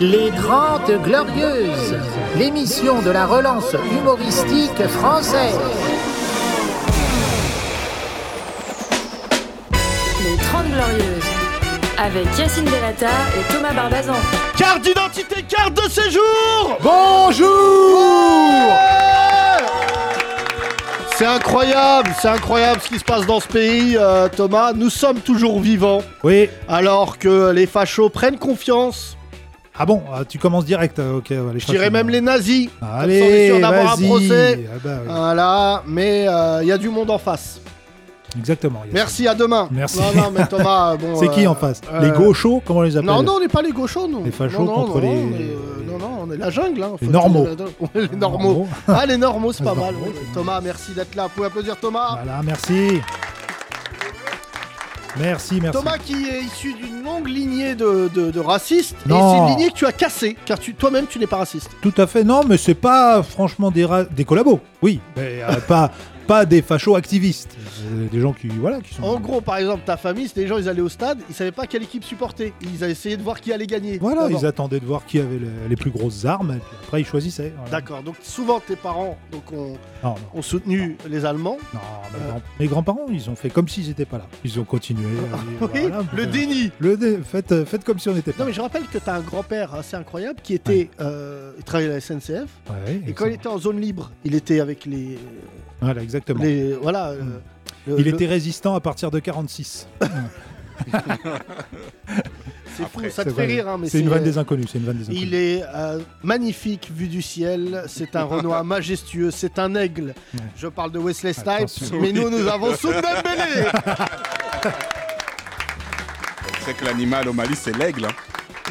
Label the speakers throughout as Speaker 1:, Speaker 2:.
Speaker 1: Les Grandes Glorieuses, l'émission de la relance humoristique française.
Speaker 2: Les 30 Glorieuses, avec Yacine Delata et Thomas Barbazan.
Speaker 3: Carte d'identité, carte de séjour
Speaker 4: Bonjour
Speaker 3: C'est incroyable, c'est incroyable ce qui se passe dans ce pays, euh, Thomas. Nous sommes toujours vivants,
Speaker 4: Oui.
Speaker 3: alors que les fachos prennent confiance.
Speaker 4: Ah bon, ah, tu commences direct. ah, Ok, allez,
Speaker 3: Je dirais même les nazis. Comme ça, on est
Speaker 4: Allez,
Speaker 3: sûr d'avoir un
Speaker 4: vas-y.
Speaker 3: procès.
Speaker 4: Ah bah oui, Oh,
Speaker 3: Voilà, mais il y a du monde en face.
Speaker 4: Exactement. Yacine.
Speaker 3: Merci, à demain.
Speaker 4: Merci.
Speaker 3: Non, non, mais Thomas, bon,
Speaker 4: C'est qui
Speaker 3: euh,
Speaker 4: en face
Speaker 3: euh,
Speaker 4: Les gauchos, comment on les appelle
Speaker 3: Non, non, on n'est pas les gauchos, nous.
Speaker 4: Les fachos
Speaker 3: Non, non,
Speaker 4: contre
Speaker 3: non,
Speaker 4: les-
Speaker 3: on est, euh, non, non, on est la jungle. hein,
Speaker 4: Les
Speaker 3: faut
Speaker 4: normaux.
Speaker 3: dire la- les normaux. Ah, les normaux, c'est pas
Speaker 4: Les
Speaker 3: mal.
Speaker 4: normaux, c'est
Speaker 3: Thomas, merci d'être là. Vous pouvez applaudir Thomas.
Speaker 4: Voilà, Ah, merci. Merci, merci.
Speaker 3: Thomas qui est issu d'une longue lignée de, de- de racistes.
Speaker 4: Non.
Speaker 3: Et c'est une lignée que tu as cassée, car tu, toi-même tu n'es pas raciste.
Speaker 4: Tout à fait. Non, mais c'est pas franchement des, ra- des collabos. Oui, mais, euh, pas, pas des fachos activistes. Euh, Des gens qui, voilà, qui sont.
Speaker 3: En gros, par exemple, ta famille, c'est des gens, ils allaient au stade, ils savaient pas quelle équipe supporter. Ils avaient essayé de voir qui allait gagner.
Speaker 4: Voilà,
Speaker 3: d'abord.
Speaker 4: ils attendaient de voir qui avait le- les plus grosses armes, et puis après ils choisissaient. voilà.
Speaker 3: D'accord, donc souvent tes parents donc, ont,
Speaker 4: Non, non.
Speaker 3: ont soutenu les Allemands.
Speaker 4: Non, mes,
Speaker 3: Euh.
Speaker 4: grands- mes grands-parents, ils ont fait comme s'ils n'étaient pas là. Ils ont continué. à dire,
Speaker 3: Ah Oui,
Speaker 4: Ah voilà,
Speaker 3: le
Speaker 4: euh,
Speaker 3: déni.
Speaker 4: le dé- Faites, euh, faites comme si on n'était pas
Speaker 3: Non,
Speaker 4: là.
Speaker 3: mais je rappelle que tu as un grand-père assez incroyable qui était. euh, il travaillait à la SNCF.
Speaker 4: Ouais,
Speaker 3: Et quand il était en zone libre, il était avec les.
Speaker 4: Voilà, exactement.
Speaker 3: les voilà. euh,
Speaker 4: Mm.
Speaker 3: le-
Speaker 4: Il
Speaker 3: le-
Speaker 4: était résistant à partir de 46.
Speaker 3: C'est fou, ça te
Speaker 4: C'est
Speaker 3: fait
Speaker 4: vrai.
Speaker 3: rire, hein, mais
Speaker 4: C'est une vanne des inconnus. C'est une vanne des inconnus.
Speaker 3: Il est euh, magnifique vu du ciel, c'est un Renoir majestueux, c'est un aigle.
Speaker 4: Ouais.
Speaker 3: Je parle de Wesley Snipes,
Speaker 4: Attention.
Speaker 3: mais nous, nous avons Soumdan Dembélé
Speaker 5: C'est que l'animal au Mali, c'est l'aigle. hein.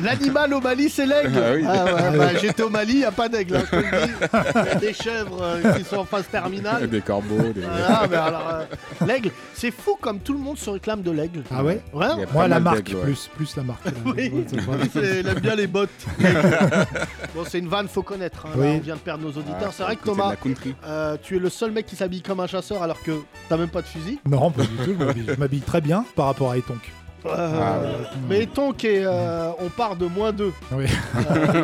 Speaker 3: L'animal au Mali, c'est l'aigle
Speaker 5: Ah oui.
Speaker 3: ouais, bah, J'étais au Mali, il n'y a pas d'aigle. hein, je te le dis. Il y a des chèvres euh, qui sont en phase terminale.
Speaker 5: Des corbeaux, des...
Speaker 3: Voilà, Ah, mais alors, euh, l'aigle, c'est fou comme tout le monde se réclame de l'aigle.
Speaker 4: Ah ouais
Speaker 3: Ouais, hein.
Speaker 5: Il y a pas
Speaker 4: Moi, la
Speaker 5: mal
Speaker 4: marque,
Speaker 5: d'aigles, ouais.
Speaker 4: plus, plus la marque.
Speaker 3: Oui.
Speaker 4: Voilà.
Speaker 3: C'est- il aime bien les bottes. bon, c'est une vanne, faut connaître. hein, là,
Speaker 4: Oui.
Speaker 3: on vient de perdre nos
Speaker 5: Ah,
Speaker 3: auditeurs. c'est vrai que
Speaker 5: de
Speaker 3: Thomas,
Speaker 5: la country.
Speaker 3: Euh, tu es le seul mec qui s'habille comme un chasseur alors que t'as même pas de fusil.
Speaker 4: Non, pas du tout. je m'habille- Je m'habille très bien par rapport à Etonk.
Speaker 3: Euh,
Speaker 5: Ah ouais.
Speaker 3: Mais étant qu'on part de moins 2,
Speaker 4: Oui.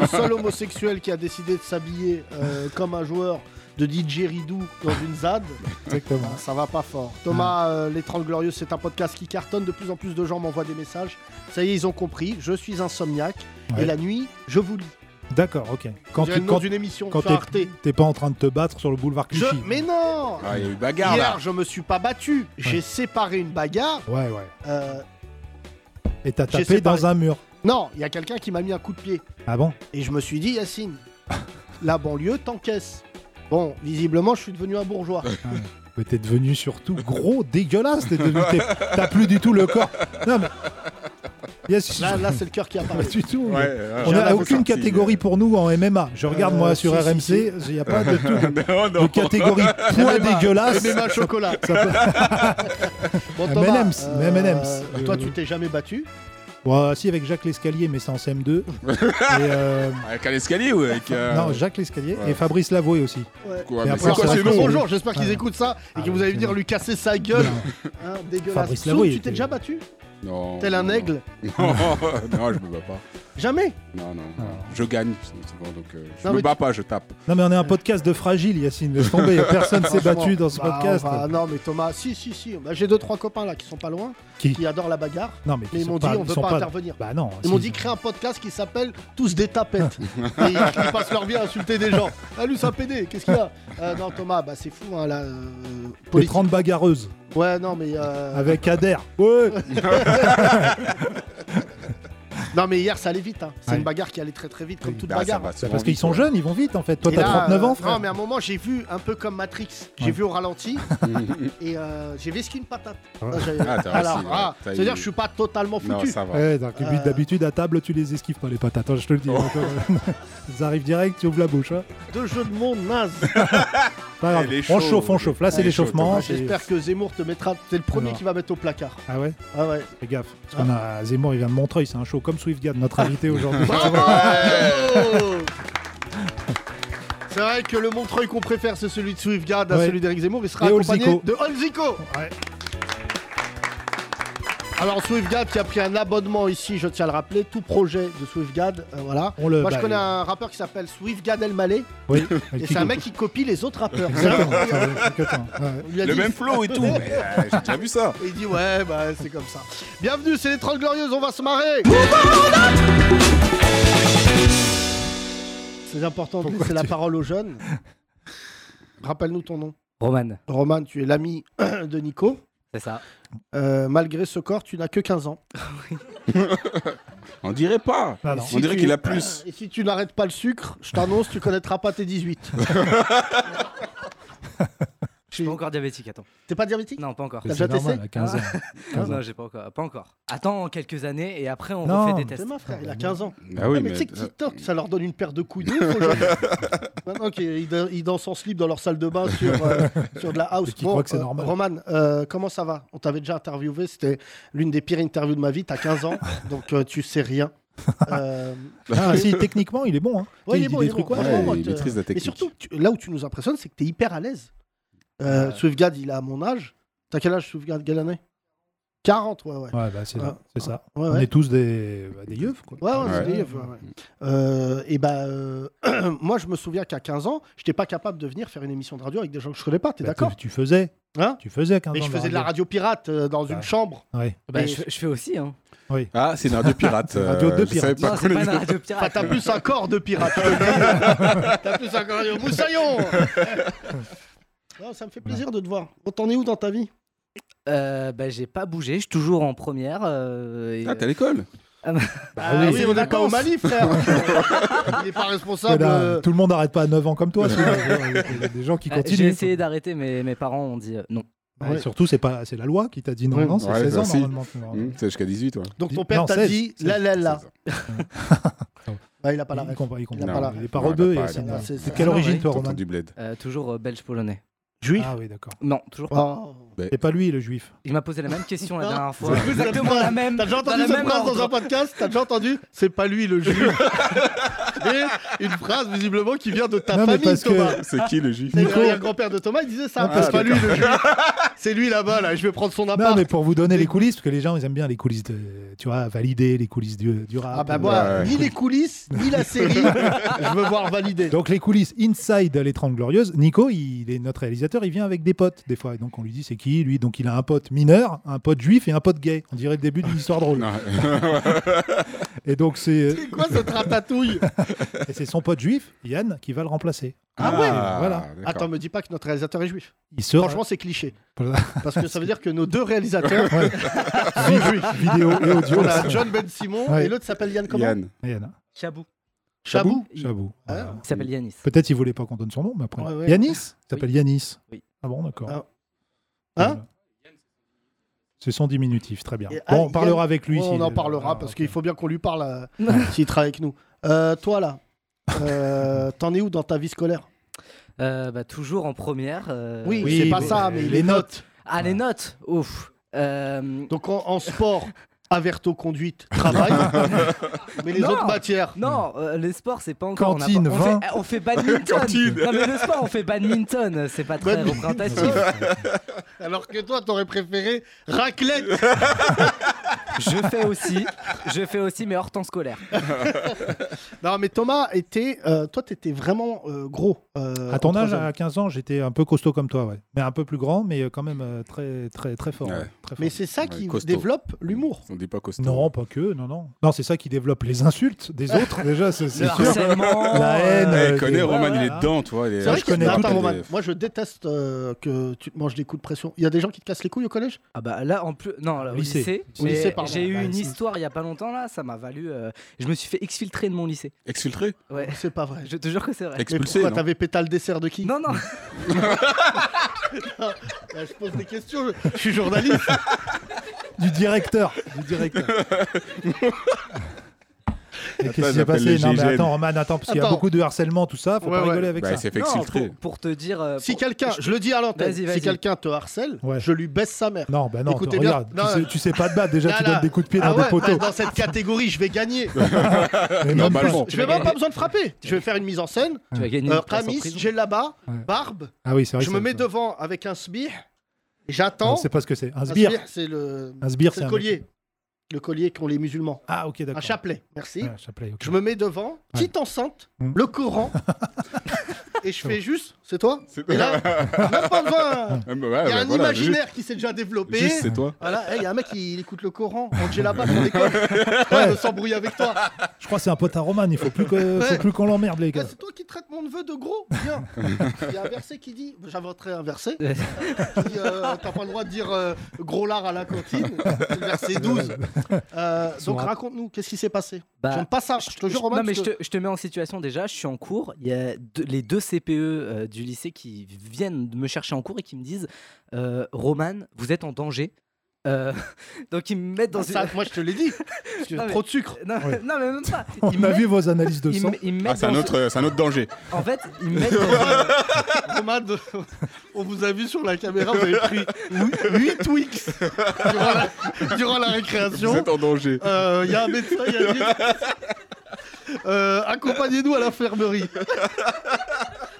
Speaker 3: le seul homosexuel qui a décidé de s'habiller euh, comme un joueur de DJ Ridou dans une ZAD, euh,
Speaker 4: Exactement.
Speaker 3: ça va pas fort. Thomas, euh, Les 30 Glorieux, c'est un podcast qui cartonne. De plus en plus de gens m'envoient des messages. Ça y est, ils ont compris. Je suis insomniaque et
Speaker 4: Ouais.
Speaker 3: la nuit, je vous lis.
Speaker 4: D'accord, ok. Quand
Speaker 3: Quand le
Speaker 4: tu
Speaker 3: nom
Speaker 4: quand,
Speaker 3: d'une émission
Speaker 4: quand
Speaker 3: sur Arte.
Speaker 4: t'es t'es pas en train de te battre sur le boulevard
Speaker 3: Je...
Speaker 4: Clichy.
Speaker 3: Mais non
Speaker 5: Ah, il y a eu bagarre
Speaker 3: Hier,
Speaker 5: là.
Speaker 3: je me suis pas battu. J'ai séparé une bagarre.
Speaker 4: Ouais, ouais.
Speaker 3: euh,
Speaker 4: Et t'as
Speaker 3: J'ai
Speaker 4: tapé dans
Speaker 3: séparé.
Speaker 4: un mur.
Speaker 3: Non, il y a quelqu'un qui m'a mis un coup de pied.
Speaker 4: Ah bon
Speaker 3: Et je me suis dit, Yacine, la banlieue t'encaisse. Bon, visiblement, je suis devenu un bourgeois. Ah
Speaker 4: Mais t'es devenu surtout gros, dégueulasse. T'es devenu- t'es- T'as plus du tout le corps. Non, mais. Yes,
Speaker 3: Là, là c'est le cœur qui a
Speaker 4: pas
Speaker 3: parlé.
Speaker 4: du tout.
Speaker 5: Ouais, ouais.
Speaker 4: On
Speaker 3: J'ai
Speaker 4: n'a
Speaker 3: la
Speaker 4: aucune catégorie pour nous en MMA. Je regarde
Speaker 3: Euh,
Speaker 4: moi sur
Speaker 3: si, si,
Speaker 4: RMC, il
Speaker 3: si.
Speaker 4: n'y a pas de, tout- de-
Speaker 5: Non, non.
Speaker 4: de catégorie poids dégueulasse.
Speaker 3: MMA chocolat.
Speaker 4: Ça peut-
Speaker 3: Bon, euh,
Speaker 4: M&M's, M&M's.
Speaker 3: Toi, tu t'es jamais battu.
Speaker 4: Bon, euh, si avec Jacques Lescalier, mais c'est en CM2. Et, euh,
Speaker 3: ah.
Speaker 5: Avec un escalier ou avec. euh,
Speaker 4: Non, Jacques Lescalier
Speaker 5: ouais.
Speaker 4: et Fabrice Lavoué aussi.
Speaker 5: quoi,
Speaker 4: mais
Speaker 5: mais
Speaker 4: après,
Speaker 5: c'est
Speaker 4: ça
Speaker 5: quoi
Speaker 4: reste
Speaker 5: ces noms
Speaker 3: Bonjour, j'espère qu'ils
Speaker 4: Ouais.
Speaker 3: écoutent ça et
Speaker 4: Ah,
Speaker 3: que vous allez
Speaker 4: c'est
Speaker 3: venir
Speaker 4: bon.
Speaker 3: lui casser sa gueule. Hein, dégueulasse.
Speaker 4: Fabrice
Speaker 3: Soum,
Speaker 4: Lavoie, il
Speaker 3: tu t'es
Speaker 4: était-
Speaker 3: déjà battu
Speaker 5: Non.
Speaker 3: Tel un
Speaker 5: non,
Speaker 3: aigle
Speaker 5: Non, non, je me bats pas.
Speaker 3: Jamais
Speaker 5: Non, non.
Speaker 4: Ah.
Speaker 5: Je gagne. c'est- c'est bon, donc, euh, je
Speaker 3: Non, mais
Speaker 5: me bats pas, je tape.
Speaker 4: Non, mais on est un podcast de fragile, Yacine. Laisse tomber, personne s'est
Speaker 3: Franchement.
Speaker 4: battu dans ce
Speaker 3: Bah,
Speaker 4: podcast.
Speaker 3: on va- Non, mais Thomas, si, si, si. Bah, J'ai deux, trois copains là qui sont pas loin,
Speaker 4: Qui
Speaker 3: qui adorent la bagarre.
Speaker 4: Non, mais, qui
Speaker 3: Mais ils
Speaker 4: sont
Speaker 3: m'ont dit,
Speaker 4: pas-
Speaker 3: on
Speaker 4: ils
Speaker 3: veut
Speaker 4: sont
Speaker 3: pas intervenir.
Speaker 4: Bah non.
Speaker 3: Ils m'ont
Speaker 4: si.
Speaker 3: dit créer un podcast qui s'appelle Tous des tapettes. et ils, ils passent leur vie à insulter des gens. Ah lui c'est un PD, qu'est-ce qu'il y a Euh, Non Thomas, bah c'est fou hein, là. euh,
Speaker 4: Les
Speaker 3: politique.
Speaker 4: 30 bagarreuses
Speaker 3: Ouais non mais euh,
Speaker 4: avec Adair. Ouais.
Speaker 3: non mais hier ça allait vite. hein. C'est
Speaker 4: Ouais.
Speaker 3: une bagarre qui allait très très vite comme toute
Speaker 5: Bah, ça
Speaker 3: bagarre. hein.
Speaker 5: va
Speaker 4: C'est
Speaker 5: souvent
Speaker 4: parce qu'ils
Speaker 5: vite,
Speaker 4: sont
Speaker 5: ouais.
Speaker 4: jeunes, ils vont vite en fait. Toi,
Speaker 3: Et
Speaker 4: t'as
Speaker 3: là,
Speaker 4: 39
Speaker 3: euh,
Speaker 4: ans, frère.
Speaker 3: Non mais à un moment j'ai vu un peu comme Matrix. J'ai
Speaker 4: Ouais.
Speaker 3: vu au ralenti et euh, j'ai visqué une patate.
Speaker 4: Ouais.
Speaker 3: Ah, j'ai-
Speaker 5: Ah, t'as
Speaker 3: Alors,
Speaker 5: réussi, ouais.
Speaker 3: ah,
Speaker 5: T'as
Speaker 3: c'est-à-dire
Speaker 5: eu-
Speaker 3: que je suis pas totalement
Speaker 5: Non,
Speaker 3: foutu.
Speaker 5: ça va.
Speaker 4: Ouais, donc, et puis
Speaker 3: Euh.
Speaker 4: d'habitude à table tu les esquives pas les patates, hein, je te le dis.
Speaker 3: Oh.
Speaker 4: Ils arrivent direct, tu ouvres la bouche. hein.
Speaker 3: Deux jeux de monde naze.
Speaker 4: Pas grave.
Speaker 5: Elle est
Speaker 4: On
Speaker 5: chaude.
Speaker 4: chauffe, on chauffe. Là c'est
Speaker 5: Elle est
Speaker 4: l'échauffement.
Speaker 3: Ah,
Speaker 4: c'est-
Speaker 3: J'espère que Zemmour te mettra. T'es le premier
Speaker 4: Alors.
Speaker 3: qui va mettre au placard.
Speaker 4: Ah ouais,
Speaker 3: Ah ouais.
Speaker 4: fais gaffe. Parce qu'on a Zemmour, il vient de Montreuil, c'est un show comme Swiftgad, notre invité aujourd'hui.
Speaker 3: Bravo C'est vrai que le Montreuil qu'on préfère, c'est celui de Swiftgard à
Speaker 4: Ouais.
Speaker 3: celui d'Eric Zemmour. Il sera
Speaker 4: Et
Speaker 3: accompagné
Speaker 4: Olzico.
Speaker 3: de Olzico.
Speaker 4: Ouais.
Speaker 3: Alors SwiftGuard qui a pris un abonnement ici, je tiens à le rappeler, tout projet de SwiftGuard, euh, voilà.
Speaker 4: On le
Speaker 3: Moi je
Speaker 4: bah,
Speaker 3: connais un rappeur qui s'appelle SwiftGuard El Malé,
Speaker 4: Oui,
Speaker 3: et c'est un mec qui copie les autres rappeurs.
Speaker 4: Exactement. ça, c'est inquiétant. hein, Ouais.
Speaker 3: On lui a
Speaker 5: Le
Speaker 3: dit-
Speaker 5: même flow et tout. Mais, euh, J'ai déjà vu ça.
Speaker 3: Et il dit ouais bah c'est comme ça. Bienvenue, c'est les 30 glorieuses, on va se marrer C'est important de laisser la parole aux jeunes. Rappelle-nous ton nom.
Speaker 6: Roman,
Speaker 3: Roman, tu es l'ami de Nico.
Speaker 6: c'est ça.
Speaker 3: Euh, malgré ce corps, tu n'as que 15 ans.
Speaker 6: Ah
Speaker 5: On dirait pas.
Speaker 4: Ah, non.
Speaker 5: On dirait
Speaker 3: tu- Euh,
Speaker 5: qu'il a plus.
Speaker 3: Et si tu n'arrêtes pas le sucre, je t'annonce, tu connaîtras pas tes 18.
Speaker 6: Je suis pas encore diabétique, attends.
Speaker 3: T'es pas diabétique
Speaker 6: Non, pas encore.
Speaker 3: T'as déjà
Speaker 4: C'est
Speaker 3: testé
Speaker 4: normal, à 15 ans. 15 ans.
Speaker 6: Non, j'ai pas encore. Pas encore. Attends quelques années et après on
Speaker 4: Non,
Speaker 6: refait des
Speaker 4: mais
Speaker 6: tests.
Speaker 3: C'est ma frère, il a 15 ans.
Speaker 5: Ah oui,
Speaker 3: mais,
Speaker 5: mais.
Speaker 3: tu sais que TikTok, ça leur donne une paire de couilles de ouf aujourd'hui. Maintenant qu'ils dan- ils dansent en slip dans leur salle de bain sur, euh, sur de la house.
Speaker 4: Et qu'ils croient que c'est normal.
Speaker 3: Roman, euh, comment ça va On t'avait déjà interviewé, c'était l'une des pires interviews de ma vie. T'as 15 ans, donc euh, tu sais rien. Euh,
Speaker 4: Ah, si, techniquement, il est bon. Hein.
Speaker 3: Ouais, il est
Speaker 4: dit
Speaker 3: bon,
Speaker 4: des
Speaker 3: il est
Speaker 4: trucs,
Speaker 3: bon.
Speaker 4: ouais.
Speaker 5: Ouais,
Speaker 3: Vraiment,
Speaker 5: il
Speaker 3: tu-
Speaker 5: maîtrise la
Speaker 3: et
Speaker 5: technique.
Speaker 3: surtout, tu- là où tu nous impressionnes, c'est que t'es hyper à l'aise. Euh, Swiftgad, il a mon âge. T'as quel âge, Swiftgad Quelle année 40, ouais, ouais.
Speaker 4: Ouais, bah, c'est là,
Speaker 3: Ah,
Speaker 4: c'est ça.
Speaker 3: ouais,
Speaker 4: On
Speaker 3: ouais.
Speaker 4: est tous des, bah, des yeux, quoi.
Speaker 3: Ouais, ouais, c'est
Speaker 5: Ouais.
Speaker 3: des yeux, ouais, ouais. Euh, et bah, euh, moi, je me souviens qu'à 15 ans, j'étais pas capable de venir faire une émission de radio avec des gens que je connais pas, t'es
Speaker 4: Bah,
Speaker 3: d'accord
Speaker 4: Tu faisais.
Speaker 3: Hein
Speaker 4: Tu faisais à 15
Speaker 3: Mais
Speaker 4: ans.
Speaker 3: je faisais de la
Speaker 4: radio.
Speaker 3: radio pirate euh, dans
Speaker 4: Bah.
Speaker 3: une chambre.
Speaker 4: Ouais.
Speaker 6: Bah,
Speaker 3: Et-
Speaker 6: je, je fais aussi, hein.
Speaker 5: Ah, c'est une radio pirate. euh,
Speaker 4: Radio de
Speaker 5: je savais
Speaker 4: pirate.
Speaker 5: pas
Speaker 6: Non,
Speaker 5: qu'on
Speaker 6: c'est pas
Speaker 5: les-
Speaker 6: une radio
Speaker 3: Enfin,
Speaker 6: pirate.
Speaker 3: t'as plus un corps de pirate. je te le dis. t'as plus un corps de moussaillon. Non, ça me fait plaisir de te voir. Bon, T'en es où dans ta vie
Speaker 6: Euh, bah, j'ai pas bougé, je suis toujours en première. euh, et, bah,
Speaker 5: Ah, t'es à l'école
Speaker 3: Ah
Speaker 4: oui,
Speaker 3: oui,
Speaker 4: c'est
Speaker 3: on
Speaker 4: les
Speaker 3: n'est pas au Mali, frère. Il n'est pas
Speaker 4: Parce
Speaker 3: responsable.
Speaker 4: que là,
Speaker 3: euh,
Speaker 4: Tout le monde n'arrête pas à 9 ans comme toi. sinon, Il y a- il y a des gens qui
Speaker 6: euh, j'ai
Speaker 4: continuent.
Speaker 6: essayé d'arrêter, mais mes parents ont dit euh, non.
Speaker 4: Ouais,
Speaker 3: Ouais.
Speaker 4: Surtout, c'est pas, c'est la loi qui t'a dit non,
Speaker 3: Ouais.
Speaker 4: non, c'est
Speaker 5: Ouais,
Speaker 4: 16
Speaker 5: bah,
Speaker 4: ans
Speaker 5: si.
Speaker 4: normalement.
Speaker 5: Hmm, C'est jusqu'à 18, ouais.
Speaker 3: Donc ton
Speaker 4: Non,
Speaker 3: père t'a
Speaker 4: 16,
Speaker 3: dit
Speaker 4: 16,
Speaker 3: la la la.
Speaker 5: 16.
Speaker 3: Bah, il a pas la
Speaker 4: Il
Speaker 3: ref.
Speaker 4: comprend, il comprend.
Speaker 3: Il a pas la-
Speaker 4: Il est
Speaker 5: Non,
Speaker 4: pas
Speaker 5: il a
Speaker 4: rebeu.
Speaker 5: pas
Speaker 4: et
Speaker 5: la-
Speaker 4: c'est-
Speaker 3: Non, c'est-
Speaker 4: De
Speaker 3: c'est-
Speaker 4: quelle
Speaker 6: Ah,
Speaker 4: origine,
Speaker 6: ouais.
Speaker 4: toi,
Speaker 5: T'entends
Speaker 4: Roman
Speaker 5: du bled.
Speaker 6: Euh, toujours euh, belge-polonais.
Speaker 3: Juif.
Speaker 4: Ah oui, d'accord.
Speaker 6: Non, toujours pas.
Speaker 5: Ah.
Speaker 3: Oh.
Speaker 4: C'est pas lui, le juif.
Speaker 6: Il m'a posé la même question la
Speaker 3: Ah.
Speaker 6: dernière fois.
Speaker 3: C'est plus la
Speaker 6: Exactement
Speaker 3: phrase.
Speaker 6: la même.
Speaker 3: T'as déjà
Speaker 6: dans
Speaker 3: entendu
Speaker 6: le
Speaker 3: cette
Speaker 6: même
Speaker 3: phrase dans
Speaker 6: ordre.
Speaker 3: un podcast T'as déjà entendu C'est pas lui le juif. Et une phrase visiblement qui vient de ta
Speaker 4: Non, mais
Speaker 3: famille,
Speaker 4: parce que-
Speaker 3: Thomas.
Speaker 5: C'est qui le juif
Speaker 4: Nico-
Speaker 3: Le grand-père de Thomas, il disait ça.
Speaker 4: Non,
Speaker 3: c'est
Speaker 4: parce
Speaker 3: pas lui le juif. C'est lui là-bas, là. Je vais prendre son appart.
Speaker 4: Non, mais pour vous donner les coulisses, parce que les gens, ils aiment bien les coulisses, de, tu vois, valider les coulisses du, du rap.
Speaker 3: Ah bah
Speaker 4: Euh,
Speaker 3: moi,
Speaker 5: Ouais, ouais.
Speaker 3: ni les coulisses, ni la série, je veux voir valider.
Speaker 4: Donc les coulisses inside les 30 glorieuses, Nico, il est notre réalisateur, il vient avec des potes des fois. Et donc on lui dit c'est qui lui Donc il a un pote mineur, un pote juif et un pote gay. On dirait le début d'une histoire drôle.
Speaker 5: Non,
Speaker 4: Et donc c'est
Speaker 3: C'est quoi cette ratatouille
Speaker 4: et c'est son pote juif, Yann, qui va le remplacer.
Speaker 3: Ah ouais,
Speaker 4: voilà.
Speaker 5: d'accord.
Speaker 3: Attends, me dis pas que notre réalisateur est juif.
Speaker 4: Il sort
Speaker 3: Franchement, c'est cliché.
Speaker 4: Voilà.
Speaker 3: Parce que ça veut dire que nos deux réalisateurs
Speaker 4: Ouais.
Speaker 3: sont juifs.
Speaker 4: vidéo et audio.
Speaker 3: On a John Ben Simon
Speaker 4: Ouais.
Speaker 3: et l'autre s'appelle Yann comment
Speaker 5: Yann.
Speaker 4: Yann, hein.
Speaker 6: Chabou.
Speaker 3: Chabou.
Speaker 4: Chabot.
Speaker 3: Ah,
Speaker 4: Voilà.
Speaker 6: Il s'appelle Yanis.
Speaker 4: Peut-être il voulait pas qu'on donne son nom, mais après.
Speaker 3: Ouais, ouais.
Speaker 4: Yanis Il s'appelle Yanis.
Speaker 6: Oui.
Speaker 4: Ah bon, d'accord.
Speaker 3: Ah. Hein
Speaker 4: Voilà. c'est son diminutif, très bien.
Speaker 3: Et- ah,
Speaker 4: Bon, on
Speaker 3: Yann-
Speaker 4: parlera avec lui.
Speaker 3: Ouais, on
Speaker 4: s'il-
Speaker 3: en parlera
Speaker 4: Ah,
Speaker 3: parce
Speaker 4: ok.
Speaker 3: qu'il faut bien qu'on lui parle euh, s'il travaille avec nous. Euh, toi là, euh, t'en es où dans ta vie scolaire
Speaker 6: Euh, bah, toujours en première. euh,
Speaker 3: Oui,
Speaker 4: oui,
Speaker 3: c'est pas
Speaker 4: mais-
Speaker 3: ça, mais
Speaker 4: les
Speaker 3: les notes.
Speaker 6: Ah, les notes Ouf Euh,
Speaker 3: Donc en, en sport, averto conduite, travail. mais les
Speaker 6: Non.
Speaker 3: autres matières.
Speaker 6: Non, euh, les sports, c'est pas encore. on a
Speaker 4: Cantine,
Speaker 6: pas- on,
Speaker 4: vin.
Speaker 6: fait, on fait badminton.
Speaker 5: Cantine.
Speaker 6: Non, mais le sport, on fait badminton. C'est pas très
Speaker 3: Badminton.
Speaker 6: représentatif.
Speaker 3: Alors que toi, t'aurais préféré raclette.
Speaker 6: je fais aussi. Je fais aussi, mais hors temps scolaire.
Speaker 3: Non, mais Thomas était, euh, toi, t'étais vraiment euh, gros. euh,
Speaker 4: À ton
Speaker 3: en
Speaker 4: âge,
Speaker 3: troisième.
Speaker 4: à 15 ans, j'étais un peu costaud comme toi, ouais. Mais un peu plus grand, mais euh, quand même euh, très, très, très fort.
Speaker 5: Ouais.
Speaker 4: ouais. Très fort.
Speaker 3: Mais c'est ça
Speaker 5: Ouais,
Speaker 3: qui
Speaker 5: costaud.
Speaker 3: développe l'humour.
Speaker 5: On dit pas costaud.
Speaker 4: Non, pas que, non, non. Non, c'est ça qui développe les insultes des autres, déjà, c'est c'est
Speaker 6: Le
Speaker 4: sûr.
Speaker 6: harcèlement.
Speaker 4: La haine,
Speaker 5: Eh,
Speaker 4: euh,
Speaker 5: connais
Speaker 4: des-
Speaker 5: Roman,
Speaker 4: Ouais,
Speaker 5: il
Speaker 4: ouais.
Speaker 5: est dedans, tu vois. il est-
Speaker 3: C'est vrai
Speaker 4: je
Speaker 3: que-
Speaker 4: connais
Speaker 3: Non,
Speaker 4: tout,
Speaker 3: attends,
Speaker 5: des-
Speaker 3: Roman, Moi, je déteste euh, que tu te manges des coups de pression. Il y a des gens qui te cassent les couilles au collège
Speaker 6: Ah bah là en plus non là, au
Speaker 4: Lycée.
Speaker 6: lycée,
Speaker 4: Au
Speaker 6: mais
Speaker 3: lycée, pardon.
Speaker 6: j'ai eu
Speaker 4: Bah,
Speaker 6: une
Speaker 4: lycée.
Speaker 6: histoire il y a pas longtemps là ça m'a valu euh, je me suis fait exfiltrer de mon lycée
Speaker 5: Exfiltré
Speaker 6: ouais
Speaker 3: C'est pas vrai.
Speaker 6: je te jure que c'est vrai
Speaker 3: Mais
Speaker 5: Expulsé,
Speaker 3: pourquoi
Speaker 5: non
Speaker 3: t'avais pété le dessert de qui
Speaker 6: non non
Speaker 3: Bah, Je pose des questions, je, je suis journaliste.
Speaker 4: Du directeur. Du directeur. Mais
Speaker 5: Attends,
Speaker 4: Qu'est-ce qui s'est
Speaker 5: j'appelle
Speaker 4: passé
Speaker 5: le
Speaker 4: Non, mais
Speaker 5: GIGN.
Speaker 4: attends, Roman, attends, parce qu'il y a
Speaker 3: Attends.
Speaker 4: beaucoup de harcèlement, tout ça, faut
Speaker 3: Ouais,
Speaker 4: pas
Speaker 3: ouais.
Speaker 4: rigoler avec
Speaker 5: Bah, il
Speaker 4: ça.
Speaker 5: s'est fait
Speaker 6: non
Speaker 5: exfiltrer.
Speaker 6: pour, pour te dire euh,
Speaker 3: Si
Speaker 6: pour-
Speaker 3: quelqu'un, je le dis à l'antenne,
Speaker 6: Vas-y, vas-y.
Speaker 3: si quelqu'un te harcèle,
Speaker 4: Ouais.
Speaker 3: je lui baisse sa mère.
Speaker 4: Non, bah non,
Speaker 3: Écoutez
Speaker 4: tu-
Speaker 3: bien.
Speaker 4: regarde,
Speaker 3: Non,
Speaker 4: tu, sais,
Speaker 3: non.
Speaker 4: tu sais pas te battre, déjà,
Speaker 3: Là,
Speaker 4: tu
Speaker 3: là.
Speaker 4: donnes des coups de pied
Speaker 3: Ah
Speaker 4: dans
Speaker 3: ouais,
Speaker 4: des poteaux.
Speaker 3: bah, dans cette catégorie, je vais gagner.
Speaker 4: Mais
Speaker 5: Non,
Speaker 4: même
Speaker 5: bah,
Speaker 4: pas.
Speaker 5: non.
Speaker 3: Je vais même pas besoin de frapper. Je vais faire une mise en scène.
Speaker 6: tu vas gagner
Speaker 3: Euh,
Speaker 6: une place en
Speaker 3: Ramis,
Speaker 6: prison.
Speaker 3: j'ai là-bas,
Speaker 4: Ouais.
Speaker 3: barbe.
Speaker 4: Ah oui, c'est vrai.
Speaker 3: Je
Speaker 4: que
Speaker 3: me
Speaker 4: ça-
Speaker 3: mets devant avec un sbire.
Speaker 4: Non,
Speaker 3: J'attends.
Speaker 4: C'est pas ce que c'est. Un
Speaker 3: Un
Speaker 4: sbire.
Speaker 3: sbire, c'est le.
Speaker 4: Un sbire,
Speaker 3: C'est
Speaker 4: c'est
Speaker 3: le
Speaker 4: un-
Speaker 3: collier. le collier qu'ont les musulmans.
Speaker 4: Ah, ok, d'accord.
Speaker 3: Un chapelet, merci.
Speaker 4: Ouais, un chapelet, ok.
Speaker 3: Je me mets devant, petite enceinte,
Speaker 4: Mm.
Speaker 3: le Coran, et je fais juste, c'est toi
Speaker 5: C'est-
Speaker 3: Et là, même pas besoin
Speaker 5: Ah, bah, ouais,
Speaker 3: Il y a
Speaker 5: bah,
Speaker 3: un
Speaker 5: voilà,
Speaker 3: imaginaire qui s'est déjà développé.
Speaker 5: Juste, juste, c'est toi.
Speaker 3: Voilà, eh, il y a un mec qui il écoute le Coran, Angela Bass dans l'école,
Speaker 4: Ouais.
Speaker 3: elle veut s'embrouiller avec toi.
Speaker 4: Je crois que c'est un pote à Roman, il faut plus que- faut
Speaker 3: Ouais.
Speaker 4: plus qu'on l'emmerde, les
Speaker 3: Là,
Speaker 4: gars.
Speaker 3: c'est toi qui traites mon neveu de gros, viens. Il y a un verset qui dit, j'inventerai un verset, euh, qui, euh, t'as pas le droit de dire euh, gros lard à la cantine, c'est le verset 12. Euh, donc
Speaker 4: Sourate.
Speaker 3: raconte-nous, qu'est-ce qui s'est passé
Speaker 6: Bah,
Speaker 3: J'aime pas ça, je te jure Romain,
Speaker 6: non mais
Speaker 3: parce
Speaker 6: je
Speaker 3: que-
Speaker 6: te, je te mets en situation déjà, je suis en cours, il y a deux- les deux CPE euh, du lycée qui viennent me chercher en cours et qui me disent euh, Roman, vous êtes en danger. Euh, donc ils me mettent dans une...
Speaker 3: Ah, Ça, moi je te l'ai dit, parce que
Speaker 6: Non, mais-
Speaker 3: trop de sucre.
Speaker 6: Non,
Speaker 4: Ouais.
Speaker 6: non, mais même pas. Ils
Speaker 4: On
Speaker 6: me
Speaker 4: a vu
Speaker 6: mettent-
Speaker 4: vos analyses de
Speaker 6: ils
Speaker 4: sang.
Speaker 6: me- ils me
Speaker 5: Ah,
Speaker 6: mettent
Speaker 5: c'est un
Speaker 6: dans
Speaker 5: autre, euh, c'est un autre danger.
Speaker 6: une- En fait, ils me mettent dans une-
Speaker 3: Romain, de- on vous a vu sur la caméra, vous avez pris 8 Twix durant la, durant la
Speaker 5: Vous
Speaker 3: récréation.
Speaker 5: êtes en danger.
Speaker 3: Euh, Il y a un médecin, il y a une... Euh, Accompagnez-nous à l'infirmerie.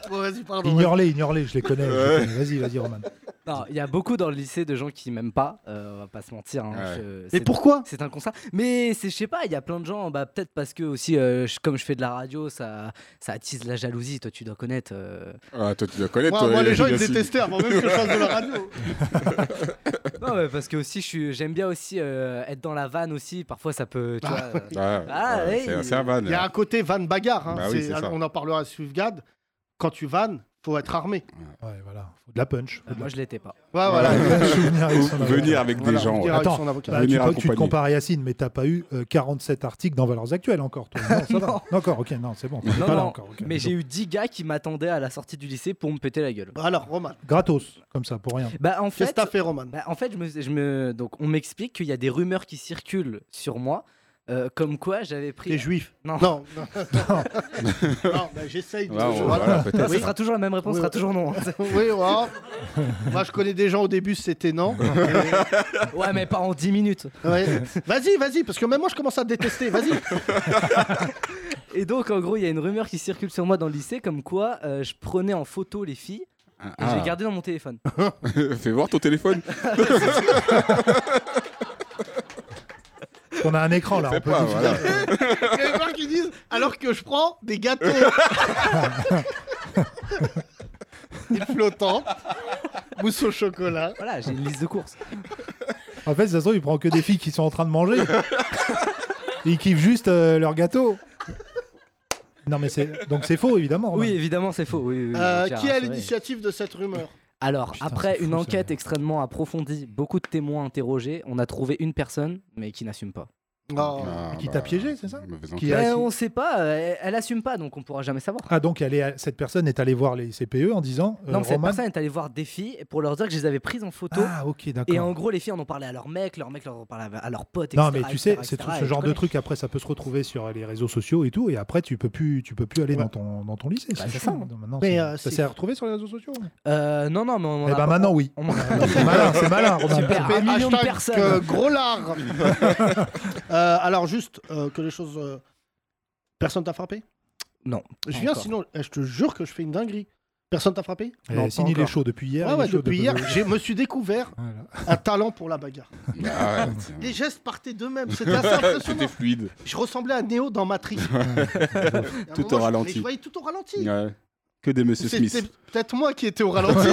Speaker 3: bon, vas-y, pardon.
Speaker 4: Ignore-les, ignore-les, je les connais. je les
Speaker 5: Ouais.
Speaker 4: connais. Vas-y, vas-y, Roman.
Speaker 5: Ah.
Speaker 6: Non, il y a beaucoup dans le lycée de gens qui m'aiment pas, euh, on va pas se mentir. hein,
Speaker 5: Ah Ouais.
Speaker 6: je-
Speaker 3: Mais
Speaker 6: c'est-
Speaker 3: pourquoi
Speaker 6: C'est un constat. Mais c'est, je sais pas, il y a plein de gens, bah, peut-être parce que aussi, euh, je- comme je fais de la radio, ça, ça attise la jalousie. Toi, tu dois connaître. euh.
Speaker 5: Ah, toi, tu dois connaître.
Speaker 3: moi,
Speaker 5: toi,
Speaker 3: moi, les gens, ils me
Speaker 5: Yassine.
Speaker 3: détestaient avant même que je fasse de la radio.
Speaker 6: Non, mais parce que aussi, je suis, j'aime bien aussi euh, être dans la vanne aussi. Parfois, ça peut. Tu vois, euh,
Speaker 5: Ah,
Speaker 6: Ah,
Speaker 5: ah,
Speaker 6: oui.
Speaker 5: c'est- C'est un van.
Speaker 3: Il y a un côté van bagarre. hein.
Speaker 5: Bah oui,
Speaker 3: C'est-
Speaker 5: c'est ça.
Speaker 3: on en parlera à Suivgad. Quand tu vannes, faut être armé.
Speaker 4: Ouais, voilà. Faut de la punch. Faut
Speaker 6: euh,
Speaker 4: de la-
Speaker 6: moi, je l'étais pas.
Speaker 3: Ouais, voilà.
Speaker 4: Faut de souvenir avec
Speaker 5: Ou
Speaker 4: son avocat.
Speaker 5: venir avec
Speaker 3: Voilà,
Speaker 5: des gens.
Speaker 3: on
Speaker 5: ouais.
Speaker 3: dira avec
Speaker 4: Attends,
Speaker 3: son avocat.
Speaker 4: Bah, tu,
Speaker 5: Venir
Speaker 4: crois que tu te
Speaker 5: accompagné.
Speaker 4: compares à Yacine, mais t'as pas eu euh, 47 articles dans Valeurs Actuelles encore. toi. Non, ça va. Encore, ok, non, c'est bon. t'en es
Speaker 6: Non,
Speaker 4: pas là
Speaker 6: non,
Speaker 4: encore, ok.
Speaker 6: mais
Speaker 4: Donc,
Speaker 6: j'ai eu 10 gars qui m'attendaient à la sortie du lycée pour me péter la gueule.
Speaker 3: Bah Alors, Roman,
Speaker 4: Gratos, comme ça, pour rien.
Speaker 6: Bah, en
Speaker 3: qu'est-ce que
Speaker 6: fait,
Speaker 3: t'as fait, Roman
Speaker 6: Bah, en fait, je me, je me- donc, on m'explique qu'il y a des rumeurs qui circulent sur moi, euh, comme quoi j'avais pris.
Speaker 3: T'es juif
Speaker 6: Non.
Speaker 3: Non, non. Non, bah, j'essaye de.
Speaker 5: Là, on-
Speaker 3: je-
Speaker 5: voilà,
Speaker 6: Non,
Speaker 5: peut-être.
Speaker 6: ce sera toujours la même réponse,
Speaker 3: Oui,
Speaker 6: ce sera
Speaker 3: oui.
Speaker 6: toujours non. hein.
Speaker 3: Oui, voilà. Moi, je connais des gens au début, c'était non. Et-
Speaker 6: ouais, mais pas en 10 minutes.
Speaker 3: ouais. Vas-y, vas-y, parce que même moi, je commence à te détester. Vas-y.
Speaker 6: Et donc, en gros, il y a une rumeur qui circule sur moi dans le lycée, comme quoi euh, je prenais en photo les filles et je les
Speaker 5: Ah.
Speaker 6: gardais dans mon téléphone.
Speaker 5: Fais voir ton téléphone.
Speaker 4: On a un écran là, on
Speaker 5: Fais
Speaker 4: peut
Speaker 5: pas,
Speaker 4: tout-
Speaker 5: voilà.
Speaker 3: Il y a des gens qui disent alors que je prends des gâteaux. Une flottante, mousse au chocolat.
Speaker 6: Voilà, j'ai une liste de courses.
Speaker 4: En fait, ça se trouve, il prend que des filles qui sont en train de manger. Ils kiffent juste euh, leur gâteau. Non, mais c'est. Donc c'est faux, évidemment. Roman.
Speaker 6: Oui, évidemment, c'est faux. oui, oui, oui,
Speaker 3: Euh,
Speaker 6: tiens,
Speaker 3: qui est à
Speaker 6: c'est
Speaker 3: l'initiative de cette rumeur
Speaker 6: vrai. Alors,
Speaker 4: Putain,
Speaker 6: après
Speaker 4: c'est fou,
Speaker 6: une
Speaker 4: ça.
Speaker 6: enquête extrêmement approfondie, beaucoup de témoins interrogés, on a trouvé une personne, mais qui n'assume pas.
Speaker 3: Oh.
Speaker 5: Ah,
Speaker 4: Qui
Speaker 5: bah,
Speaker 4: t'a piégé, c'est ça
Speaker 5: mauvaise enquête.
Speaker 4: Qui a-
Speaker 6: Ben, on sait pas, euh, elle, elle assume pas, donc on pourra jamais savoir.
Speaker 4: Ah, donc elle est- cette personne est allée voir les CPE en disant euh,
Speaker 6: Non, mais cette
Speaker 4: Roman.
Speaker 6: personne est allée voir des filles pour leur dire que je les avais prises en photo.
Speaker 4: Ah, ok,
Speaker 6: et en
Speaker 4: d'accord.
Speaker 6: gros, les filles en ont parlé à leur mec, leur mec leur en parlait à leur pote.
Speaker 4: Non, mais
Speaker 6: etc.,
Speaker 4: tu sais,
Speaker 6: etc.,
Speaker 4: c'est tout
Speaker 6: etc.,
Speaker 4: ce
Speaker 6: et
Speaker 4: genre
Speaker 6: tu
Speaker 4: de
Speaker 6: connais.
Speaker 4: truc. Après, ça peut se retrouver sur les réseaux sociaux et tout. Et après, tu peux plus, tu peux plus aller dans ton dans ton lycée.
Speaker 6: Bah, c'est
Speaker 4: chaud.
Speaker 6: ça, hein.
Speaker 4: Non, maintenant,
Speaker 3: Mais,
Speaker 4: c'est-
Speaker 3: euh,
Speaker 4: ça
Speaker 3: c'est-
Speaker 4: s'est retrouvé sur les réseaux sociaux. hein.
Speaker 6: Euh, non, non, mais on en
Speaker 4: Eh
Speaker 6: a
Speaker 4: ben
Speaker 6: pas-
Speaker 4: maintenant, oui.
Speaker 6: on- on en a-
Speaker 4: c'est malin, c'est malin. Roman.
Speaker 6: Super. Un million de
Speaker 3: Hashtag,
Speaker 6: personnes.
Speaker 3: euh, gros lard. Euh, alors juste euh, que les choses. euh, Personne t'a frappé
Speaker 6: Non,
Speaker 3: Je
Speaker 6: pas
Speaker 3: viens,
Speaker 6: encore.
Speaker 3: sinon, eh, je te jure que je fais une dinguerie. Personne t'a frappé
Speaker 4: Eh,
Speaker 3: pas
Speaker 4: Sini, il est
Speaker 3: encore.
Speaker 4: chaud depuis hier.
Speaker 3: Ouais,
Speaker 4: il est
Speaker 3: ouais,
Speaker 4: chaud
Speaker 3: depuis hier, je me suis découvert
Speaker 4: Voilà.
Speaker 3: un talent pour la bagarre.
Speaker 5: Ah, ouais, tiens.
Speaker 3: Les gestes partaient d'eux-mêmes, c'était assez impressionnant.
Speaker 5: C'était fluide.
Speaker 3: Je ressemblais à Neo dans Matrix. Il y a un
Speaker 5: Tout
Speaker 3: moment,
Speaker 5: au
Speaker 3: je-
Speaker 5: ralenti.
Speaker 3: mais Je voyais tout au ralenti.
Speaker 5: Ouais. Que des Monsieur
Speaker 3: C'était
Speaker 5: Smith.
Speaker 3: peut-être moi qui étais au ralenti.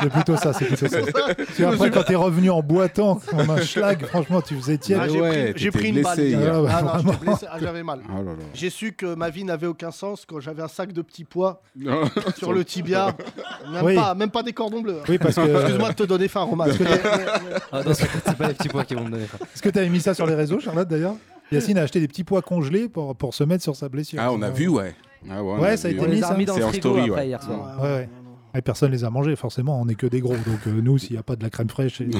Speaker 4: C'est plutôt ça, c'est plutôt ça. Parce que après, quand t'es revenu en boitant comme un schlag, franchement, tu faisais tiède.
Speaker 3: Ah,
Speaker 5: Ouais,
Speaker 3: j'ai
Speaker 5: ouais,
Speaker 3: pris, j'ai
Speaker 5: t'étais
Speaker 3: pris une balle.
Speaker 5: blessé
Speaker 4: hier. Ah, bah,
Speaker 3: Ah, non, j'étais
Speaker 4: vraiment.
Speaker 3: blessé. Ah, j'avais mal.
Speaker 5: Oh là là.
Speaker 3: J'ai su que ma vie n'avait aucun sens quand j'avais un sac de petits pois
Speaker 5: Non.
Speaker 3: sur le tibia. Même,
Speaker 4: Oui.
Speaker 3: pas, même pas des cordons bleus.
Speaker 4: Oui, parce que.
Speaker 3: Excuse-moi de te donner faim, Romain.
Speaker 6: Ah, non, c'est c'est pas les petits pois qui vont me donner.
Speaker 4: Est-ce que t'avais mis ça sur les réseaux, Charlotte, d'ailleurs Yacine a acheté des petits pois congelés pour, pour se mettre sur sa blessure.
Speaker 5: Ah, on a vu, ouais. Ah, ouais, on
Speaker 4: Ouais,
Speaker 5: a
Speaker 4: ça a
Speaker 5: vu,
Speaker 4: été
Speaker 6: On
Speaker 5: ouais.
Speaker 4: mis,
Speaker 6: les a
Speaker 4: ça
Speaker 6: remis dans
Speaker 5: C'est
Speaker 6: le
Speaker 5: en
Speaker 6: frigo
Speaker 5: story,
Speaker 6: après
Speaker 5: ouais.
Speaker 6: hier soir.
Speaker 4: Ouais, ouais. Et personne les a mangés, forcément. On n'est que des gros. Donc, euh, nous, s'il n'y a pas de la crème fraîche. et-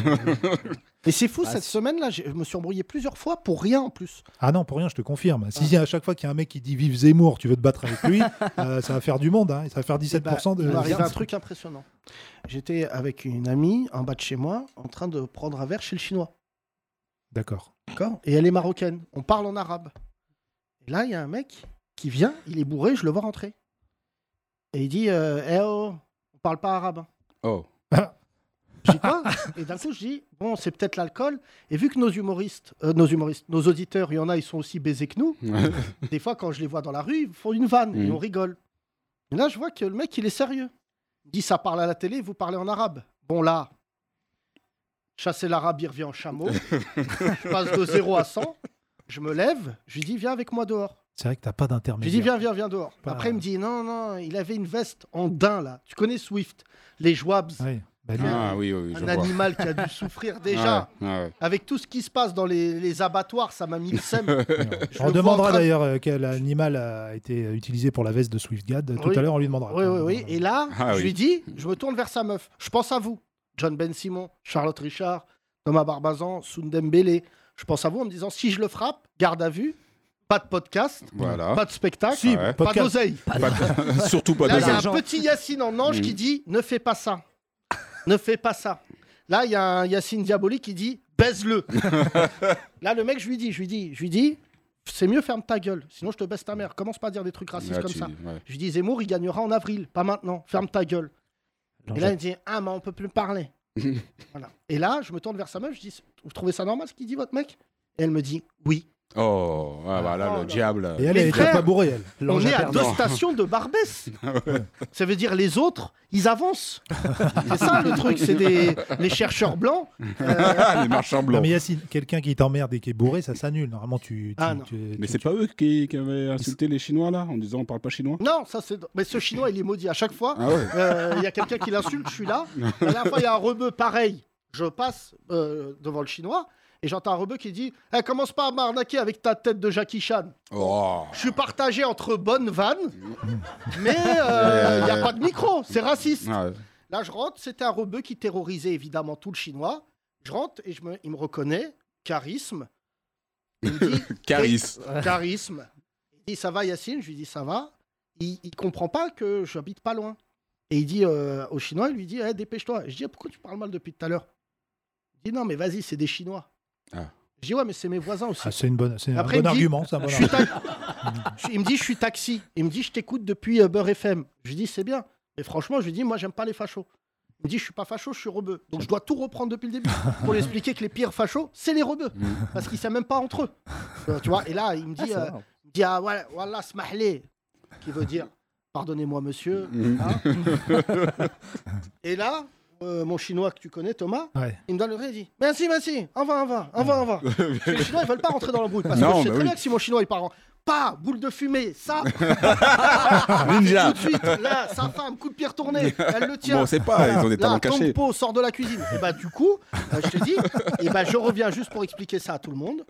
Speaker 3: Et c'est fou,
Speaker 6: Ah,
Speaker 3: cette
Speaker 6: si.
Speaker 3: semaine-là, j'ai- je me suis embrouillé plusieurs fois pour rien en plus.
Speaker 4: Ah non, pour rien, je te confirme. Si à chaque fois qu'il y a un mec qui dit vive Zemmour, tu veux te battre avec lui, euh, ça va faire du monde. hein, et ça va faire 17% de.
Speaker 3: Bah, Il m'est arrivé un truc impressionnant. J'étais avec une amie en bas de chez moi en train de prendre un verre chez le chinois.
Speaker 4: D'accord.
Speaker 3: D'accord Et elle est marocaine. On parle en arabe. Et là, il y a un mec qui vient, il est bourré, je le vois rentrer. Et il dit euh, Eh oh, on parle pas arabe. hein.
Speaker 5: Oh.
Speaker 3: J'y crois. Et d'un coup, je dis, bon, c'est peut-être l'alcool. Et vu que nos humoristes, euh, nos humoristes, nos auditeurs, il y en a, ils sont aussi baisés que nous.
Speaker 5: Ouais.
Speaker 3: Des fois, quand je les vois dans la rue, ils font une vanne et
Speaker 5: Mhm.
Speaker 3: on rigole. Et là, je vois que le mec, il est sérieux. Il dit ça parle à la télé, vous parlez en arabe. Bon, là, chasser l'arabe, il revient en chameau. je passe de 0 à 100. Je me lève, je lui dis, viens avec moi dehors.
Speaker 4: C'est vrai que t'as pas
Speaker 3: Je lui dis,
Speaker 4: d'intermédiaire.
Speaker 3: viens, viens, viens dehors.
Speaker 4: Pas-
Speaker 3: Après, il me dit, non, non, il avait une veste en daim, là. Tu connais Swift, les Joabs,
Speaker 4: Ouais. Bah, lui,
Speaker 5: Ah oui, oui, oui, je
Speaker 3: un
Speaker 5: vois.
Speaker 3: animal qui a dû souffrir déjà.
Speaker 5: Ah ouais,
Speaker 3: Avec tout ce qui se passe dans les, les abattoirs, ça m'a mis le seum.
Speaker 5: ah ouais.
Speaker 3: Je
Speaker 4: On
Speaker 3: le vois en
Speaker 4: demandera
Speaker 3: train de-
Speaker 4: d'ailleurs euh, quel animal a été utilisé pour la veste de SwiftGad. Tout
Speaker 3: Oui.
Speaker 4: à l'heure, on lui demandera.
Speaker 3: Oui, oui, oui. Et là,
Speaker 5: Ah
Speaker 3: je
Speaker 5: oui.
Speaker 3: lui dis, je me tourne vers sa meuf. Je pense à vous. John Ben Simon, Charlotte Richard, Thomas Barbazan, Sundembele. Je pense à vous en me disant, si je le frappe, garde à vue, pas de podcast,
Speaker 5: Voilà.
Speaker 3: pas de spectacle,
Speaker 4: Si,
Speaker 5: Ah ouais.
Speaker 3: pas
Speaker 4: podcast.
Speaker 3: d'oseille.
Speaker 5: Pas- Surtout pas
Speaker 3: Là,
Speaker 5: de
Speaker 3: il y a
Speaker 5: ça.
Speaker 3: un petit Yacine en ange
Speaker 5: Mm.
Speaker 3: qui dit, ne fais pas ça. ne fais pas ça. Là, il y a un Yacine Diabolique qui dit, baise-le. Là, le mec, je lui dis, je lui dis, je lui dis, c'est mieux ferme ta gueule, sinon je te baisse ta mère. Commence pas à dire des trucs racistes
Speaker 5: Là,
Speaker 3: comme
Speaker 5: tu-
Speaker 3: ça.
Speaker 5: ouais.
Speaker 3: Je lui dis Zemmour, il gagnera en avril, pas maintenant. Ferme ta gueule. Et là, il me dit Ah, mais on peut plus parler. Voilà. Et là, je me tourne vers sa meuf, je dis Vous trouvez ça normal ce qu'il dit, votre mec Et elle me dit Oui.
Speaker 5: Oh, ah, bah là,
Speaker 3: Oh, là.
Speaker 5: le diable.
Speaker 4: Et elle,
Speaker 3: Mais
Speaker 4: elle était
Speaker 3: frère,
Speaker 4: pas bourrée, elle.
Speaker 3: On
Speaker 6: L'ange
Speaker 3: est à deux
Speaker 6: imperdant.
Speaker 3: stations de Barbès. Ça veut dire les autres, ils avancent. c'est ça le truc, c'est des les chercheurs blancs. Euh,
Speaker 5: Les marchands
Speaker 4: Non,
Speaker 5: blancs.
Speaker 4: mais Yacine, quelqu'un qui t'emmerde et qui est bourré, ça s'annule. Normalement, tu. tu-
Speaker 3: Ah, non.
Speaker 4: tu-
Speaker 5: Mais
Speaker 4: tu-
Speaker 5: c'est pas eux qui, qui avaient insulté les Chinois là en disant on parle pas chinois
Speaker 3: non, ça c'est. Mais ce chinois, il est maudit à chaque fois.
Speaker 5: Ah ouais
Speaker 3: Euh, Il y a quelqu'un qui l'insulte, je suis là. La dernière fois, il y a un rebeu pareil. Je passe euh, devant le chinois et j'entends un rebeu qui dit Eh, Commence pas à m'arnaquer avec ta tête de Jackie Chan.
Speaker 5: Oh
Speaker 3: Je suis partagé entre bonnes vannes, mais euh, il n'y a pas de micro, c'est raciste.
Speaker 5: Ah ouais.
Speaker 3: Là, je rentre, c'était un rebeu qui terrorisait évidemment tout le chinois. Je rentre et je me- il me reconnaît, charisme. Il me dit
Speaker 5: Caris.
Speaker 3: charisme. Il dit ça va Yacine, je lui dis ça va. Il, il comprend pas que j'habite pas loin. Et il dit euh, au chinois, il lui dit Eh, dépêche-toi. Je dis Ah, pourquoi tu parles mal depuis tout à l'heure Il dit non mais vas-y c'est des chinois.
Speaker 5: Ah.
Speaker 3: Je dis ouais mais c'est mes voisins aussi.
Speaker 4: Ah, c'est une bonne, c'est un
Speaker 3: Après, il me
Speaker 4: bon
Speaker 3: dit-
Speaker 4: argument, c'est un bon
Speaker 3: Je suis
Speaker 4: argument.
Speaker 3: ta- Je- il me dit je suis taxi. Il me dit je t'écoute depuis euh, Beurre FM. Je lui dis c'est bien. Mais franchement je lui dis moi j'aime pas les fachos. Il me dit je suis pas facho je suis rebeu. Donc je dois tout reprendre depuis le début pour lui expliquer que les pires fachos c'est les rebeux parce qu'ils savent même pas entre eux. Euh, tu vois et là il me dit euh, il dit ah ouais, wallah smahlé, qui veut dire pardonnez-moi monsieur. hein. et là, euh, mon chinois que tu connais, Thomas,
Speaker 4: Ouais.
Speaker 3: il me donne le Ben vrai, il dit merci, merci, au revoir, au revoir, au revoir, au revoir. Parce que les chinois ils veulent pas rentrer dans l'embrouille parce que
Speaker 5: Non,
Speaker 3: je sais
Speaker 5: bah
Speaker 3: très
Speaker 5: oui.
Speaker 3: bien que si mon chinois il part en pas boule de fumée, ça
Speaker 5: Ninja
Speaker 3: ah, tout de suite, là, sa femme, coup de pied retourné, elle le tient.
Speaker 5: Bon, c'est pas, ils ont des
Speaker 3: Là,
Speaker 5: talents
Speaker 3: ton
Speaker 5: cachés.
Speaker 3: pot sort de la cuisine. Et bah du coup, euh, je te dis, et bah, je reviens juste pour expliquer ça à tout le monde.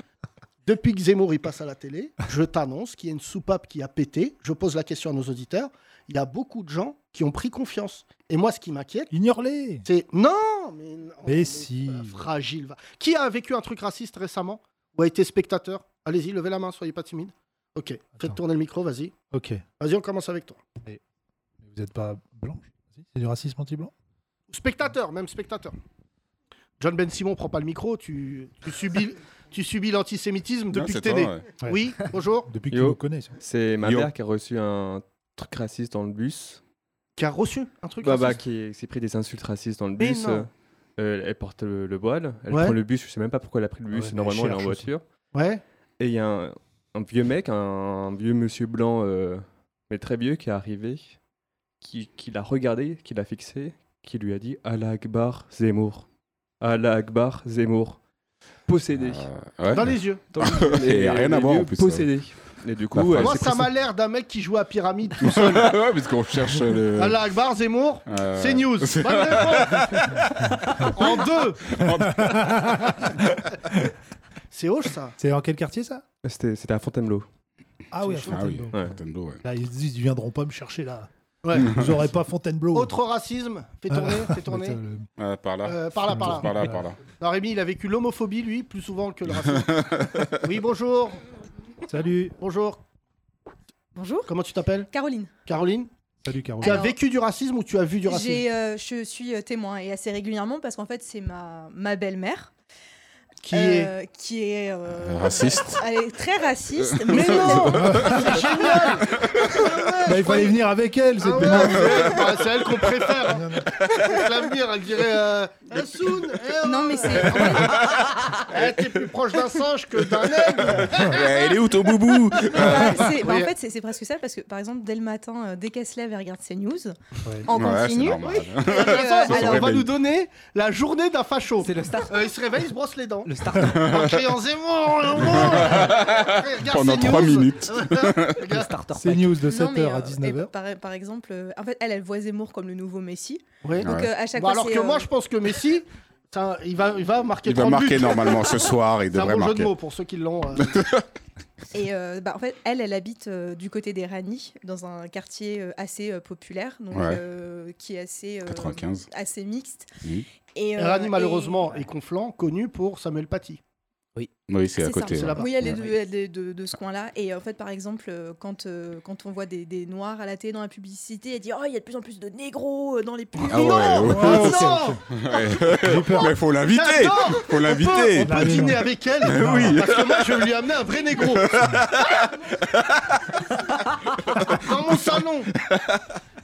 Speaker 3: Depuis que Zemmour il passe à la télé, je t'annonce qu'il y a une soupape qui a pété. Je pose la question à nos auditeurs. Il y a beaucoup de gens qui ont pris confiance. Et moi, ce qui m'inquiète,
Speaker 4: Ignore-les.
Speaker 3: c'est non, mais non,
Speaker 4: Mais
Speaker 3: mais,
Speaker 4: si.
Speaker 3: euh, fragile. va. Qui a vécu un truc raciste récemment ou a été spectateur Allez-y, levez la main, soyez pas timide. Ok,
Speaker 4: Attends.
Speaker 3: faites tourner le micro, vas-y.
Speaker 4: Ok.
Speaker 3: Vas-y, on commence avec toi.
Speaker 4: Vous n'êtes pas blanche Si, C'est du racisme anti-blanc
Speaker 3: Spectateur, même spectateur. John Ben Simon prend pas le micro, tu, tu subis, tu subis l'antisémitisme
Speaker 5: Non,
Speaker 3: depuis que
Speaker 5: c'est
Speaker 3: t'es
Speaker 5: toi,
Speaker 3: né.
Speaker 5: ouais.
Speaker 4: ouais.
Speaker 3: Oui, bonjour.
Speaker 4: Depuis que tu
Speaker 7: Yo.
Speaker 4: nous connais. ça.
Speaker 7: C'est ma
Speaker 5: Yo.
Speaker 7: mère qui a reçu un truc raciste dans le bus.
Speaker 3: Qui a reçu un truc
Speaker 7: Bah, bah,
Speaker 3: raciste
Speaker 7: qui s'est pris des insultes racistes dans le
Speaker 3: Mais
Speaker 7: bus.
Speaker 3: non.
Speaker 7: euh, euh, elle porte le, le voile, elle
Speaker 3: Ouais.
Speaker 7: prend le bus, je sais même pas pourquoi elle a pris le
Speaker 4: Ah Ouais,
Speaker 7: bus,
Speaker 4: mais elle
Speaker 7: normalement elle est en
Speaker 4: cherche aussi.
Speaker 7: voiture.
Speaker 3: Ouais.
Speaker 7: Et il y a un, un vieux mec, un, un vieux monsieur blanc, euh, mais très vieux, qui est arrivé, qui, qui l'a regardé, qui l'a fixé, qui lui a dit Allah Akbar Zemmour. Allah Akbar Zemmour. Possédé.
Speaker 5: Euh, ouais.
Speaker 3: Dans les yeux.
Speaker 7: Dans le-
Speaker 5: Et y a rien à
Speaker 7: les
Speaker 5: voir, en
Speaker 7: yeux,
Speaker 5: plus,
Speaker 7: Possédé. Et du coup,
Speaker 5: Bah,
Speaker 7: elle
Speaker 3: Moi,
Speaker 7: s'est
Speaker 3: ça
Speaker 7: pris-
Speaker 3: m'a l'air d'un mec qui joue à pyramide.
Speaker 5: euh. ouais, parce qu'on cherche le.
Speaker 3: Allah Akbar, Zemmour,
Speaker 5: Euh,
Speaker 3: Ah, c'est news.
Speaker 5: c'est-
Speaker 3: Bonne réponse. en deux. c'est hoche ça.
Speaker 4: C'est dans quel quartier ça
Speaker 7: C'était c'était à Fontainebleau.
Speaker 4: Ah
Speaker 5: Ah oui,
Speaker 4: oui, à Fontainebleau.
Speaker 7: Ouais.
Speaker 5: Nintendo, ouais.
Speaker 4: Là, ils se disent, ils viendront pas me chercher là.
Speaker 3: Ouais.
Speaker 4: Vous aurez pas Fontainebleau.
Speaker 3: Autre racisme, fais tourner, fais tourner.
Speaker 4: Putain, le-
Speaker 5: Ah, par là.
Speaker 3: Euh, par là, par là.
Speaker 5: Par là, par là.
Speaker 3: Non, Rémi, il a vécu l'homophobie, lui, plus souvent que le racisme. oui, bonjour.
Speaker 4: Salut,
Speaker 3: Bonjour.
Speaker 8: Bonjour,
Speaker 3: Comment tu t'appelles
Speaker 8: Caroline.
Speaker 3: Caroline
Speaker 4: salut Caro.
Speaker 3: Tu as
Speaker 8: Alors-
Speaker 3: vécu du racisme ou tu as vu du racisme
Speaker 8: J'ai, euh, je suis euh, témoin et assez régulièrement parce qu'en fait c'est ma, ma belle-mère
Speaker 3: qui est
Speaker 8: euh, qui est euh,
Speaker 9: Raciste.
Speaker 8: elle est très raciste,
Speaker 3: Mais
Speaker 8: mais
Speaker 3: non
Speaker 8: non.
Speaker 4: Bah, il fallait venir avec elle, cette
Speaker 3: Ah ouais,
Speaker 4: démarche.
Speaker 3: c'est- ah, c'est elle qu'on préfère. hein.
Speaker 4: Non, non.
Speaker 3: L'avenir, elle dirait euh, Eh, Soun, eh,
Speaker 8: Non, mais c'est.
Speaker 3: eh, t'es plus proche d'un singe que d'un aigle.
Speaker 9: Elle est où ton boubou
Speaker 8: Bah, c'est- bah,
Speaker 3: Oui.
Speaker 8: en fait, c'est c'est presque ça, parce que par exemple, dès le matin, euh, dès qu'elle se lève, elle regarde ses news en
Speaker 9: Ouais, c'est
Speaker 8: continu.
Speaker 9: normal.
Speaker 8: Et, euh,
Speaker 9: c'est
Speaker 8: alors,
Speaker 3: on va
Speaker 9: réveille.
Speaker 3: nous donner la journée d'un facho.
Speaker 6: C'est le star.
Speaker 3: Euh, il se réveille, il se brosse les dents.
Speaker 6: Le star.
Speaker 3: En criant Zemmour, Zemmour Après, regarde
Speaker 9: Pendant
Speaker 3: ces
Speaker 9: trois
Speaker 3: news.
Speaker 9: minutes.
Speaker 6: Le
Speaker 3: Regarde.
Speaker 6: starter.
Speaker 4: C'est news de
Speaker 8: non, mais,
Speaker 4: 7h à
Speaker 8: euh, et
Speaker 4: 19h.
Speaker 8: par, par exemple, euh, en fait, elle, elle voit Zemmour comme le nouveau Messi.
Speaker 3: Ouais.
Speaker 8: Donc
Speaker 9: Ouais.
Speaker 8: euh, à chaque
Speaker 3: Bon,
Speaker 8: fois,
Speaker 3: alors
Speaker 8: c'est,
Speaker 3: que
Speaker 8: euh,
Speaker 3: moi, je pense que Messi, ça, il, va, il va marquer
Speaker 9: Il va
Speaker 3: 30
Speaker 9: marquer
Speaker 3: buts.
Speaker 9: normalement ce soir, il
Speaker 3: C'est un
Speaker 9: devrait
Speaker 3: bon jeu de
Speaker 9: marquer.
Speaker 3: mots pour ceux qui l'ont. euh,
Speaker 8: Et euh, bah, en fait, elle, elle habite euh, du côté des Rani, dans un quartier euh, assez euh, populaire, donc
Speaker 9: Ouais.
Speaker 8: euh, qui est assez, euh,
Speaker 9: 95.
Speaker 8: assez mixte.
Speaker 9: Mhm.
Speaker 8: Et, euh,
Speaker 3: Rani,
Speaker 8: et-
Speaker 3: malheureusement, est conflant, connu pour Samuel Paty.
Speaker 9: Oui, c'est à
Speaker 8: C'est
Speaker 9: côté. hein.
Speaker 8: ça,
Speaker 3: c'est
Speaker 9: ouais.
Speaker 3: là-bas.
Speaker 8: Oui, elle est, de,
Speaker 6: Ouais.
Speaker 8: elle est de, de ce coin-là. Et en fait, par exemple, euh, quand, euh, quand on voit des, des noirs à la télé dans la publicité, elle dit Oh, il y a de plus en plus de négros euh, dans les pubs.
Speaker 9: Ah ouais, ouais.
Speaker 4: Ouais, ok,
Speaker 3: non
Speaker 4: ok.
Speaker 9: Ouais. Mais faut l'inviter
Speaker 3: J'adore
Speaker 9: Faut
Speaker 3: On peut,
Speaker 9: l'inviter
Speaker 3: on peut dîner avec elle.
Speaker 9: Oui.
Speaker 3: Parce que moi, je vais lui amener un vrai négro. Dans mon salon.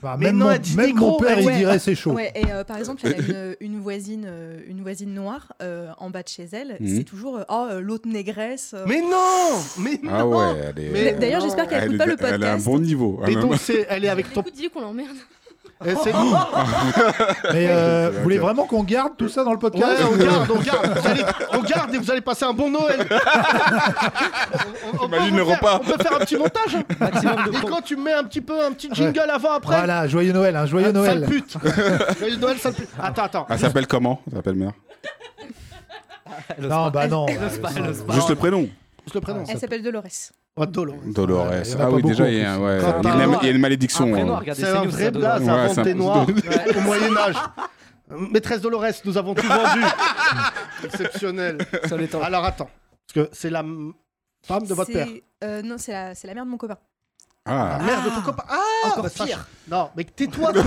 Speaker 4: Bah,
Speaker 3: Mais
Speaker 4: même
Speaker 3: non,
Speaker 4: mon,
Speaker 3: elle dit
Speaker 4: même mon
Speaker 3: négro,
Speaker 4: père,
Speaker 8: ouais.
Speaker 4: il dirait c'est chaud.
Speaker 8: Ouais, et euh, par exemple, elle a une, une voisine, euh, une voisine noire euh, en bas de chez elle.
Speaker 9: Mhm.
Speaker 8: C'est toujours euh, Oh, euh, l'autre négresse. euh.
Speaker 3: Mais non Mais non
Speaker 9: Ah ouais, elle est.
Speaker 3: Mais
Speaker 8: D'ailleurs, j'espère qu'elle
Speaker 9: elle,
Speaker 8: écoute pas le
Speaker 9: est- elle a un
Speaker 8: podcast.
Speaker 9: bon niveau.
Speaker 3: Et
Speaker 9: Ah,
Speaker 3: donc, c'est, elle est avec ton.
Speaker 2: Écoute, dis qu'on l'emmerde.
Speaker 3: euh, c'est-
Speaker 4: Mais euh, vous voulez
Speaker 9: Ok.
Speaker 4: vraiment qu'on garde tout ça dans le
Speaker 3: Ouais,
Speaker 4: podcast
Speaker 3: on garde, on garde. Vous allez- on garde et vous allez passer un bon Noël. On- on- on peut
Speaker 9: Imagine
Speaker 3: vous
Speaker 9: le
Speaker 3: faire-
Speaker 9: repas.
Speaker 3: On peut faire un petit montage. hein.
Speaker 6: Maximum de
Speaker 3: Et
Speaker 6: pro-
Speaker 3: quand tu mets un petit peu, un petit jingle avant, après.
Speaker 4: Voilà, joyeux Noël, un joyeux
Speaker 3: Ah, Sale
Speaker 4: Noël.
Speaker 3: pute. Joyeux Noël, sale pute. Attends, attends.
Speaker 9: Elle s'appelle comment Elle s'appelle mère
Speaker 6: Elle ose
Speaker 4: Non,
Speaker 6: pas.
Speaker 4: bah non.
Speaker 6: Elle
Speaker 4: bah,
Speaker 6: ose pas,
Speaker 4: ça-
Speaker 6: elle ose pas.
Speaker 9: Juste le prénom.
Speaker 3: Juste le prénom.
Speaker 8: Elle s'appelle Dolores.
Speaker 3: Oh, Dolores.
Speaker 9: Dolores.
Speaker 4: Ouais, il y en a
Speaker 9: ah
Speaker 4: pas
Speaker 9: oui,
Speaker 4: beaucoup, en
Speaker 9: déjà, il y a,
Speaker 4: plus.
Speaker 9: ouais, il y
Speaker 3: Quand
Speaker 9: a
Speaker 3: un-
Speaker 9: une- il y a une
Speaker 6: Un
Speaker 9: malédiction.
Speaker 6: prénom,
Speaker 9: hein.
Speaker 6: regardez,
Speaker 3: C'est un
Speaker 6: news, ça
Speaker 3: vrai
Speaker 6: donne
Speaker 3: blaze
Speaker 6: envie.
Speaker 9: Ouais,
Speaker 3: avant
Speaker 9: ça-
Speaker 3: des noirs au Moyen Âge. Maîtresse Dolores, nous avons tout vendu. Exceptionnel.
Speaker 6: Ça l'est en-
Speaker 3: Alors attends, parce que c'est la m- femme de votre
Speaker 8: C'est-
Speaker 3: père.
Speaker 8: euh, non, c'est la, c'est la mère de mon copain.
Speaker 9: Ah.
Speaker 3: La mère de ton copain. Ah,
Speaker 6: Encore
Speaker 3: bah, ça-
Speaker 6: pire.
Speaker 3: Non, mais tais-toi toi.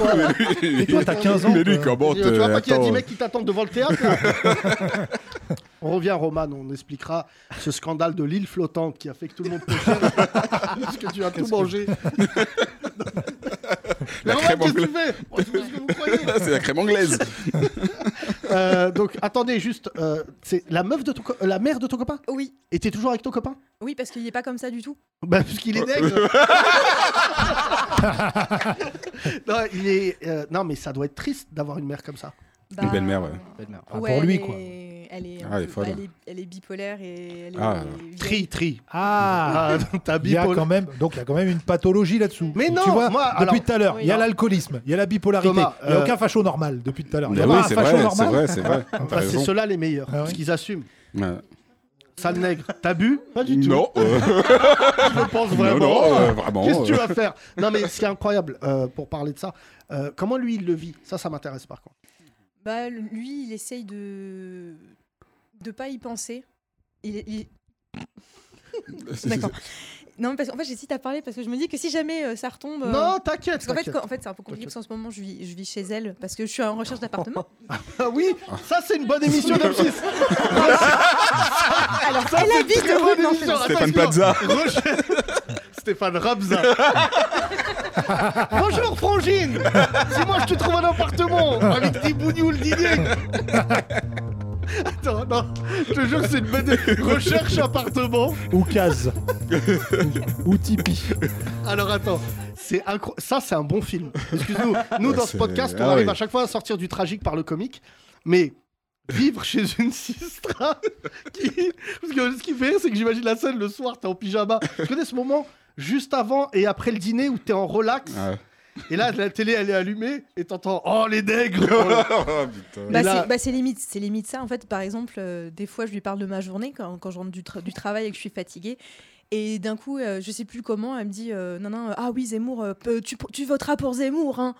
Speaker 9: Mais
Speaker 4: toi, t'as 15 ans,
Speaker 9: Mais lui,
Speaker 4: quoi.
Speaker 9: comment
Speaker 3: tu vois pas qu'il y a
Speaker 9: attends.
Speaker 3: 10 mecs qui t'attendent devant le théâtre là On revient à Roman, on expliquera ce scandale de l'île flottante qui a fait que tout le monde pochait. Parce que tu as tout mangé. Mais
Speaker 9: La
Speaker 3: Roman,
Speaker 9: crème
Speaker 3: qu'est-ce que tu fais Oh, c'est pas ce que vous croyez.
Speaker 9: C'est la crème anglaise.
Speaker 3: Euh, donc attendez juste, euh, c'est la meuf de ton co- la mère de ton copain
Speaker 8: Oui,
Speaker 3: Et t'es toujours avec ton copain
Speaker 8: oui, parce qu'il n'est pas comme ça du tout.
Speaker 3: Bah parce qu'il est nègre. non, il est euh, non mais ça doit être triste d'avoir une mère comme ça.
Speaker 8: Bah,
Speaker 9: belle-mère, ouais.
Speaker 3: Ah,
Speaker 6: Belle-mère.
Speaker 4: Enfin,
Speaker 8: ouais,
Speaker 4: pour lui,
Speaker 8: elle
Speaker 4: quoi.
Speaker 8: est- Elle est, un
Speaker 9: Ah, elle est
Speaker 8: peu-
Speaker 9: folle.
Speaker 8: elle est- elle est bipolaire et elle est.
Speaker 9: Ah.
Speaker 3: Tri tri.
Speaker 4: Ah,
Speaker 3: Ah, t'as
Speaker 4: il y a
Speaker 3: bipolar-
Speaker 4: quand même, donc il y a quand même une pathologie là-dessous.
Speaker 3: Mais non,
Speaker 4: tu vois,
Speaker 3: moi,
Speaker 4: depuis
Speaker 3: alors-
Speaker 4: tout à l'heure,
Speaker 8: Oui,
Speaker 4: il y a
Speaker 8: non.
Speaker 4: l'alcoolisme, il y a la bipolarité,
Speaker 3: Thomas,
Speaker 4: il n'y a
Speaker 3: euh,
Speaker 4: aucun facho normal depuis tout à l'heure. Il y a
Speaker 9: oui,
Speaker 4: pas un
Speaker 9: c'est
Speaker 4: facho
Speaker 9: vrai, c'est
Speaker 4: normal
Speaker 9: vrai, c'est vrai. T'as
Speaker 3: Bah, c'est
Speaker 9: raison.
Speaker 3: ceux-là les meilleurs
Speaker 4: Ah ouais.
Speaker 3: parce qu'ils assument.
Speaker 9: Ouais.
Speaker 3: Sale nègre, t'as bu Pas du tout.
Speaker 9: Non, euh,
Speaker 3: je pense
Speaker 9: non,
Speaker 3: vraiment.
Speaker 9: non, euh, vraiment.
Speaker 3: Qu'est-ce que tu
Speaker 9: euh,
Speaker 3: vas faire Non mais ce qui est incroyable euh, pour parler de ça, euh, comment lui il le vit Ça ça m'intéresse par contre.
Speaker 8: Bah, lui, il essaye de de pas y penser. Il, il- D'accord. Non, parce qu'en fait, j'hésite à parler parce que je me dis que si jamais euh, ça retombe. euh,
Speaker 3: Non t'inquiète.
Speaker 8: Parce qu'en fait,
Speaker 3: t'inquiète.
Speaker 8: quand- en fait c'est un peu compliqué parce qu'en ce moment, je vis, je vis chez elle parce que je suis en recherche d'appartement.
Speaker 3: Ah oui, ça c'est une bonne émission d'M6. Ah,
Speaker 8: Alors, elle habite
Speaker 3: Très
Speaker 8: rue
Speaker 3: bonne
Speaker 8: de
Speaker 3: émission.
Speaker 8: l'enfer.
Speaker 9: Stéphane
Speaker 3: Attends, excuse-moi.
Speaker 9: Plaza.
Speaker 3: Roger- Stéphane Rabza. Bonjour Frangine. Si moi je te trouve un appartement avec des bougnous le dîner. Attends, non, je te jure que c'est une bonne recherche appartement.
Speaker 4: ou case ou Tipeee.
Speaker 3: Alors attends, c'est incro- ça c'est un bon film. Excuse-nous, nous
Speaker 9: Ouais,
Speaker 3: dans ce
Speaker 9: c'est-
Speaker 3: podcast on
Speaker 9: ah
Speaker 3: arrive
Speaker 9: oui.
Speaker 3: à chaque fois à sortir du tragique par le comique, mais vivre chez une sistra qui... Parce que ce qui fait rire, c'est que j'imagine la scène le soir, t'es en pyjama. Tu connais ce moment juste avant et après le dîner où t'es en relax
Speaker 9: Ah.
Speaker 3: et là la télé elle est allumée et t'entends oh les nègres
Speaker 9: Oh, putain.
Speaker 8: Bah,
Speaker 3: Et là-
Speaker 8: c'est- bah, c'est limite, c'est limite ça. En fait, par exemple, euh, des fois, je lui parle de ma journée quand, quand je rentre du, tra- du travail et que je suis fatiguée. Et d'un coup, euh, je sais plus comment, elle me dit euh, Non, non, euh, ah oui, Zemmour, euh, peu- tu, tu voteras pour Zemmour, hein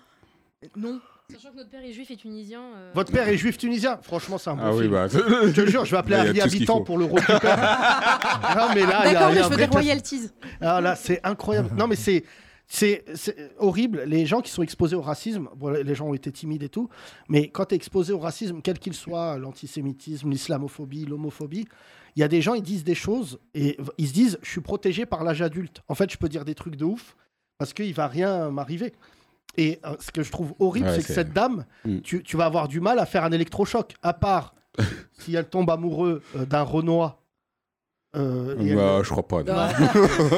Speaker 8: Euh, Non.
Speaker 2: Sachant que notre père est juif et tunisien. euh,
Speaker 3: Votre père est juif tunisien Franchement c'est un bon
Speaker 9: Ah oui,
Speaker 3: film.
Speaker 9: bah.
Speaker 3: Je te jure, je vais appeler
Speaker 9: Là, il y
Speaker 3: Harry
Speaker 9: a tout ce qu'il
Speaker 3: Habitant
Speaker 9: faut.
Speaker 3: pour le rôle du père. non mais là il y a,
Speaker 8: D'accord,
Speaker 3: il y a
Speaker 8: mais je
Speaker 3: un vrai
Speaker 8: veux des royalties.
Speaker 3: Ah là, c'est incroyable. Non, mais c'est. C'est c'est horrible. Les gens qui sont exposés au racisme, bon, les gens ont été timides et tout, mais quand tu es exposé au racisme, quel qu'il soit, l'antisémitisme, l'islamophobie, l'homophobie, il y a des gens, ils disent des choses et v- ils se disent Je suis protégé par l'âge adulte. En fait, je peux dire des trucs de ouf parce qu'il va rien m'arriver. Et euh, ce que je trouve horrible,
Speaker 9: Ouais,
Speaker 3: c'est que
Speaker 9: c'est-
Speaker 3: cette dame,
Speaker 9: Mm.
Speaker 3: tu, tu vas avoir du mal à faire un électrochoc, à part si elle tombe amoureux euh, d'un Renoir. euh, et elle-
Speaker 9: Bah, je crois pas. non.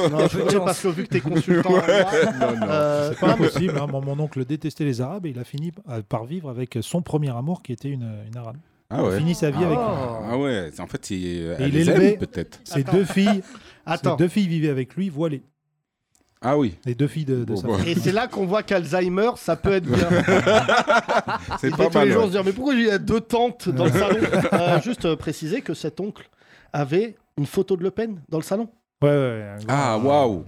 Speaker 3: non, je veux dire, parce que vu que t'es consultant,
Speaker 9: Non, non.
Speaker 3: euh,
Speaker 4: C'est pas impossible. hein. Mon, mon oncle détestait les Arabes et il a fini euh, par vivre avec son premier amour qui était une, une Arabe.
Speaker 9: Ah
Speaker 4: Il a
Speaker 9: ouais.
Speaker 4: fini sa vie
Speaker 9: Ah,
Speaker 4: avec.
Speaker 9: ah ouais, c'est- en fait, il, elle
Speaker 4: il
Speaker 9: les
Speaker 4: est élevé.
Speaker 9: aime, peut-être.
Speaker 4: Ses
Speaker 3: Attends.
Speaker 4: deux filles, ses
Speaker 3: attends.
Speaker 4: deux filles vivaient avec lui voilées.
Speaker 9: Ah oui,
Speaker 4: Les deux filles de, de
Speaker 9: Bon, bah.
Speaker 4: sa
Speaker 9: bon.
Speaker 4: femme.
Speaker 3: Et c'est là qu'on voit qu'Alzheimer, ça peut être bien.
Speaker 9: c'est
Speaker 3: Il
Speaker 9: pas
Speaker 3: fait tous
Speaker 9: mal.
Speaker 3: les jours
Speaker 9: ouais.
Speaker 3: se dire, mais pourquoi il y a deux tantes dans le salon Euh, Juste euh, préciser que cet oncle avait une photo de Le Pen dans le salon.
Speaker 4: Ouais, ouais, ouais, un grand-
Speaker 9: Ah waouh.
Speaker 4: Ouais,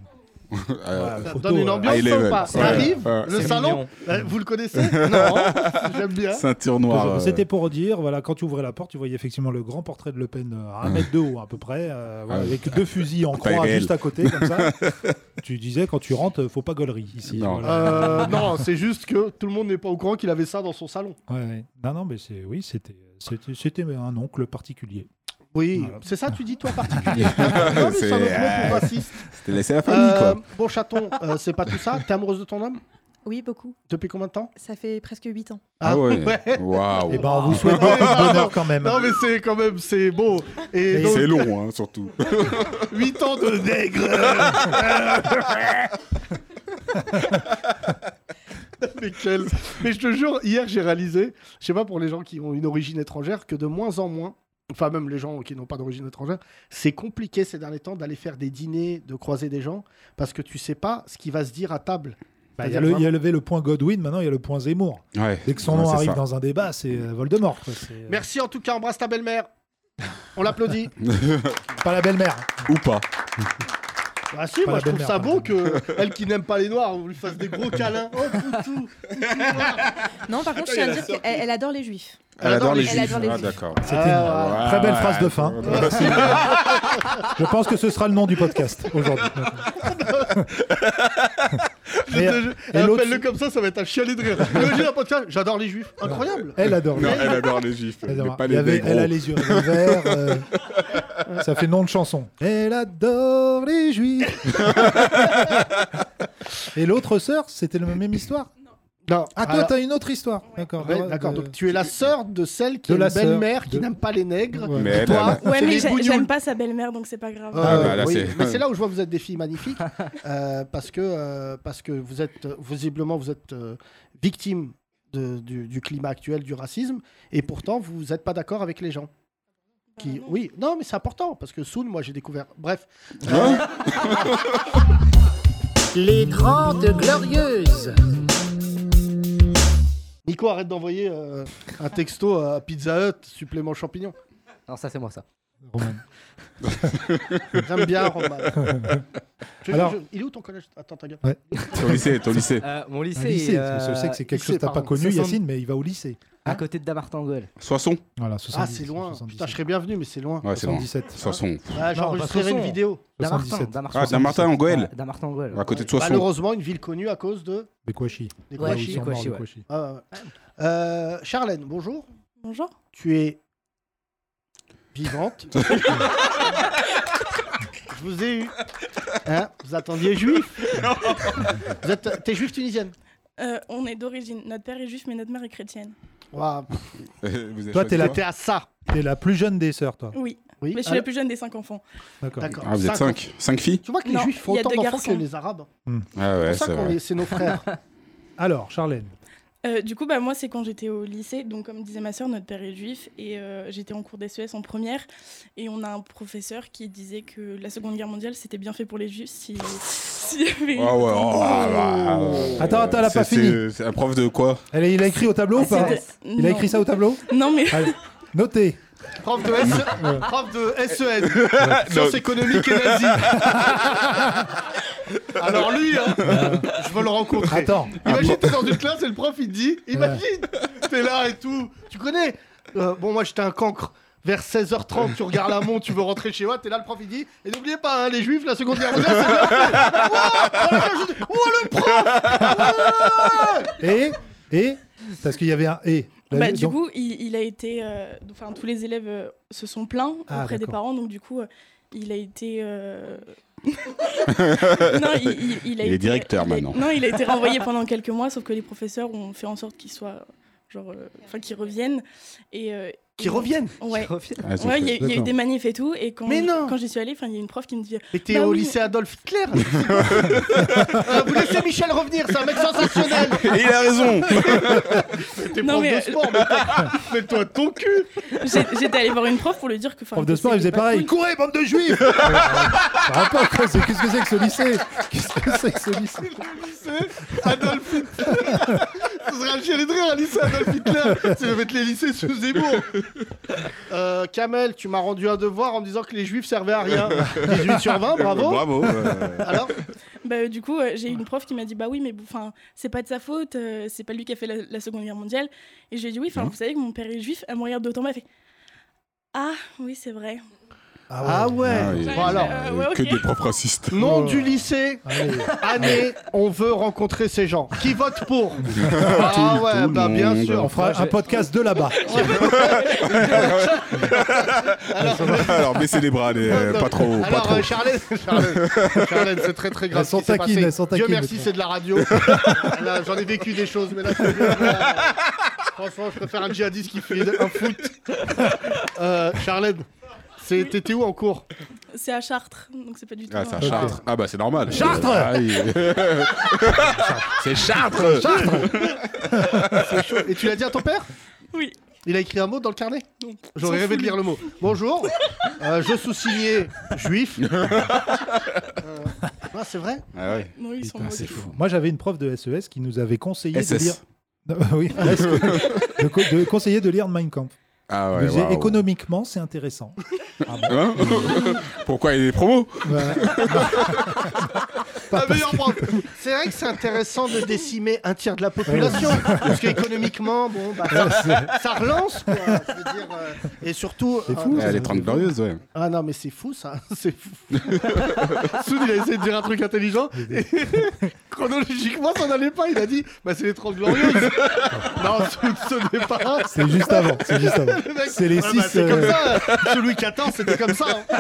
Speaker 9: Euh,
Speaker 3: Ça
Speaker 4: photo,
Speaker 3: donne une
Speaker 4: euh,
Speaker 3: ambiance hein,
Speaker 9: high
Speaker 3: ça, ou
Speaker 9: level.
Speaker 3: pas
Speaker 9: Ouais,
Speaker 3: T'arrives,
Speaker 9: ouais.
Speaker 3: le
Speaker 6: C'est
Speaker 3: salon,
Speaker 6: mignon.
Speaker 3: euh, vous le connaissez Non, hein, j'aime bien.
Speaker 9: Ceinture noire. euh,
Speaker 4: C'était pour dire, voilà, quand tu ouvrais la porte, tu voyais effectivement le grand portrait de Le Pen euh, à un mètre de haut à peu près, euh, voilà,
Speaker 9: Ah oui.
Speaker 4: avec deux fusils en
Speaker 9: Taille
Speaker 4: croix
Speaker 9: réelle.
Speaker 4: juste à côté, comme ça. tu disais, quand tu rentres, euh, faut pas gaulerie ici.
Speaker 9: Non.
Speaker 4: voilà.
Speaker 3: Euh, non, c'est juste que tout le monde n'est pas au courant qu'il avait ça dans son salon.
Speaker 4: Ouais, ouais. Non, non, mais c'est, oui, c'était, c'était, c'était un oncle particulier.
Speaker 3: Oui,
Speaker 4: Voilà.
Speaker 3: c'est ça tu dis toi en particulier. Non, mais c'est un autre mot pour raciste.
Speaker 9: euh, C'était laissé à la famille,
Speaker 3: Euh,
Speaker 9: quoi.
Speaker 3: bon chaton, euh, c'est pas tout ça. T'es amoureuse de ton homme
Speaker 8: Oui, beaucoup.
Speaker 3: depuis combien de temps
Speaker 8: Ça fait presque 8 ans.
Speaker 9: Ah ouais.
Speaker 3: ouais.
Speaker 9: Waouh.
Speaker 4: Et ben, on vous souhaite
Speaker 3: Ouais,
Speaker 4: beaucoup de
Speaker 3: pardon.
Speaker 4: bonheur quand même.
Speaker 3: Non mais c'est quand même c'est beau et
Speaker 4: Et
Speaker 3: donc
Speaker 9: C'est long, hein, surtout.
Speaker 3: 8 ans de nègre. mais quel Mais je te jure hier j'ai réalisé, je sais pas pour les gens qui ont une origine étrangère que de moins en moins Enfin, même les gens qui n'ont pas d'origine étrangère, c'est compliqué ces derniers temps d'aller faire des dîners, de croiser des gens, parce que tu sais pas ce qui va se dire à table.
Speaker 4: Bah, il, y a le, il y a levé le point Godwin, maintenant il y a le point Zemmour.
Speaker 9: Ouais.
Speaker 4: Dès que son
Speaker 9: Ouais,
Speaker 4: nom
Speaker 9: c'est
Speaker 4: arrive
Speaker 9: ça.
Speaker 4: dans un débat, c'est euh, Voldemort. quoi. C'est, euh,
Speaker 3: Merci en tout cas, embrasse ta belle-mère. On l'applaudit.
Speaker 4: Pas la belle-mère.
Speaker 9: Ou pas.
Speaker 3: Bah si,
Speaker 4: Pas
Speaker 3: moi
Speaker 4: la
Speaker 3: je trouve
Speaker 4: belle-mère,
Speaker 3: ça
Speaker 4: pas
Speaker 3: bon
Speaker 4: la
Speaker 3: que euh, elle qui n'aime pas les noirs, on lui fasse des gros câlins. Oh poutou, poutou noir.
Speaker 8: Non, par contre, je tiens à dire qu'elle elle adore les juifs.
Speaker 9: Elle adore les
Speaker 8: Elle
Speaker 9: juifs.
Speaker 8: adore les
Speaker 9: Ah,
Speaker 8: juifs.
Speaker 9: d'accord.
Speaker 4: C'était
Speaker 3: Ah,
Speaker 4: une
Speaker 9: ouais.
Speaker 4: très belle
Speaker 9: Ouais,
Speaker 4: phrase de
Speaker 9: ouais.
Speaker 4: fin. C'est- Je pense que ce sera le nom du podcast aujourd'hui. Mais euh,
Speaker 3: Elle
Speaker 4: et l'autre-
Speaker 3: appelle-le comme ça, ça va être un chialer de rire. Imagine un podcast, j'adore les juifs. Incroyable.
Speaker 4: Elle adore.
Speaker 9: Non,
Speaker 4: les-
Speaker 9: elle adore les juifs.
Speaker 4: elle,
Speaker 9: Mais
Speaker 4: adore.
Speaker 9: pas
Speaker 4: Il y
Speaker 9: les
Speaker 4: avait-
Speaker 9: négros.
Speaker 4: elle a les yeux verts. euh, ça fait nom de chanson. Eh, Elle adore les juifs. et l'autre sœur, c'était la même histoire.
Speaker 3: Non.
Speaker 4: Ah toi,
Speaker 3: Alors,
Speaker 4: t'as une autre histoire. D'accord. Bah,
Speaker 3: ouais, D'accord,
Speaker 4: De-
Speaker 3: donc tu es la sœur de celle qui
Speaker 4: de
Speaker 3: est
Speaker 4: la
Speaker 3: une belle-mère
Speaker 4: sœur
Speaker 3: qui
Speaker 4: de-
Speaker 3: n'aime pas les nègres.
Speaker 4: Ouais.
Speaker 9: Mais
Speaker 3: Et
Speaker 9: elle,
Speaker 3: toi,
Speaker 9: elle-
Speaker 10: Ouais,
Speaker 3: c'est
Speaker 10: mais
Speaker 3: les
Speaker 10: j'a-
Speaker 3: bougnoules.
Speaker 10: j'aime pas sa belle-mère, donc c'est pas grave.
Speaker 3: Ah,
Speaker 9: bah, là,
Speaker 3: oui.
Speaker 9: c'est-
Speaker 3: Mais c'est là où je vois que vous êtes des filles magnifiques euh, parce que euh, parce que vous êtes euh, visiblement vous êtes euh, victime de- du, du climat actuel du racisme et pourtant vous n'êtes pas d'accord avec les gens. Qui, oui, non mais c'est important parce que Soon, moi j'ai découvert. Bref, Euh,
Speaker 1: Les Grandes Glorieuses.
Speaker 3: Nico arrête d'envoyer euh, un texto à Pizza Hut supplément champignon.
Speaker 6: Non, ça, c'est moi, ça.
Speaker 4: Roman.
Speaker 6: Euh,
Speaker 3: J'aime bien Roman. Je-
Speaker 4: Alors-
Speaker 3: je- il est où ton collège Attends ta gueule.
Speaker 9: Ton lycée, ton lycée.
Speaker 6: Euh, mon lycée.
Speaker 4: Un lycée,
Speaker 6: est,
Speaker 4: parce que je sais que
Speaker 6: euh,
Speaker 4: c'est quelque
Speaker 3: lycée,
Speaker 4: chose que t'as pas
Speaker 3: pardon,
Speaker 4: connu,
Speaker 6: 60.
Speaker 4: Yacine, mais il va au lycée.
Speaker 6: à côté de Damartin-Goël.
Speaker 9: Soissons.
Speaker 4: Voilà,
Speaker 3: Ah
Speaker 4: 70,
Speaker 3: c'est loin. Putain,
Speaker 4: 77.
Speaker 3: je serais bienvenu mais c'est loin.
Speaker 9: Ouais, c'est bon.
Speaker 4: 77.
Speaker 9: Soissons.
Speaker 3: Ah, J'enregistrerai
Speaker 6: façon.
Speaker 3: une vidéo.
Speaker 6: Damartin.
Speaker 4: 77.
Speaker 9: Ah, Saint-Martin en Goël.
Speaker 6: Damartin-Goël.
Speaker 9: À côté de Soissons.
Speaker 3: Malheureusement une ville connue à cause de.
Speaker 4: Des Kouachi.
Speaker 3: Des
Speaker 6: Ouais,
Speaker 3: Kouachis.
Speaker 6: des Kouachis.
Speaker 4: sûrement, des
Speaker 6: ouais.
Speaker 4: Kouachi.
Speaker 3: Ah, ouais, ouais. Euh, Charlène, bonjour.
Speaker 10: Bonjour.
Speaker 3: Tu es vivante. Je vous ai eu. Hein vous attendiez juif. vous êtes, t'es juif tunisienne.
Speaker 10: Euh, on est d'origine. Notre père est juif, mais notre mère est chrétienne.
Speaker 3: Waouh,
Speaker 9: Euh, Vous avez
Speaker 4: Toi,
Speaker 9: choisi
Speaker 4: t'es la Ah,
Speaker 9: quoi
Speaker 3: T'es à ça.
Speaker 4: T'es la plus jeune des sœurs, toi.
Speaker 10: Oui.
Speaker 3: Ah. Oui.
Speaker 10: Mais je suis la
Speaker 3: alors-
Speaker 10: plus jeune des cinq enfants.
Speaker 4: D'accord.
Speaker 3: D'accord.
Speaker 9: Ah, vous êtes
Speaker 3: Cinq ans.
Speaker 9: 5 5 filles
Speaker 3: Tu vois que les
Speaker 10: Non,
Speaker 3: juifs font
Speaker 10: il y a
Speaker 3: autant
Speaker 10: deux
Speaker 3: d'enfants que
Speaker 10: garçons.
Speaker 3: les arabes.
Speaker 9: Ah ouais,
Speaker 3: c'est pour
Speaker 9: c'est
Speaker 3: ça qu'on
Speaker 9: vrai.
Speaker 3: est, c'est nos frères.
Speaker 4: Alors, Charlène.
Speaker 10: Euh, du coup, bah, moi, c'est quand j'étais au lycée. Donc, comme disait ma sœur, notre père est juif. Et euh, j'étais en cours d'SES en première. Et on a un professeur qui disait que la Seconde Guerre mondiale, c'était bien fait pour les juifs. Si... s'il y avait eu
Speaker 9: Ah ouais,
Speaker 10: autant de-
Speaker 9: oh, ah, bah, ah,
Speaker 4: Oh. Attends, attends, elle a
Speaker 9: c'est-
Speaker 4: pas
Speaker 9: c'est-
Speaker 4: fini.
Speaker 9: C'est un prof de quoi
Speaker 4: Elle, il a écrit au tableau ou pas
Speaker 10: Ah, C'était-
Speaker 4: Il a
Speaker 10: Non.
Speaker 4: écrit ça au tableau
Speaker 10: Non, mais
Speaker 4: Allez, notez.
Speaker 3: Prof de, S... E Prof de SEN, sciences économiques et nazi. Alors lui, hein, je veux le rencontrer.
Speaker 4: Attends.
Speaker 3: Imagine, t'es dans une classe et le prof il te dit Imagine, t'es là et tout. Tu connais Euh, Bon, moi j'étais un cancre. vers 16h30, tu regardes la montre, tu veux rentrer chez toi, t'es là, le prof il dit Et n'oubliez pas, hein, les juifs, la seconde guerre mondiale, c'est bien fait. Ouah, dans la cage, je dis, Ouah, le prof Ah Ouais
Speaker 4: Et Et Parce qu'il y avait un et. Là,
Speaker 10: Bah, du
Speaker 4: donc-
Speaker 10: coup, il, il a été. euh, Enfin, tous les élèves euh, se sont plaints
Speaker 4: Ah,
Speaker 10: auprès des
Speaker 4: d'accord.
Speaker 10: parents, donc du coup, euh, il a été. euh, non, il, il- il a
Speaker 9: Il est
Speaker 10: été-
Speaker 9: directeur,
Speaker 10: il a-
Speaker 9: maintenant.
Speaker 10: Non, il a été renvoyé pendant quelques mois, sauf que les professeurs ont fait en sorte qu'il soit. euh, Genre, euh, enfin, qu'ils reviennent. Et, euh,
Speaker 3: Qu'ils
Speaker 10: et-
Speaker 3: reviennent
Speaker 10: Ouais.
Speaker 3: Qu'ils reviennent. Ah,
Speaker 10: Ouais,
Speaker 3: c'est
Speaker 10: Il y, a- il
Speaker 3: chouette,
Speaker 10: y a eu
Speaker 3: d'accord.
Speaker 10: des manifs et tout. Et quand,
Speaker 3: Mais non
Speaker 10: quand j'y suis allée, enfin, il y a une prof qui me dit.
Speaker 3: Mais t'es
Speaker 10: Bah
Speaker 3: au
Speaker 10: oui.
Speaker 3: lycée Adolphe Hitler Euh, Vous laissez Michel revenir, c'est un mec sensationnel
Speaker 9: Et il a raison.
Speaker 3: T'es
Speaker 10: Non,
Speaker 3: prof
Speaker 10: mais-
Speaker 3: de sport, mais toi- mais toi ton cul
Speaker 10: J'ai- J'étais allée voir une prof pour lui dire que. enfin,
Speaker 4: Prof de
Speaker 10: que
Speaker 4: sport, il
Speaker 10: c'était
Speaker 4: faisait
Speaker 10: pas
Speaker 4: pareil.
Speaker 10: cool.
Speaker 4: Courez, bande de juifs Par rapport, quoi, c'est- Qu'est-ce que c'est que ce lycée Qu'est-ce que c'est que ce lycée
Speaker 3: Adolf Hitler Ce serait un chialet de rire, un lycée Adolf Hitler Tu vas mettre les lycées sous Zemmour euh, Kamel, tu m'as rendu un devoir en me disant que les juifs servaient à rien. 18 sur 20, bravo
Speaker 9: Bravo. euh.
Speaker 3: Alors
Speaker 10: Bah, euh, du coup, euh, j'ai eu une prof qui m'a dit Bah oui, mais bon, 'fin, c'est pas de sa faute, euh, c'est pas lui qui a fait la, la Seconde Guerre mondiale. Et je lui ai dit Oui,
Speaker 4: Hein
Speaker 10: 'fin, vous savez que mon père est juif, elle me regarde d'autant elle fait Ah oui, c'est vrai.
Speaker 3: Ah ouais,
Speaker 9: Ah oui.
Speaker 3: Bon, alors,
Speaker 10: Euh, ouais,
Speaker 9: Que Oh.
Speaker 10: ok.
Speaker 9: des profs racistes.
Speaker 3: Nom du lycée, année, on veut rencontrer ces gens. Qui vote pour Ah
Speaker 9: Tout-
Speaker 3: ouais,
Speaker 9: tout le
Speaker 3: bah bien
Speaker 9: monde.
Speaker 3: sûr.
Speaker 4: On fera un podcast de là-bas.
Speaker 9: Alors, baissez les bras, les- euh, pas trop. pas
Speaker 3: Alors,
Speaker 9: trop.
Speaker 3: euh, Charlène, Charlène, Charlène, c'est très très grave.
Speaker 4: Elles
Speaker 3: ce
Speaker 4: sont
Speaker 3: qui s'est
Speaker 4: taquines,
Speaker 3: passé.
Speaker 4: elles sont
Speaker 3: Dieu
Speaker 4: taquines,
Speaker 3: merci,
Speaker 4: maintenant.
Speaker 3: c'est de la radio. Là, J'en ai vécu des choses, mais là, c'est bien, là, franchement, je préfère un djihadiste qui fait un foot. Euh, Charlène, c'est- t'étais où en cours
Speaker 10: C'est à Chartres, donc c'est pas du tout.
Speaker 9: Ah, c'est
Speaker 10: un-
Speaker 9: à Chartres. Ah, bah, c'est normal.
Speaker 4: Chartres
Speaker 9: Ah, oui. C'est Chartres
Speaker 3: Ah, C'est chaud. Et tu l'as dit à ton père
Speaker 10: Oui.
Speaker 3: Il a écrit un mot dans le carnet
Speaker 10: Non.
Speaker 3: J'aurais rêvé de lire le mot. Bonjour, euh, je sous-signais juif. Euh, ah, c'est vrai
Speaker 9: Ah, ouais.
Speaker 10: Non, ils sont
Speaker 9: Putain,
Speaker 10: moqués.
Speaker 9: c'est fou.
Speaker 4: Moi, j'avais une prof de SES qui nous avait conseillé de
Speaker 9: SS.
Speaker 4: lire. Non, oui, presque. de, co- de conseiller de lire Mein Kampf.
Speaker 9: Ah,
Speaker 4: Elle
Speaker 9: ouais.
Speaker 4: nous disait,
Speaker 9: waouh.
Speaker 4: économiquement, c'est intéressant.
Speaker 9: Hein Pourquoi il y a des promos
Speaker 3: Bah, Ah, mais en propre. C'est vrai que c'est intéressant de décimer un tiers de la population, parce qu'économiquement, bon, bah, ça, ça relance, quoi. Je veux dire, euh, et surtout.
Speaker 4: C'est
Speaker 3: euh,
Speaker 4: fou.
Speaker 9: Ouais,
Speaker 4: ça.
Speaker 9: Les 30 glorieuses, ouais.
Speaker 3: ah non, mais c'est fou ça, c'est fou. Soud, il a essayé de dire un truc intelligent, et chronologiquement, ça n'allait pas. Il a dit, bah, c'est les 30 glorieuses. non, Soud, ce n'est pas.
Speaker 4: C'est juste avant. C'est juste avant.
Speaker 3: Le mec,
Speaker 4: C'est les
Speaker 3: ah, bah,
Speaker 4: six,
Speaker 3: c'est comme
Speaker 4: euh,
Speaker 3: ça. euh, Sous Louis XIV, c'était comme ça. hein.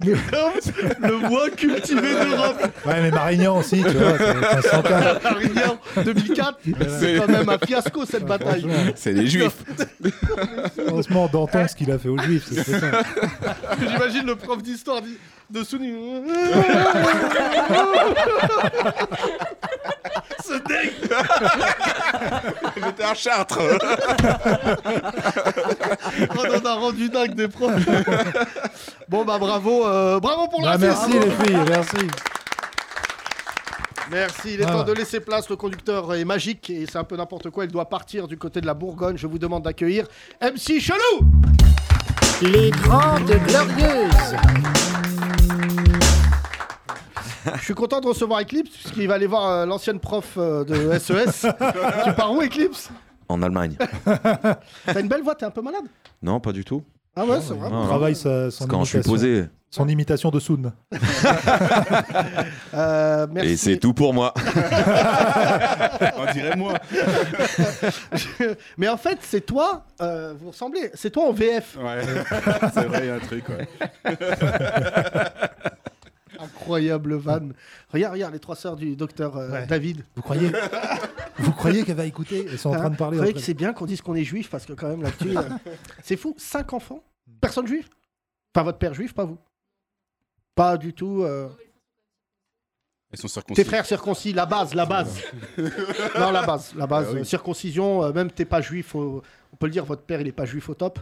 Speaker 3: le bois cultivé d'Europe.
Speaker 4: Ouais, mais Marignan aussi, tu vois. ça- ça sent pas.
Speaker 3: La rivière 2004, c'est
Speaker 9: C'est-
Speaker 3: quand même un fiasco cette bataille.
Speaker 9: C'est les juifs.
Speaker 4: Franchement, Danton, ce qu'il a fait aux Juifs, c'est très simple.
Speaker 3: J'imagine le prof d'histoire dit- de Souni. Ce dingue
Speaker 9: J'étais à Chartres.
Speaker 3: Oh On en a rendu dingue des profs. Bon bah bravo, euh, bravo pour la
Speaker 4: Bah, merci les filles, merci.
Speaker 3: Merci, il est
Speaker 4: Ah.
Speaker 3: temps de laisser place. Le conducteur est magique et c'est un peu n'importe quoi. Il doit partir du côté de la Bourgogne. Je vous demande d'accueillir MC Chelou
Speaker 1: Les Grandes Glorieuses.
Speaker 3: Je suis content de recevoir Eclipse puisqu'il va aller voir euh, l'ancienne prof euh, de SES. tu pars où Eclipse
Speaker 11: En Allemagne.
Speaker 3: T'as une belle voix, t'es un peu malade
Speaker 11: Non, pas du tout.
Speaker 3: Ah ouais, c'est vrai.
Speaker 11: Non,
Speaker 4: Il
Speaker 11: non.
Speaker 4: travaille sa,
Speaker 11: Parce
Speaker 4: son
Speaker 11: que quand je suis
Speaker 4: imitation-
Speaker 11: posé,
Speaker 4: Son imitation de Soon.
Speaker 3: Euh,
Speaker 11: et c'est tout pour moi.
Speaker 9: On dirait moi.
Speaker 3: Mais en fait, c'est toi, euh, vous ressemblez, c'est toi en VF.
Speaker 9: Ouais. C'est vrai, il y a un truc, ouais.
Speaker 3: Incroyable van. Regarde, regarde les trois sœurs du docteur euh,
Speaker 4: Ouais.
Speaker 3: David.
Speaker 4: Vous croyez Vous croyez qu'elle va écouter Elles sont en train de parler.
Speaker 3: Vous voyez
Speaker 4: après.
Speaker 3: que c'est bien qu'on dise qu'on est juif parce que quand même là-dessus, euh, c'est fou. Cinq enfants, personne juive. Pas votre père juif, pas vous. Pas du tout. euh,
Speaker 9: Elles sont
Speaker 3: Tes
Speaker 9: circoncis.
Speaker 3: frères circoncis, la base, la base. non, la base, la base.
Speaker 9: Ah oui.
Speaker 3: euh, Circoncision, euh, même t'es pas juif, au- on peut le dire, votre père il est pas juif au top.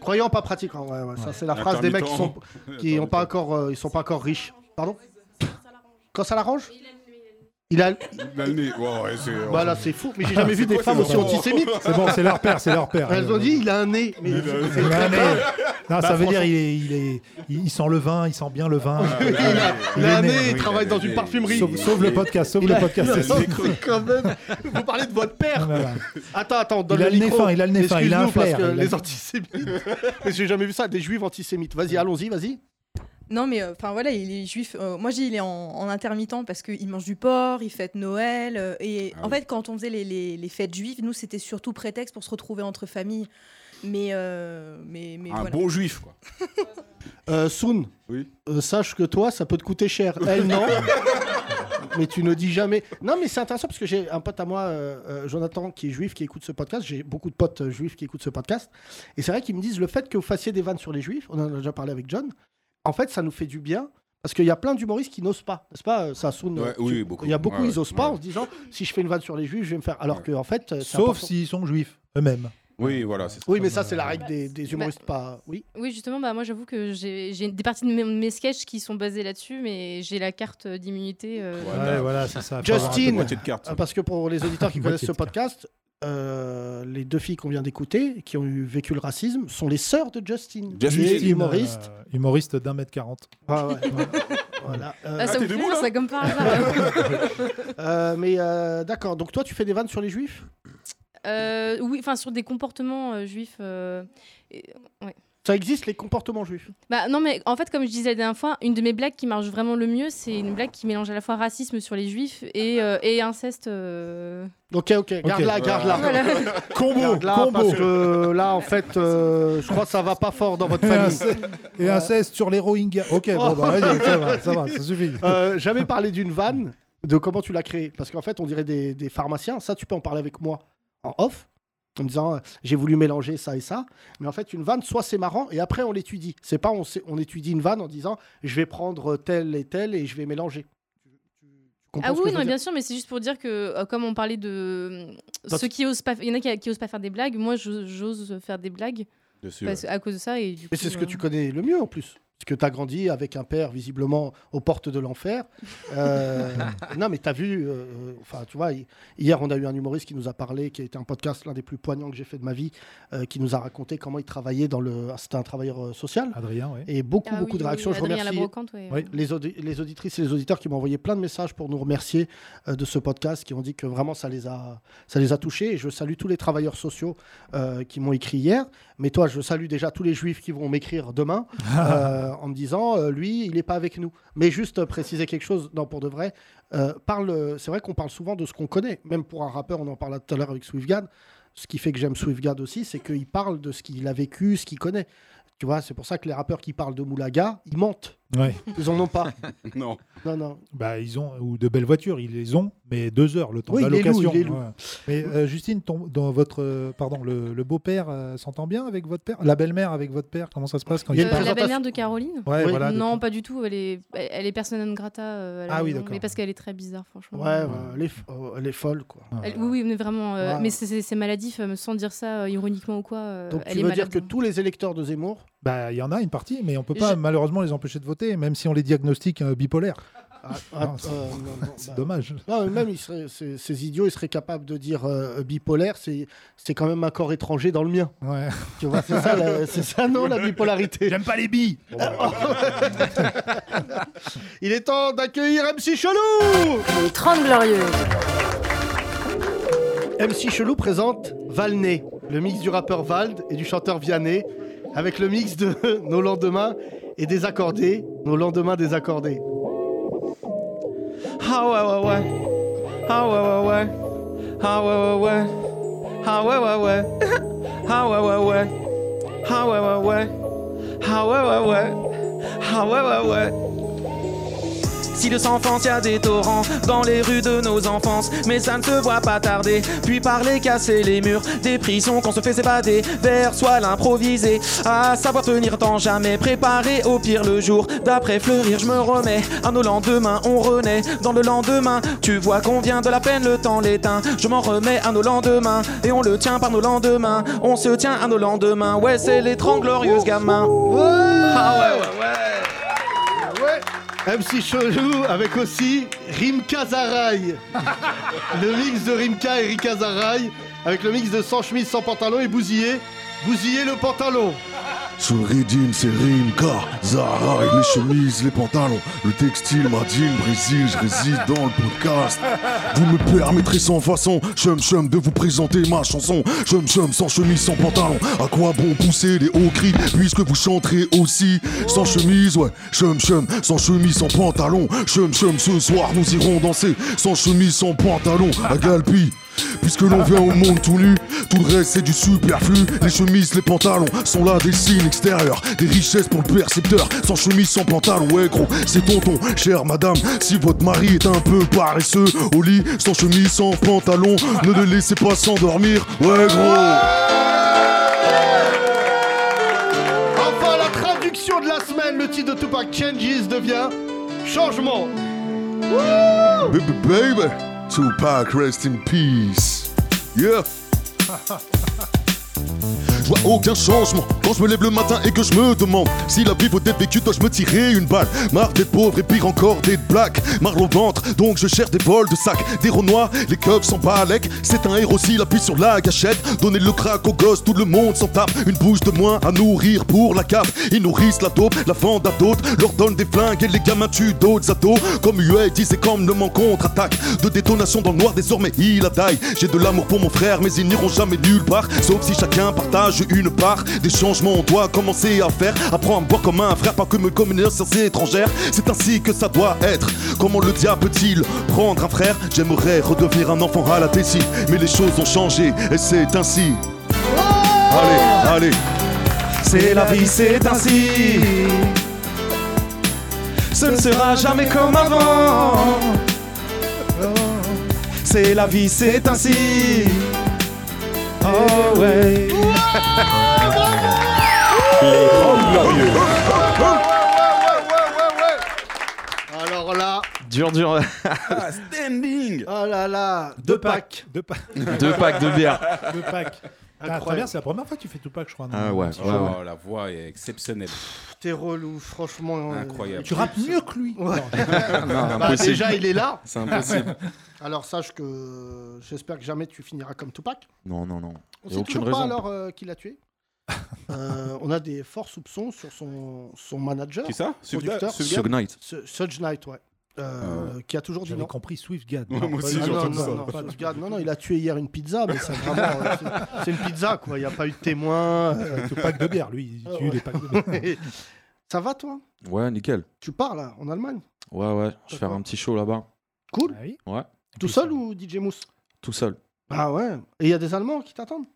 Speaker 3: Croyant pas pratiquant, ouais, ouais, ça c'est la phrase des mecs qui sont, qui ont pas encore, euh, ils sont pas encore riches. Pardon Quand ça l'arrange Il a. Bah là c'est fou, mais j'ai jamais vu des
Speaker 9: quoi,
Speaker 3: femmes
Speaker 9: ces
Speaker 3: aussi
Speaker 9: enfants
Speaker 3: antisémites.
Speaker 4: C'est bon, c'est leur père, c'est leur père.
Speaker 3: Elles ont dit il a un nez, mais
Speaker 4: Il a un nez. Non,
Speaker 3: Bah,
Speaker 4: ça veut
Speaker 3: franchement-
Speaker 4: dire il, est, il, est, il il sent le vin, il sent bien le vin.
Speaker 3: Il a-
Speaker 4: Euh, Il
Speaker 3: l'année,
Speaker 4: est né.
Speaker 3: il travaille dans une parfumerie.
Speaker 4: Sauve, sauve le podcast, sauve
Speaker 3: Il
Speaker 4: le
Speaker 3: a-
Speaker 4: podcast.
Speaker 3: il a-
Speaker 4: c'est ça.
Speaker 3: quand même. Vous parlez de votre père.
Speaker 4: Voilà.
Speaker 3: Attends, attends, donne
Speaker 4: Il a le nez
Speaker 3: micro.
Speaker 4: fin, il a le nez fin, il a un
Speaker 3: Excuse-nous,
Speaker 4: flair,
Speaker 3: Parce que
Speaker 4: il a-
Speaker 3: les antisémites. Mais j'ai jamais vu ça, des juifs antisémites. Vas-y, allons-y, vas-y.
Speaker 8: Non, mais euh, enfin voilà, il est juif. euh, moi, j'ai il est en, en intermittent parce qu'il mange du porc, il fête Noël. euh, et en fait, quand on faisait les, les- les fêtes juives, nous, c'était surtout prétexte pour se retrouver entre familles. Mais, euh, mais, mais voilà.
Speaker 3: juif, quoi. Euh, Soun, euh, sache que toi, ça peut te coûter cher. Elle, non. mais tu ne dis jamais. Non, mais c'est intéressant parce que j'ai un pote à moi, euh, euh, Jonathan, qui est juif, qui écoute ce podcast. J'ai beaucoup de potes euh, juifs qui écoutent ce podcast. Et c'est vrai qu'ils me disent le fait que vous fassiez des vannes sur les juifs, on en a déjà parlé avec John, en fait, ça nous fait du bien. Parce qu'il y a plein d'humoristes qui n'osent pas, n'est-ce pas, euh, ça Soun,
Speaker 9: Ouais,
Speaker 3: tu-
Speaker 9: oui, beaucoup.
Speaker 3: Il y a beaucoup,
Speaker 9: Ouais,
Speaker 3: ils n'osent pas en se disant si je fais une vanne sur les juifs, je vais me faire. Alors que en fait, euh, c'est
Speaker 4: Sauf
Speaker 3: important.
Speaker 4: s'ils sont juifs eux-mêmes.
Speaker 9: Oui, voilà, c'est ça.
Speaker 3: Oui, mais ça, c'est la règle des, des humoristes pas. Oui.
Speaker 12: Oui, justement, bah, moi j'avoue que j'ai j'ai des parties de mes, mes sketchs qui sont basées là-dessus, mais j'ai la carte d'immunité. euh,
Speaker 4: Ouais, voilà, c'est ça. faut avoir un peu de
Speaker 3: Justine,
Speaker 4: moitié de carte.
Speaker 3: euh, parce que pour les auditeurs qui
Speaker 4: Moitié
Speaker 3: connaissent ce
Speaker 4: de carte.
Speaker 3: podcast, euh, les deux filles qu'on vient d'écouter, qui ont eu vécu le racisme, sont les sœurs de Justine. qui est humoriste.
Speaker 4: euh, humoriste d'un mètre quarante.
Speaker 3: Ah ouais. Voilà. Euh,
Speaker 12: Ah, ça vous fait rire, ça, comme par hasard.
Speaker 3: Euh, mais euh, d'accord, donc toi tu fais des vannes sur les juifs
Speaker 12: Euh, oui, enfin sur des comportements euh, juifs. euh, et- ouais.
Speaker 3: Ça existe les comportements juifs
Speaker 12: Bah, non, mais en fait, comme je disais la dernière fois, une de mes blagues qui marche vraiment le mieux, c'est une blague qui mélange à la fois racisme sur les juifs et, euh, et inceste. euh.
Speaker 3: Ok, ok, garde-la,
Speaker 12: Voilà.
Speaker 3: garde-la.
Speaker 12: Voilà.
Speaker 4: Combo,
Speaker 3: Garde-la,
Speaker 4: combo.
Speaker 3: Parce que là en fait, euh, je crois que ça va pas fort dans votre
Speaker 4: Et
Speaker 3: famille.
Speaker 4: inceste- Et inceste sur les Rohingyas. Ok, bon, bah, vas-y, ça va, ça va, ça suffit.
Speaker 3: Euh, J'avais parlé d'une vanne, de comment tu l'as créée. Parce qu'en fait, on dirait des, des pharmaciens. Ça, tu peux en parler avec moi en off, en me disant euh, j'ai voulu mélanger ça et ça. Mais en fait, une vanne, soit c'est marrant et après on l'étudie. C'est pas on, s'é- on étudie une vanne en disant je vais prendre tel et tel et je vais mélanger. Tu- tu- tu comprends
Speaker 12: Ah
Speaker 3: ce que
Speaker 12: oui,
Speaker 3: je
Speaker 12: non,
Speaker 3: veux
Speaker 12: mais
Speaker 3: dire
Speaker 12: bien sûr, mais c'est juste pour dire que, euh, comme on parlait de euh,
Speaker 3: Toi,
Speaker 12: ceux
Speaker 3: tu-
Speaker 12: qui osent pas, il y en a qui, qui osent pas faire des blagues. Moi, j'ose j'ose faire des blagues
Speaker 3: Dessus,
Speaker 12: parce-
Speaker 3: ouais.
Speaker 12: à cause de ça et du coup,
Speaker 3: Mais c'est ce que
Speaker 12: euh,
Speaker 3: tu connais le mieux en plus. Parce que tu as grandi avec un père visiblement aux portes de l'enfer. Euh, non, mais tu as vu, euh, enfin, tu vois, hi- hier, on a eu un humoriste qui nous a parlé, qui a été un podcast, l'un des plus poignants que j'ai fait de ma vie, euh, qui nous a raconté comment il travaillait dans le. C'était un travailleur euh, social.
Speaker 4: Adrien, oui.
Speaker 3: Et beaucoup,
Speaker 12: Ah
Speaker 3: beaucoup
Speaker 12: oui,
Speaker 3: de
Speaker 12: oui,
Speaker 3: réactions. Je
Speaker 12: Adrien
Speaker 3: remercie
Speaker 12: Labrocante, ouais. Oui.
Speaker 3: les, audi- les auditrices et les auditeurs qui m'ont envoyé plein de messages pour nous remercier euh, de ce podcast, qui ont dit que vraiment ça les a, ça les a touchés. Et je salue tous les travailleurs sociaux euh, qui m'ont écrit hier. Mais toi, je salue déjà tous les juifs qui vont m'écrire demain euh, en me disant, euh, lui, il n'est pas avec nous. Mais juste euh, préciser quelque chose, non, pour de vrai, euh, parle, euh, c'est vrai qu'on parle souvent de ce qu'on connaît. Même pour un rappeur, on en parlait tout à l'heure avec Swiftgad. Ce qui fait que j'aime Swiftgad aussi, c'est qu'il parle de ce qu'il a vécu, ce qu'il connaît. Tu vois, c'est pour ça que les rappeurs qui parlent de Moulaga, ils mentent.
Speaker 4: Ouais.
Speaker 3: Ils en ont pas.
Speaker 9: non.
Speaker 3: Non, non.
Speaker 4: Bah, ils ont ou de belles voitures, ils les ont, mais deux heures le temps
Speaker 3: Oui,
Speaker 4: de la
Speaker 3: il les loue,
Speaker 4: location.
Speaker 3: il les loue.
Speaker 4: ouais. Mais euh, Justine, ton- dans votre, euh, pardon, le, le beau-père euh, s'entend bien avec votre père, la belle-mère avec votre père. Comment ça se passe quand
Speaker 12: Euh,
Speaker 4: ils se
Speaker 12: la
Speaker 4: parlent
Speaker 12: belle-mère de Caroline
Speaker 4: Ouais, Oui. voilà, de
Speaker 12: Non, pas du tout. Elle est, elle, elle est persona non grata. euh, à la
Speaker 4: Ah oui,
Speaker 12: maison,
Speaker 4: d'accord.
Speaker 12: Mais parce qu'elle est très bizarre, franchement.
Speaker 3: Ouais, ouais, Elle, est, f- euh, elle est folle, quoi.
Speaker 12: Elle- oui, oui, mais vraiment. euh,
Speaker 3: Ouais.
Speaker 12: Mais c'est- c'est c'est maladif, euh, sans dire ça euh, ironiquement ou quoi. euh,
Speaker 3: Donc,
Speaker 12: elle
Speaker 3: tu
Speaker 12: est
Speaker 3: veux
Speaker 12: malade.
Speaker 3: dire que tous les électeurs de Zemmour.
Speaker 4: Bah, il y en a une partie, mais on peut pas
Speaker 3: Je-
Speaker 4: malheureusement les empêcher de voter, même si on les diagnostique euh, bipolaires.
Speaker 3: Ah,
Speaker 4: Non, c'est-
Speaker 3: euh, non, non,
Speaker 4: c'est
Speaker 3: bah,
Speaker 4: dommage.
Speaker 3: Non, mais même ils seraient- ces, ces idiots, ils seraient capables de dire euh, bipolaire, c'est c'est quand même un corps étranger dans le mien.
Speaker 4: Ouais.
Speaker 3: Tu vois, c'est ça, la- c'est ça, non, la bipolarité.
Speaker 4: J'aime pas les billes.
Speaker 3: Il est temps d'accueillir MC Chelou Les 30 Glorieuses MC Chelou présente Valné, le mix du rappeur Vald et du chanteur Vianney, avec le mix de Nos lendemains et Désaccordés, Nos lendemains désaccordés.
Speaker 13: Ah ouais ouais ouais. Ah ouais ouais ouais. Ah ouais ouais ouais. Ah ouais ouais ouais. Ah ouais ouais ouais. Ah ouais ouais ouais. Ah ouais ouais ouais. Ah ouais ouais ouais. Si de s'enfance, y a des torrents dans les rues de nos enfances, mais ça ne se voit pas tarder. Puis par les casser les murs des prisons qu'on se fait s'évader vers soit l'improvisé, à savoir tenir tant jamais, préparé au pire le jour. D'après fleurir, je me remets à nos lendemains, on renaît dans le lendemain. Tu vois qu'on vient de la peine, le temps l'éteint. Je m'en remets à nos lendemains et on le tient par nos lendemains. On se tient à nos lendemains. Ouais, c'est les 30 glorieuses gamins. Ah ouais, ouais, ouais.
Speaker 3: MC Chelou avec aussi Rimka Zaraï. le mix de Rimka et Rika Zaraï avec le mix de sans chemise, sans pantalon et bousillé. Bousillé le pantalon.
Speaker 14: Sous le régime, c'est rime, car Zara avec les chemises, les pantalons, le textile, Madine, Brésil, je réside dans le podcast. Vous me permettrez sans façon, chum chum, de vous présenter ma chanson. Chum chum, sans chemise, sans pantalon. À quoi bon pousser les hauts cris, puisque vous chanterez aussi sans chemise, ouais. Chum chum, sans chemise, sans pantalon. Chum chum, ce soir, nous irons danser sans chemise, sans pantalon. À Galpi. Puisque l'on vient au monde tout nu, tout le reste c'est du superflu. Les chemises, les pantalons sont là des signes extérieurs, des richesses pour le percepteur. Sans chemise, sans pantalon, ouais gros, c'est tonton, chère madame. Si votre mari est un peu paresseux au lit, sans chemise, sans pantalon, ne le laissez pas s'endormir, ouais gros.
Speaker 3: Enfin, la traduction de la semaine, le titre de Tupac Changes devient Changement. Wouh
Speaker 14: Baby, baby, Tupac, rest in peace. Yeah. Je vois aucun changement quand je me lève le matin et que je me demande si la vie vaut d'être vécue, dois-je me tirer une balle Marre des pauvres et pire encore des blacks, marre au ventre, donc je cherche des vols de sac, des renois, les cops sont balèques, c'est un héros s'il appuie sur la gâchette, donner le crack aux gosses, tout le monde s'en tape, une bouche de moins à nourrir pour la cave, ils nourrissent la taupe, la vendent à d'autres, leur donnent des flingues et les gamins tuent d'autres ados, comme UA disait comme le manque contre-attaque, de détonation dans le noir désormais il a taille, j'ai de l'amour pour mon frère mais ils n'iront jamais nulle part, sauf si chacun partage une part, des changements on doit commencer à faire, apprends à me voir comme un frère, pas que me comme une science étrangère, c'est ainsi que ça doit être, comment le diable peut-il prendre un frère, j'aimerais redevenir un enfant à la Tessie, mais les choses ont changé et c'est ainsi, allez, allez,
Speaker 1: C'est la vie, c'est ainsi. Ce ne sera jamais comme avant. C'est la vie, c'est ainsi.
Speaker 4: Ah
Speaker 1: Oh ouais.
Speaker 3: Les grandes glorieuses. Alors là,
Speaker 1: Dur, dur.
Speaker 3: Ah, standing. Oh là là, deux packs,
Speaker 4: deux packs,
Speaker 1: Deux packs de bière.
Speaker 4: Deux packs. Ah,
Speaker 3: Incroyable.
Speaker 4: très bien, c'est la première fois que tu fais Tupac, je crois. non
Speaker 13: Ah ouais,
Speaker 4: Petit
Speaker 13: ouais,
Speaker 4: show.
Speaker 13: ouais.
Speaker 9: La voix est exceptionnelle.
Speaker 3: T'es relou, franchement. euh,
Speaker 9: Incroyable.
Speaker 4: Tu rappes mieux que lui.
Speaker 3: Ouais.
Speaker 4: Non.
Speaker 3: Bah,
Speaker 4: impossible.
Speaker 3: déjà, il est là.
Speaker 13: C'est impossible.
Speaker 3: Alors sache que euh, j'espère que jamais tu finiras comme Tupac.
Speaker 13: Non, non, non.
Speaker 3: On
Speaker 13: Y a
Speaker 3: sait
Speaker 13: aucune
Speaker 3: toujours
Speaker 13: raison.
Speaker 3: pas alors euh, qui l'a tué. Euh, on a des forts soupçons sur son, son manager.
Speaker 9: Qui ça Sugda-
Speaker 3: producteur.
Speaker 9: Sugda- Suge Knight.
Speaker 3: Su- Suge Knight, ouais.
Speaker 9: Ah
Speaker 3: Euh, Qui a toujours dit
Speaker 4: J'avais
Speaker 3: non.
Speaker 4: compris Swiftgad.
Speaker 3: Non,
Speaker 4: Moi aussi,
Speaker 3: non,
Speaker 4: j'ai
Speaker 3: non,
Speaker 4: entendu
Speaker 3: non,
Speaker 4: ça.
Speaker 3: non, pas de garde. Non, non, il a tué hier une pizza, mais c'est vraiment. euh, c'est- c'est une pizza, quoi. Il n'y a pas eu de témoin. euh.
Speaker 4: Tout pack de bière, lui, il tue les packs de bière.
Speaker 3: Ça va, toi
Speaker 13: Ouais, nickel.
Speaker 3: Tu pars, là, en Allemagne
Speaker 13: Ouais, ouais, je vais faire un petit show là-bas.
Speaker 3: Cool.
Speaker 13: Ouais,
Speaker 3: Tout seul ou DJ Mousse
Speaker 13: tout seul.
Speaker 3: Ah ouais. Et il y a des Allemands qui t'attendent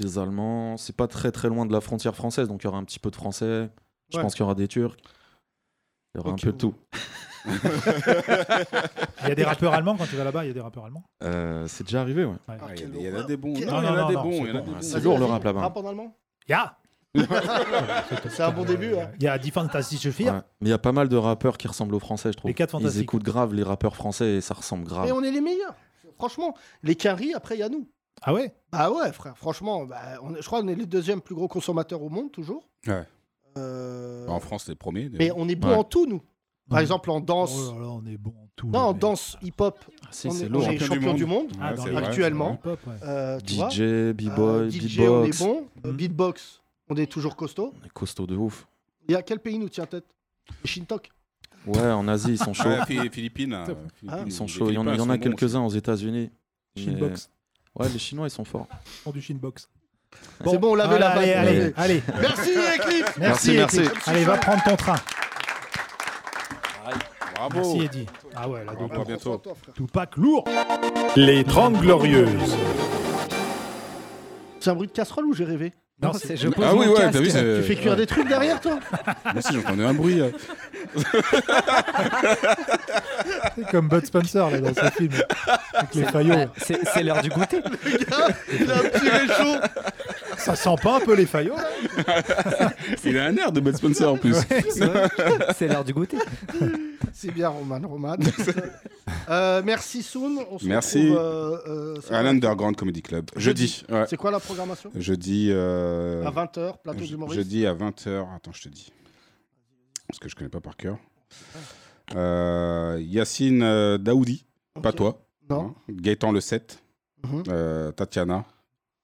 Speaker 13: Des Allemands, c'est pas très très loin de la frontière française, donc il y aura un petit peu de Français. Je
Speaker 3: Ouais.
Speaker 13: pense qu'il y aura des Turcs. Il y aura
Speaker 3: Ok.
Speaker 13: un peu de tout.
Speaker 4: Il y a des rappeurs allemands quand tu vas là-bas, il y a des rappeurs allemands.
Speaker 13: Euh, c'est déjà arrivé, ouais.
Speaker 4: Ouais.
Speaker 9: Il y, a des- il y en a des bons.
Speaker 4: Quel-
Speaker 9: Non, il y en
Speaker 4: Non,
Speaker 9: a
Speaker 4: non,
Speaker 9: des
Speaker 4: non,
Speaker 9: bons.
Speaker 4: c'est
Speaker 9: il y en a
Speaker 4: bon,
Speaker 9: des
Speaker 4: hein.
Speaker 9: bons.
Speaker 13: C'est lourd le rap là-bas.
Speaker 3: Rap en allemand
Speaker 4: Ya
Speaker 3: C'est un bon début, hein.
Speaker 4: euh, Il y a Die Fantastische
Speaker 13: Ouais.
Speaker 15: Ah,
Speaker 4: Vier.
Speaker 13: Mais il y a pas mal de rappeurs qui ressemblent aux Français, je trouve.
Speaker 4: Les quatre
Speaker 13: Ils
Speaker 4: fantastiques.
Speaker 13: écoutent grave les rappeurs français et ça ressemble grave.
Speaker 3: Et on est les meilleurs. Franchement, les Quinries, après, il y a nous.
Speaker 4: Ah ouais
Speaker 3: Bah ouais, frère. Franchement, bah, on est- je crois qu'on est les deuxièmes plus gros consommateurs au monde, toujours.
Speaker 9: Ouais.
Speaker 3: Euh,
Speaker 9: Bah, en France, les premiers.
Speaker 3: Mais on est bon en tout, nous. Par exemple, en danse.
Speaker 4: Oh là là, on est bon en tout.
Speaker 3: Non, en danse hip-hop.
Speaker 13: si,
Speaker 3: on
Speaker 13: c'est
Speaker 3: est,
Speaker 13: lourd.
Speaker 3: on est
Speaker 13: Champion du
Speaker 3: champion du
Speaker 13: monde.
Speaker 3: monde,
Speaker 13: Ah, dans le
Speaker 3: actuellement.
Speaker 13: hip-hop, ouais.
Speaker 3: Euh, tu vois,
Speaker 13: DJ, B-boy,
Speaker 3: DJ, on est
Speaker 13: beatbox.
Speaker 3: bon. Euh, Beatbox, on est toujours costaud.
Speaker 13: Costaud de ouf.
Speaker 3: Et à quel pays nous tient tête Shintok.
Speaker 13: Ouais, en Asie, ils sont chauds.
Speaker 9: Ouais, Phi- Philippines, euh, Philippines,
Speaker 13: Ils sont
Speaker 9: les
Speaker 13: chauds. Il y en a, il y en
Speaker 9: Philippins
Speaker 13: a
Speaker 9: sont bons
Speaker 13: quelques-uns aux États-Unis.
Speaker 4: Shinbox.
Speaker 13: Mais- euh, Ouais, les Chinois, ils sont forts.
Speaker 4: Ils font du shinbox.
Speaker 3: C'est bon, on l'avait
Speaker 4: voilà,
Speaker 3: la
Speaker 4: Allez,
Speaker 3: vanne,
Speaker 4: allez,
Speaker 3: on l'avait.
Speaker 4: allez.
Speaker 3: Merci, Eclipse.
Speaker 4: Merci,
Speaker 13: Merci,
Speaker 4: Eclipse.
Speaker 13: merci.
Speaker 4: Allez, va prendre ton train.
Speaker 9: Bravo.
Speaker 4: Merci, Eddy. Ah ouais, là,
Speaker 9: Bravo,
Speaker 4: donc,
Speaker 9: à bientôt.
Speaker 4: Tupac lourd. Les 30 Glorieuses.
Speaker 3: C'est un bruit de casserole ou j'ai rêvé
Speaker 9: Non, c'est- je pose Ah oui, mon ouais, casque. t'as vu, c'est-
Speaker 3: Tu fais cuire
Speaker 9: ouais.
Speaker 3: des trucs derrière, toi
Speaker 9: Moi aussi, j'entendais un bruit. euh.
Speaker 4: C'est comme Bud Spencer, là, dans ce film. Avec les
Speaker 15: C'est-
Speaker 4: faillots.
Speaker 15: Ah, c'est- c'est l'heure du goûter.
Speaker 3: Le gars, il a un petit réchaud.
Speaker 4: Ça sent pas un peu les faillots, là
Speaker 9: Il a un air de Bud Spencer en plus.
Speaker 4: Ouais, c'est vrai.
Speaker 15: C'est l'heure du goûter.
Speaker 3: C'est bien, Roman, Roman. Euh, merci, Soon. On se
Speaker 9: Merci.
Speaker 3: retrouve, euh, euh, c'est
Speaker 9: à
Speaker 3: quoi
Speaker 9: l'Underground Comedy Club. Jeudi. ouais.
Speaker 3: C'est quoi la programmation
Speaker 9: Jeudi. euh,
Speaker 3: À 20h, plateau
Speaker 9: je-
Speaker 3: d'humoriste.
Speaker 9: Jeudi à 20h. Attends, je te dis. Parce que je connais pas par cœur. Euh, Yacine euh, Daoudi. Pas toi.
Speaker 3: Non.
Speaker 9: Hein. Gaëtan Le 7.
Speaker 3: Mhm.
Speaker 9: euh, Tatiana,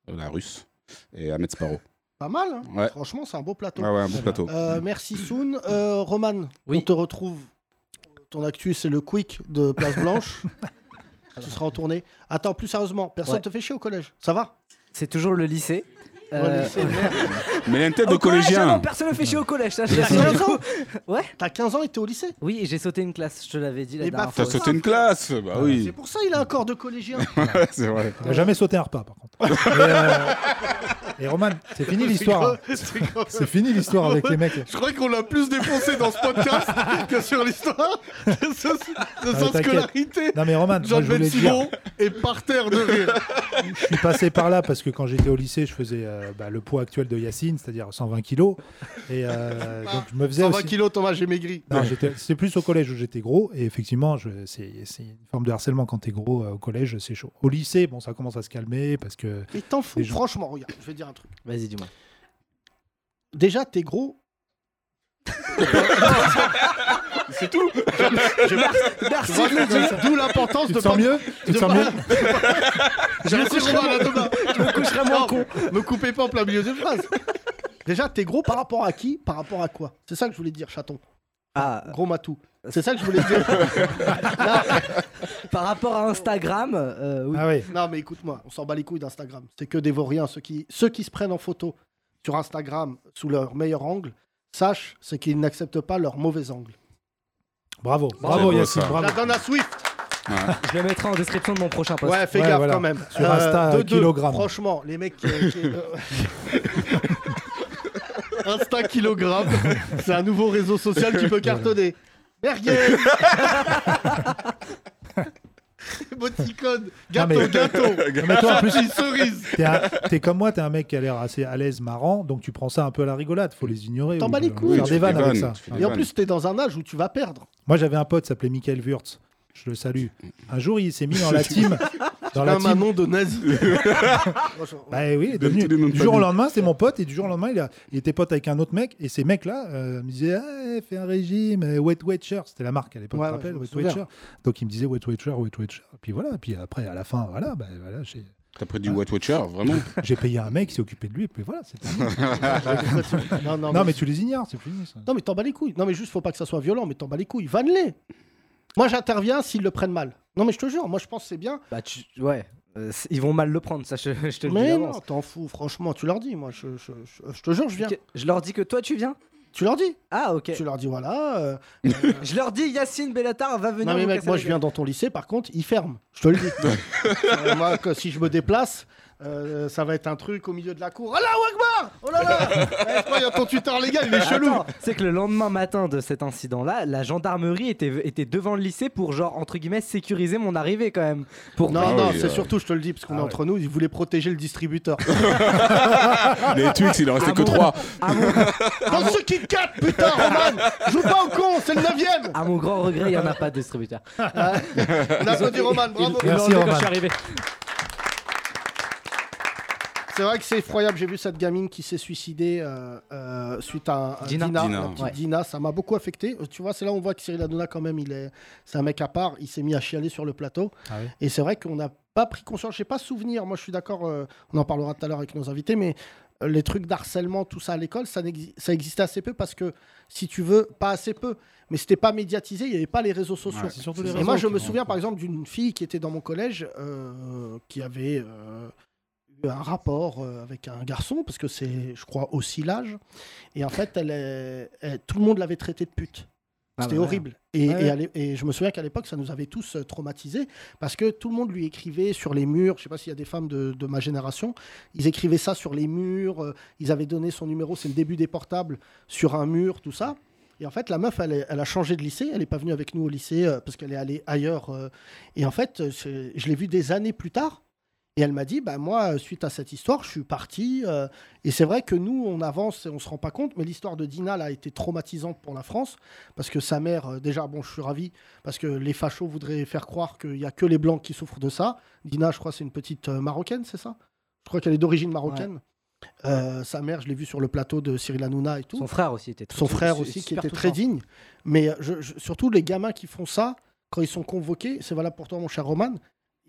Speaker 9: euh, la russe. Et Ahmed Sparrow.
Speaker 3: Pas mal, hein.
Speaker 16: Ouais.
Speaker 3: franchement, c'est un beau plateau.
Speaker 16: Ah ouais, un beau plateau.
Speaker 3: Euh, merci Soon. Euh, Roman, on te retrouve. Ton actu, c'est le quick de Place Blanche. tu seras en tournée. Attends, plus sérieusement, personne
Speaker 6: Ouais.
Speaker 3: te fait chier au collège Ça va
Speaker 6: C'est toujours le lycée.
Speaker 3: Ouais, lycée,
Speaker 4: Euh,
Speaker 6: euh,
Speaker 3: merde.
Speaker 16: Mais il a une tête de
Speaker 6: Au collège,
Speaker 16: collégien.
Speaker 3: hein.
Speaker 6: ah non, personne ne fait chier au collège. Ça, je
Speaker 3: T'as
Speaker 6: l'ai-
Speaker 3: 15 ans
Speaker 6: Ouais.
Speaker 3: T'as 15 ans et t'es au lycée
Speaker 6: Oui, et j'ai sauté une classe, je te l'avais dit la
Speaker 3: Et bah,
Speaker 6: dernière
Speaker 16: T'as
Speaker 6: fois.
Speaker 16: sauté une classe Bah oui.
Speaker 3: C'est pour ça il a un corps de collégien.
Speaker 16: Ouais, c'est vrai.
Speaker 4: Il a jamais sauté un repas, par contre. Et, euh, et Roman, c'est fini l'histoire. hein. C'est fini l'histoire avec les mecs.
Speaker 1: Je crois qu'on l'a plus défoncé dans ce podcast que sur l'histoire de, sa- de
Speaker 4: Ah,
Speaker 1: sa
Speaker 4: t'inquiète.
Speaker 1: scolarité.
Speaker 4: Non mais Roman, moi, je voulais
Speaker 1: Jean-Baptiste Simon
Speaker 4: dire,
Speaker 1: est par terre de rire.
Speaker 4: je suis passé par là parce que quand j'étais au lycée, je faisais euh, bah, le poids actuel de Yacine, c'est-à-dire 120 kilos. Et euh, donc je me faisais
Speaker 3: 120
Speaker 4: aussi-
Speaker 3: kilos, Thomas, j'ai maigri.
Speaker 4: Non, j'étais- c'est plus au collège où j'étais gros. Et effectivement, je- c'est c'est une forme de harcèlement quand t'es gros euh, au collège, c'est chaud. Au lycée, bon, ça commence à se calmer parce que.
Speaker 3: Mais t'en fous,
Speaker 4: les gens-
Speaker 3: franchement, regarde, je vais te dire un truc.
Speaker 6: Vas-y, dis-moi.
Speaker 3: Déjà, t'es gros.
Speaker 16: C'est tout.
Speaker 3: Tu vois, D'où l'importance
Speaker 4: Tu
Speaker 3: de
Speaker 4: te sens
Speaker 3: pas-
Speaker 4: mieux Tu te
Speaker 3: de
Speaker 4: sens
Speaker 3: pas-
Speaker 4: mieux
Speaker 3: Je me
Speaker 1: coucherai
Speaker 3: coucherai
Speaker 1: moins-
Speaker 3: moins demain.
Speaker 1: je me coucherai moins
Speaker 3: Non,
Speaker 1: con.
Speaker 3: Me coupez pas en plein milieu de phrase. Déjà, t'es gros par rapport à qui Par rapport à quoi C'est ça que je voulais dire, chaton.
Speaker 6: Ah.
Speaker 3: Gros matou. C'est ça que je voulais dire.
Speaker 6: Par rapport à Instagram, euh, oui.
Speaker 3: Non, mais écoute-moi, on s'en bat les couilles d'Instagram. C'est que des vauriens. Ceux qui, ceux qui se prennent en photo sur Instagram sous leur meilleur angle, sache, c'est qu'ils n'acceptent pas leur mauvais angle.
Speaker 4: Bravo,
Speaker 3: Bravo,
Speaker 4: bravo
Speaker 3: beau,
Speaker 4: Yacine,
Speaker 3: ça.
Speaker 4: bravo.
Speaker 3: La donne à Swift.
Speaker 16: hein.
Speaker 6: Je le mettrai en description de mon prochain post.
Speaker 3: Ouais, fais gaffe
Speaker 4: voilà.
Speaker 3: quand même.
Speaker 4: Sur Insta,
Speaker 3: de deux,
Speaker 4: kilogramme.
Speaker 3: Franchement, les mecs. qui- qui- euh, Insta kilogramme, c'est un nouveau réseau social qui peut cartonner. Merguez Émoticône, gâteau,
Speaker 4: Non, mais-
Speaker 3: gâteau
Speaker 4: Non, mais toi, en plus,
Speaker 3: Petite cerise
Speaker 4: T'es un- t'es comme moi, t'es un mec qui a l'air assez à l'aise, marrant, donc tu prends ça un peu à la rigolade. Faut les ignorer.
Speaker 3: T'en
Speaker 4: ou
Speaker 3: bats les
Speaker 4: faire
Speaker 3: couilles
Speaker 4: des vannes avec ça.
Speaker 3: Et en plus, t'es dans un âge où tu vas perdre.
Speaker 4: Moi, j'avais un pote, s'appelait Michael Wurtz. Je le salue. Un jour, il s'est mis dans la team. dans la
Speaker 3: Comme un
Speaker 4: team.
Speaker 3: nom de nazi.
Speaker 4: Bah oui, il est
Speaker 3: Donne
Speaker 4: devenu-
Speaker 3: tous les noms de
Speaker 4: du jour au
Speaker 3: famille.
Speaker 4: lendemain, c'était mon pote, et du jour au lendemain, il, a- il était pote avec un autre mec, et ces mecs-là euh, me disaient ah, fais un régime, euh, Wet Watcher, c'était la marque à l'époque,
Speaker 3: Ouais,
Speaker 4: tu te
Speaker 3: ouais,
Speaker 4: rappelles,
Speaker 3: je me
Speaker 4: Wet
Speaker 3: souviens.
Speaker 4: Watcher. Donc il me disait Wet Watcher, Wet Watcher, et puis voilà, puis après, à la fin, voilà, bah, voilà j'ai
Speaker 16: T'as pris du White Watcher, vraiment
Speaker 4: j'ai payé un mec qui s'est occupé de lui, et puis voilà, c'était.
Speaker 3: non, non,
Speaker 4: non, mais tu les ignores, c'est fini ça.
Speaker 3: Non, mais t'en bats les couilles. Non, mais juste, faut pas que ça soit violent, mais t'en bats les couilles. Vanne-les Moi, j'interviens s'ils le prennent mal. Non, mais je te jure, moi, je pense que c'est bien.
Speaker 6: Bah, tu... Ouais, euh, c- ils vont mal le prendre, ça je, je te le dis
Speaker 3: Mais
Speaker 6: d'avance.
Speaker 3: non, t'en fous, franchement, tu leur dis, moi, je, je- je- je te jure, je viens.
Speaker 6: Je leur dis que toi tu viens
Speaker 3: Tu leur dis
Speaker 6: Ah, ok.
Speaker 3: Tu leur dis, voilà. euh,
Speaker 6: Je leur dis Yacine Bellatar va venir.
Speaker 3: Non, mais
Speaker 6: nous
Speaker 3: mec,
Speaker 6: casser
Speaker 3: moi,
Speaker 6: la
Speaker 3: je viens
Speaker 6: gueule.
Speaker 3: dans ton lycée, par contre, ils ferment. Je te le dis. Euh, moi, que- si je me déplace, euh, ça va être un truc au milieu de la cour. Oh là, Wagbar Oh là là Eh, je crois, il y a ton tuteur, les gars, il est chelou
Speaker 6: Attends, C'est que le lendemain matin de cet incident-là, la gendarmerie était, était devant le lycée pour, genre, entre guillemets, sécuriser mon arrivée quand même. Pour Ah
Speaker 3: Non, non, c'est surtout, je te le dis, parce qu'on est entre nous, ils voulaient protéger le distributeur.
Speaker 4: Ah.
Speaker 16: Les Twix, il en
Speaker 3: Ah
Speaker 16: restait que 3.
Speaker 3: Dans ce Kit Kat, putain, Roman Joue pas au con, c'est le 9ème
Speaker 6: À mon grand regret, il n'y en a pas de distributeur.
Speaker 3: Hein On applaudit Roman, bravo
Speaker 6: Ils- ils l'ont enlevé quand je suis arrivé.
Speaker 3: C'est vrai que c'est effroyable, j'ai vu cette gamine qui s'est suicidée euh, euh, suite à un- un
Speaker 6: Dina.
Speaker 3: Dina,
Speaker 6: Dina,
Speaker 3: la petite
Speaker 6: ouais.
Speaker 3: Dina, ça m'a beaucoup affecté. Euh, Tu vois, c'est là où on voit que Cyril Hanouna quand même, il est, c'est un mec à part, il s'est mis à chialer sur le plateau.
Speaker 4: Ah ouais.
Speaker 3: Et c'est vrai qu'on n'a pas pris conscience, j'ai pas souvenir, moi je suis d'accord, euh, on en parlera tout à l'heure avec nos invités, mais euh, les trucs d'harcèlement, tout ça à l'école, ça, n'exi- ça existait assez peu parce que, si tu veux, pas assez peu, mais c'était pas médiatisé, il n'y avait pas les réseaux sociaux.
Speaker 4: Ouais, Ah, c'est surtout les
Speaker 3: Et
Speaker 4: réseaux
Speaker 3: moi je
Speaker 4: qui
Speaker 3: me
Speaker 4: vont-
Speaker 3: souviens par exemple d'une fille qui était dans mon collège euh, qui avait... euh, eu un rapport euh, avec un garçon, parce que c'est, je crois, aussi l'âge. Et en fait, elle est- elle- tout le monde l'avait traitée de pute.
Speaker 6: Ah
Speaker 3: C'était
Speaker 6: bah ouais.
Speaker 3: horrible. Et,
Speaker 6: Ouais.
Speaker 3: et à l'é- et je me souviens qu'à l'époque, ça nous avait tous euh, traumatisés, parce que tout le monde lui écrivait sur les murs, je sais pas s'il y a des femmes de, de ma génération, ils écrivaient ça sur les murs, euh, ils avaient donné son numéro, c'est le début des portables, sur un mur, tout ça. Et en fait, la meuf, elle, est- elle a changé de lycée. Elle n'est pas venue avec nous au lycée euh, parce qu'elle est allée ailleurs. euh. et en fait, euh, c'est- je l'ai vue des années plus tard. Et elle m'a dit, bah moi, euh, suite à cette histoire, je suis parti. euh, et c'est vrai que nous, on avance et on se rend pas compte, mais l'histoire de Dina là, a été traumatisante pour la France parce que sa mère, euh, déjà, bon, je suis ravi parce que les fachos voudraient faire croire qu'il y a que les blancs qui souffrent de ça. Dina, je crois, c'est une petite euh, marocaine, c'est ça Je crois qu'elle est d'origine marocaine. Euh, sa mère, je l'ai vue sur le plateau de Cyril Hanouna et tout.
Speaker 6: Son frère aussi était très-
Speaker 3: Son frère
Speaker 6: su-
Speaker 3: aussi qui
Speaker 6: super
Speaker 3: était très
Speaker 6: touchant.
Speaker 3: digne. Mais euh, je- je- surtout les gamins qui font ça quand ils sont convoqués, c'est valable pour toi mon cher Roman.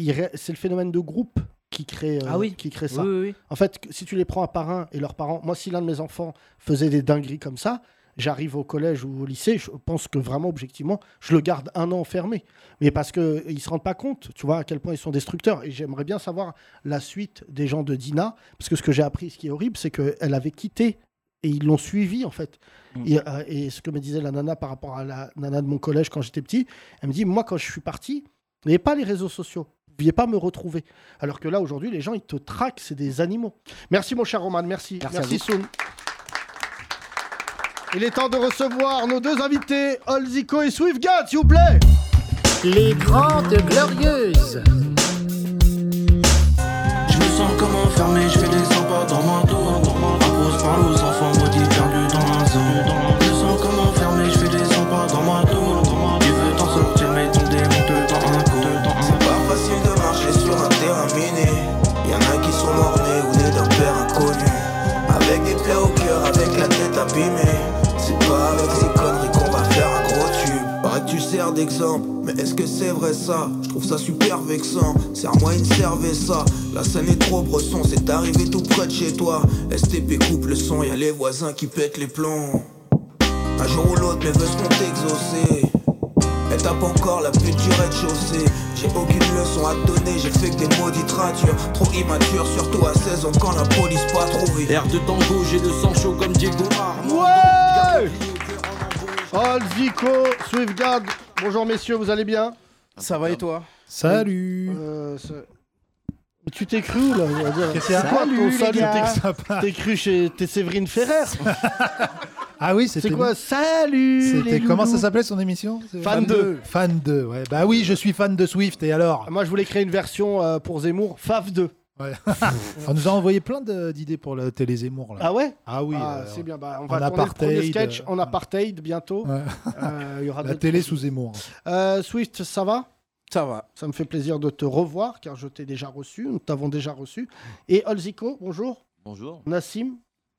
Speaker 3: ils ré- C'est le phénomène de groupe qui qui créent, euh,
Speaker 6: Ah oui.
Speaker 3: qui créent ça.
Speaker 6: Oui, oui, oui.
Speaker 3: En fait, que- si tu les prends un par un et leurs parents, moi, si l'un de mes enfants faisait des dingueries comme ça, j'arrive au collège ou au lycée, je pense que vraiment, objectivement, je le garde un an enfermé. Mais parce qu'ils ne se rendent pas compte, tu vois, à quel point ils sont destructeurs. Et j'aimerais bien savoir la suite des gens de Dina, parce que ce que j'ai appris, ce qui est horrible, c'est qu'elle avait quitté et ils l'ont suivi en fait.
Speaker 6: Mm.
Speaker 3: Et, euh, et ce que me disait la nana par rapport à la nana de mon collège quand j'étais petit, elle me dit moi quand je suis parti, il n'y avait pas les réseaux sociaux, vous ne pouviez pas me retrouver. Alors que là aujourd'hui, les gens ils te traquent, c'est des animaux. Merci mon cher Roman, merci,
Speaker 6: Merci
Speaker 3: merci,
Speaker 6: à vous.
Speaker 3: Soun. Il est temps de recevoir nos deux invités, Olzico et Swiftgat, s'il vous plaît. Les grandes glorieuses.
Speaker 17: Je me sens comme enfermé, je fais des sympas dans ma tour. À cause par aux enfants maudits perdus dans ma zone. Je me sens comme enfermé, je fais des sympas dans ma tour. Tu veux t'en sortir, mais ton démon te tend un coup. C'est pas facile de marcher sur un terrain miné. Y'en a qui sont morts-nés ou nés d'un père inconnu. Avec des plaies au cœur, avec la tête abîmée. C'est pas avec ces conneries qu'on va faire un gros tube. Paraît que tu sers d'exemple, mais est-ce que c'est vrai ça Je trouve ça super vexant, serre-moi une cerveza La scène est trop bresson, c'est arrivé tout près de chez toi STP coupe le son, y'a les voisins qui pètent les plombs Un jour ou l'autre, mes vœux seront exaucés elle tape encore la pute du rez-de-chaussée J'ai aucune leçon à te donner, j'ai fait que des maudites ratures Trop immature, surtout à 16 ans quand la police pas trouvé Air de tango, j'ai le sang chaud comme Diego
Speaker 3: Ouais Olzico, Swiftgard, bonjour messieurs, vous allez bien
Speaker 18: Ça va et toi
Speaker 4: Salut
Speaker 3: Euh, ça- Mais Tu t'es cru où, là on va dire
Speaker 4: Qu'est-ce qu'il y a
Speaker 3: C'est quoi
Speaker 4: Salut,
Speaker 3: ton
Speaker 4: les
Speaker 3: salut
Speaker 4: gars.
Speaker 3: T'es-
Speaker 4: Sympa.
Speaker 3: T'es cru chez t'es Séverine Ferrer
Speaker 4: Ah oui, c'était.
Speaker 3: C'est quoi Salut
Speaker 4: C'était
Speaker 3: les
Speaker 4: comment ça
Speaker 3: loulous.
Speaker 4: s'appelait son émission C'est-
Speaker 3: Fan 2.
Speaker 4: Fan 2, ouais. Bah oui, je suis fan de Swift, et alors
Speaker 3: Ah, Moi je voulais créer une version euh, pour Zemmour, FAF 2.
Speaker 4: On nous a envoyé plein de- d'idées pour la télé Zemmour, là.
Speaker 3: Ah ouais
Speaker 4: Ah oui. euh,
Speaker 3: c'est bien. Bah, on
Speaker 4: en
Speaker 3: va tourner le
Speaker 4: apartheid,
Speaker 3: premier sketch
Speaker 4: euh,
Speaker 3: en apartheid bientôt.
Speaker 4: Ouais.
Speaker 3: Euh, il y aura
Speaker 4: La
Speaker 3: d'autres
Speaker 4: télé
Speaker 3: produits.
Speaker 4: sous Zemmour.
Speaker 3: Euh, Swift, ça va
Speaker 18: Ça va.
Speaker 3: Ça me fait plaisir de te revoir car je t'ai déjà reçu, nous t'avons déjà reçu. Et Olzico, bonjour.
Speaker 19: Bonjour.
Speaker 3: Nassim,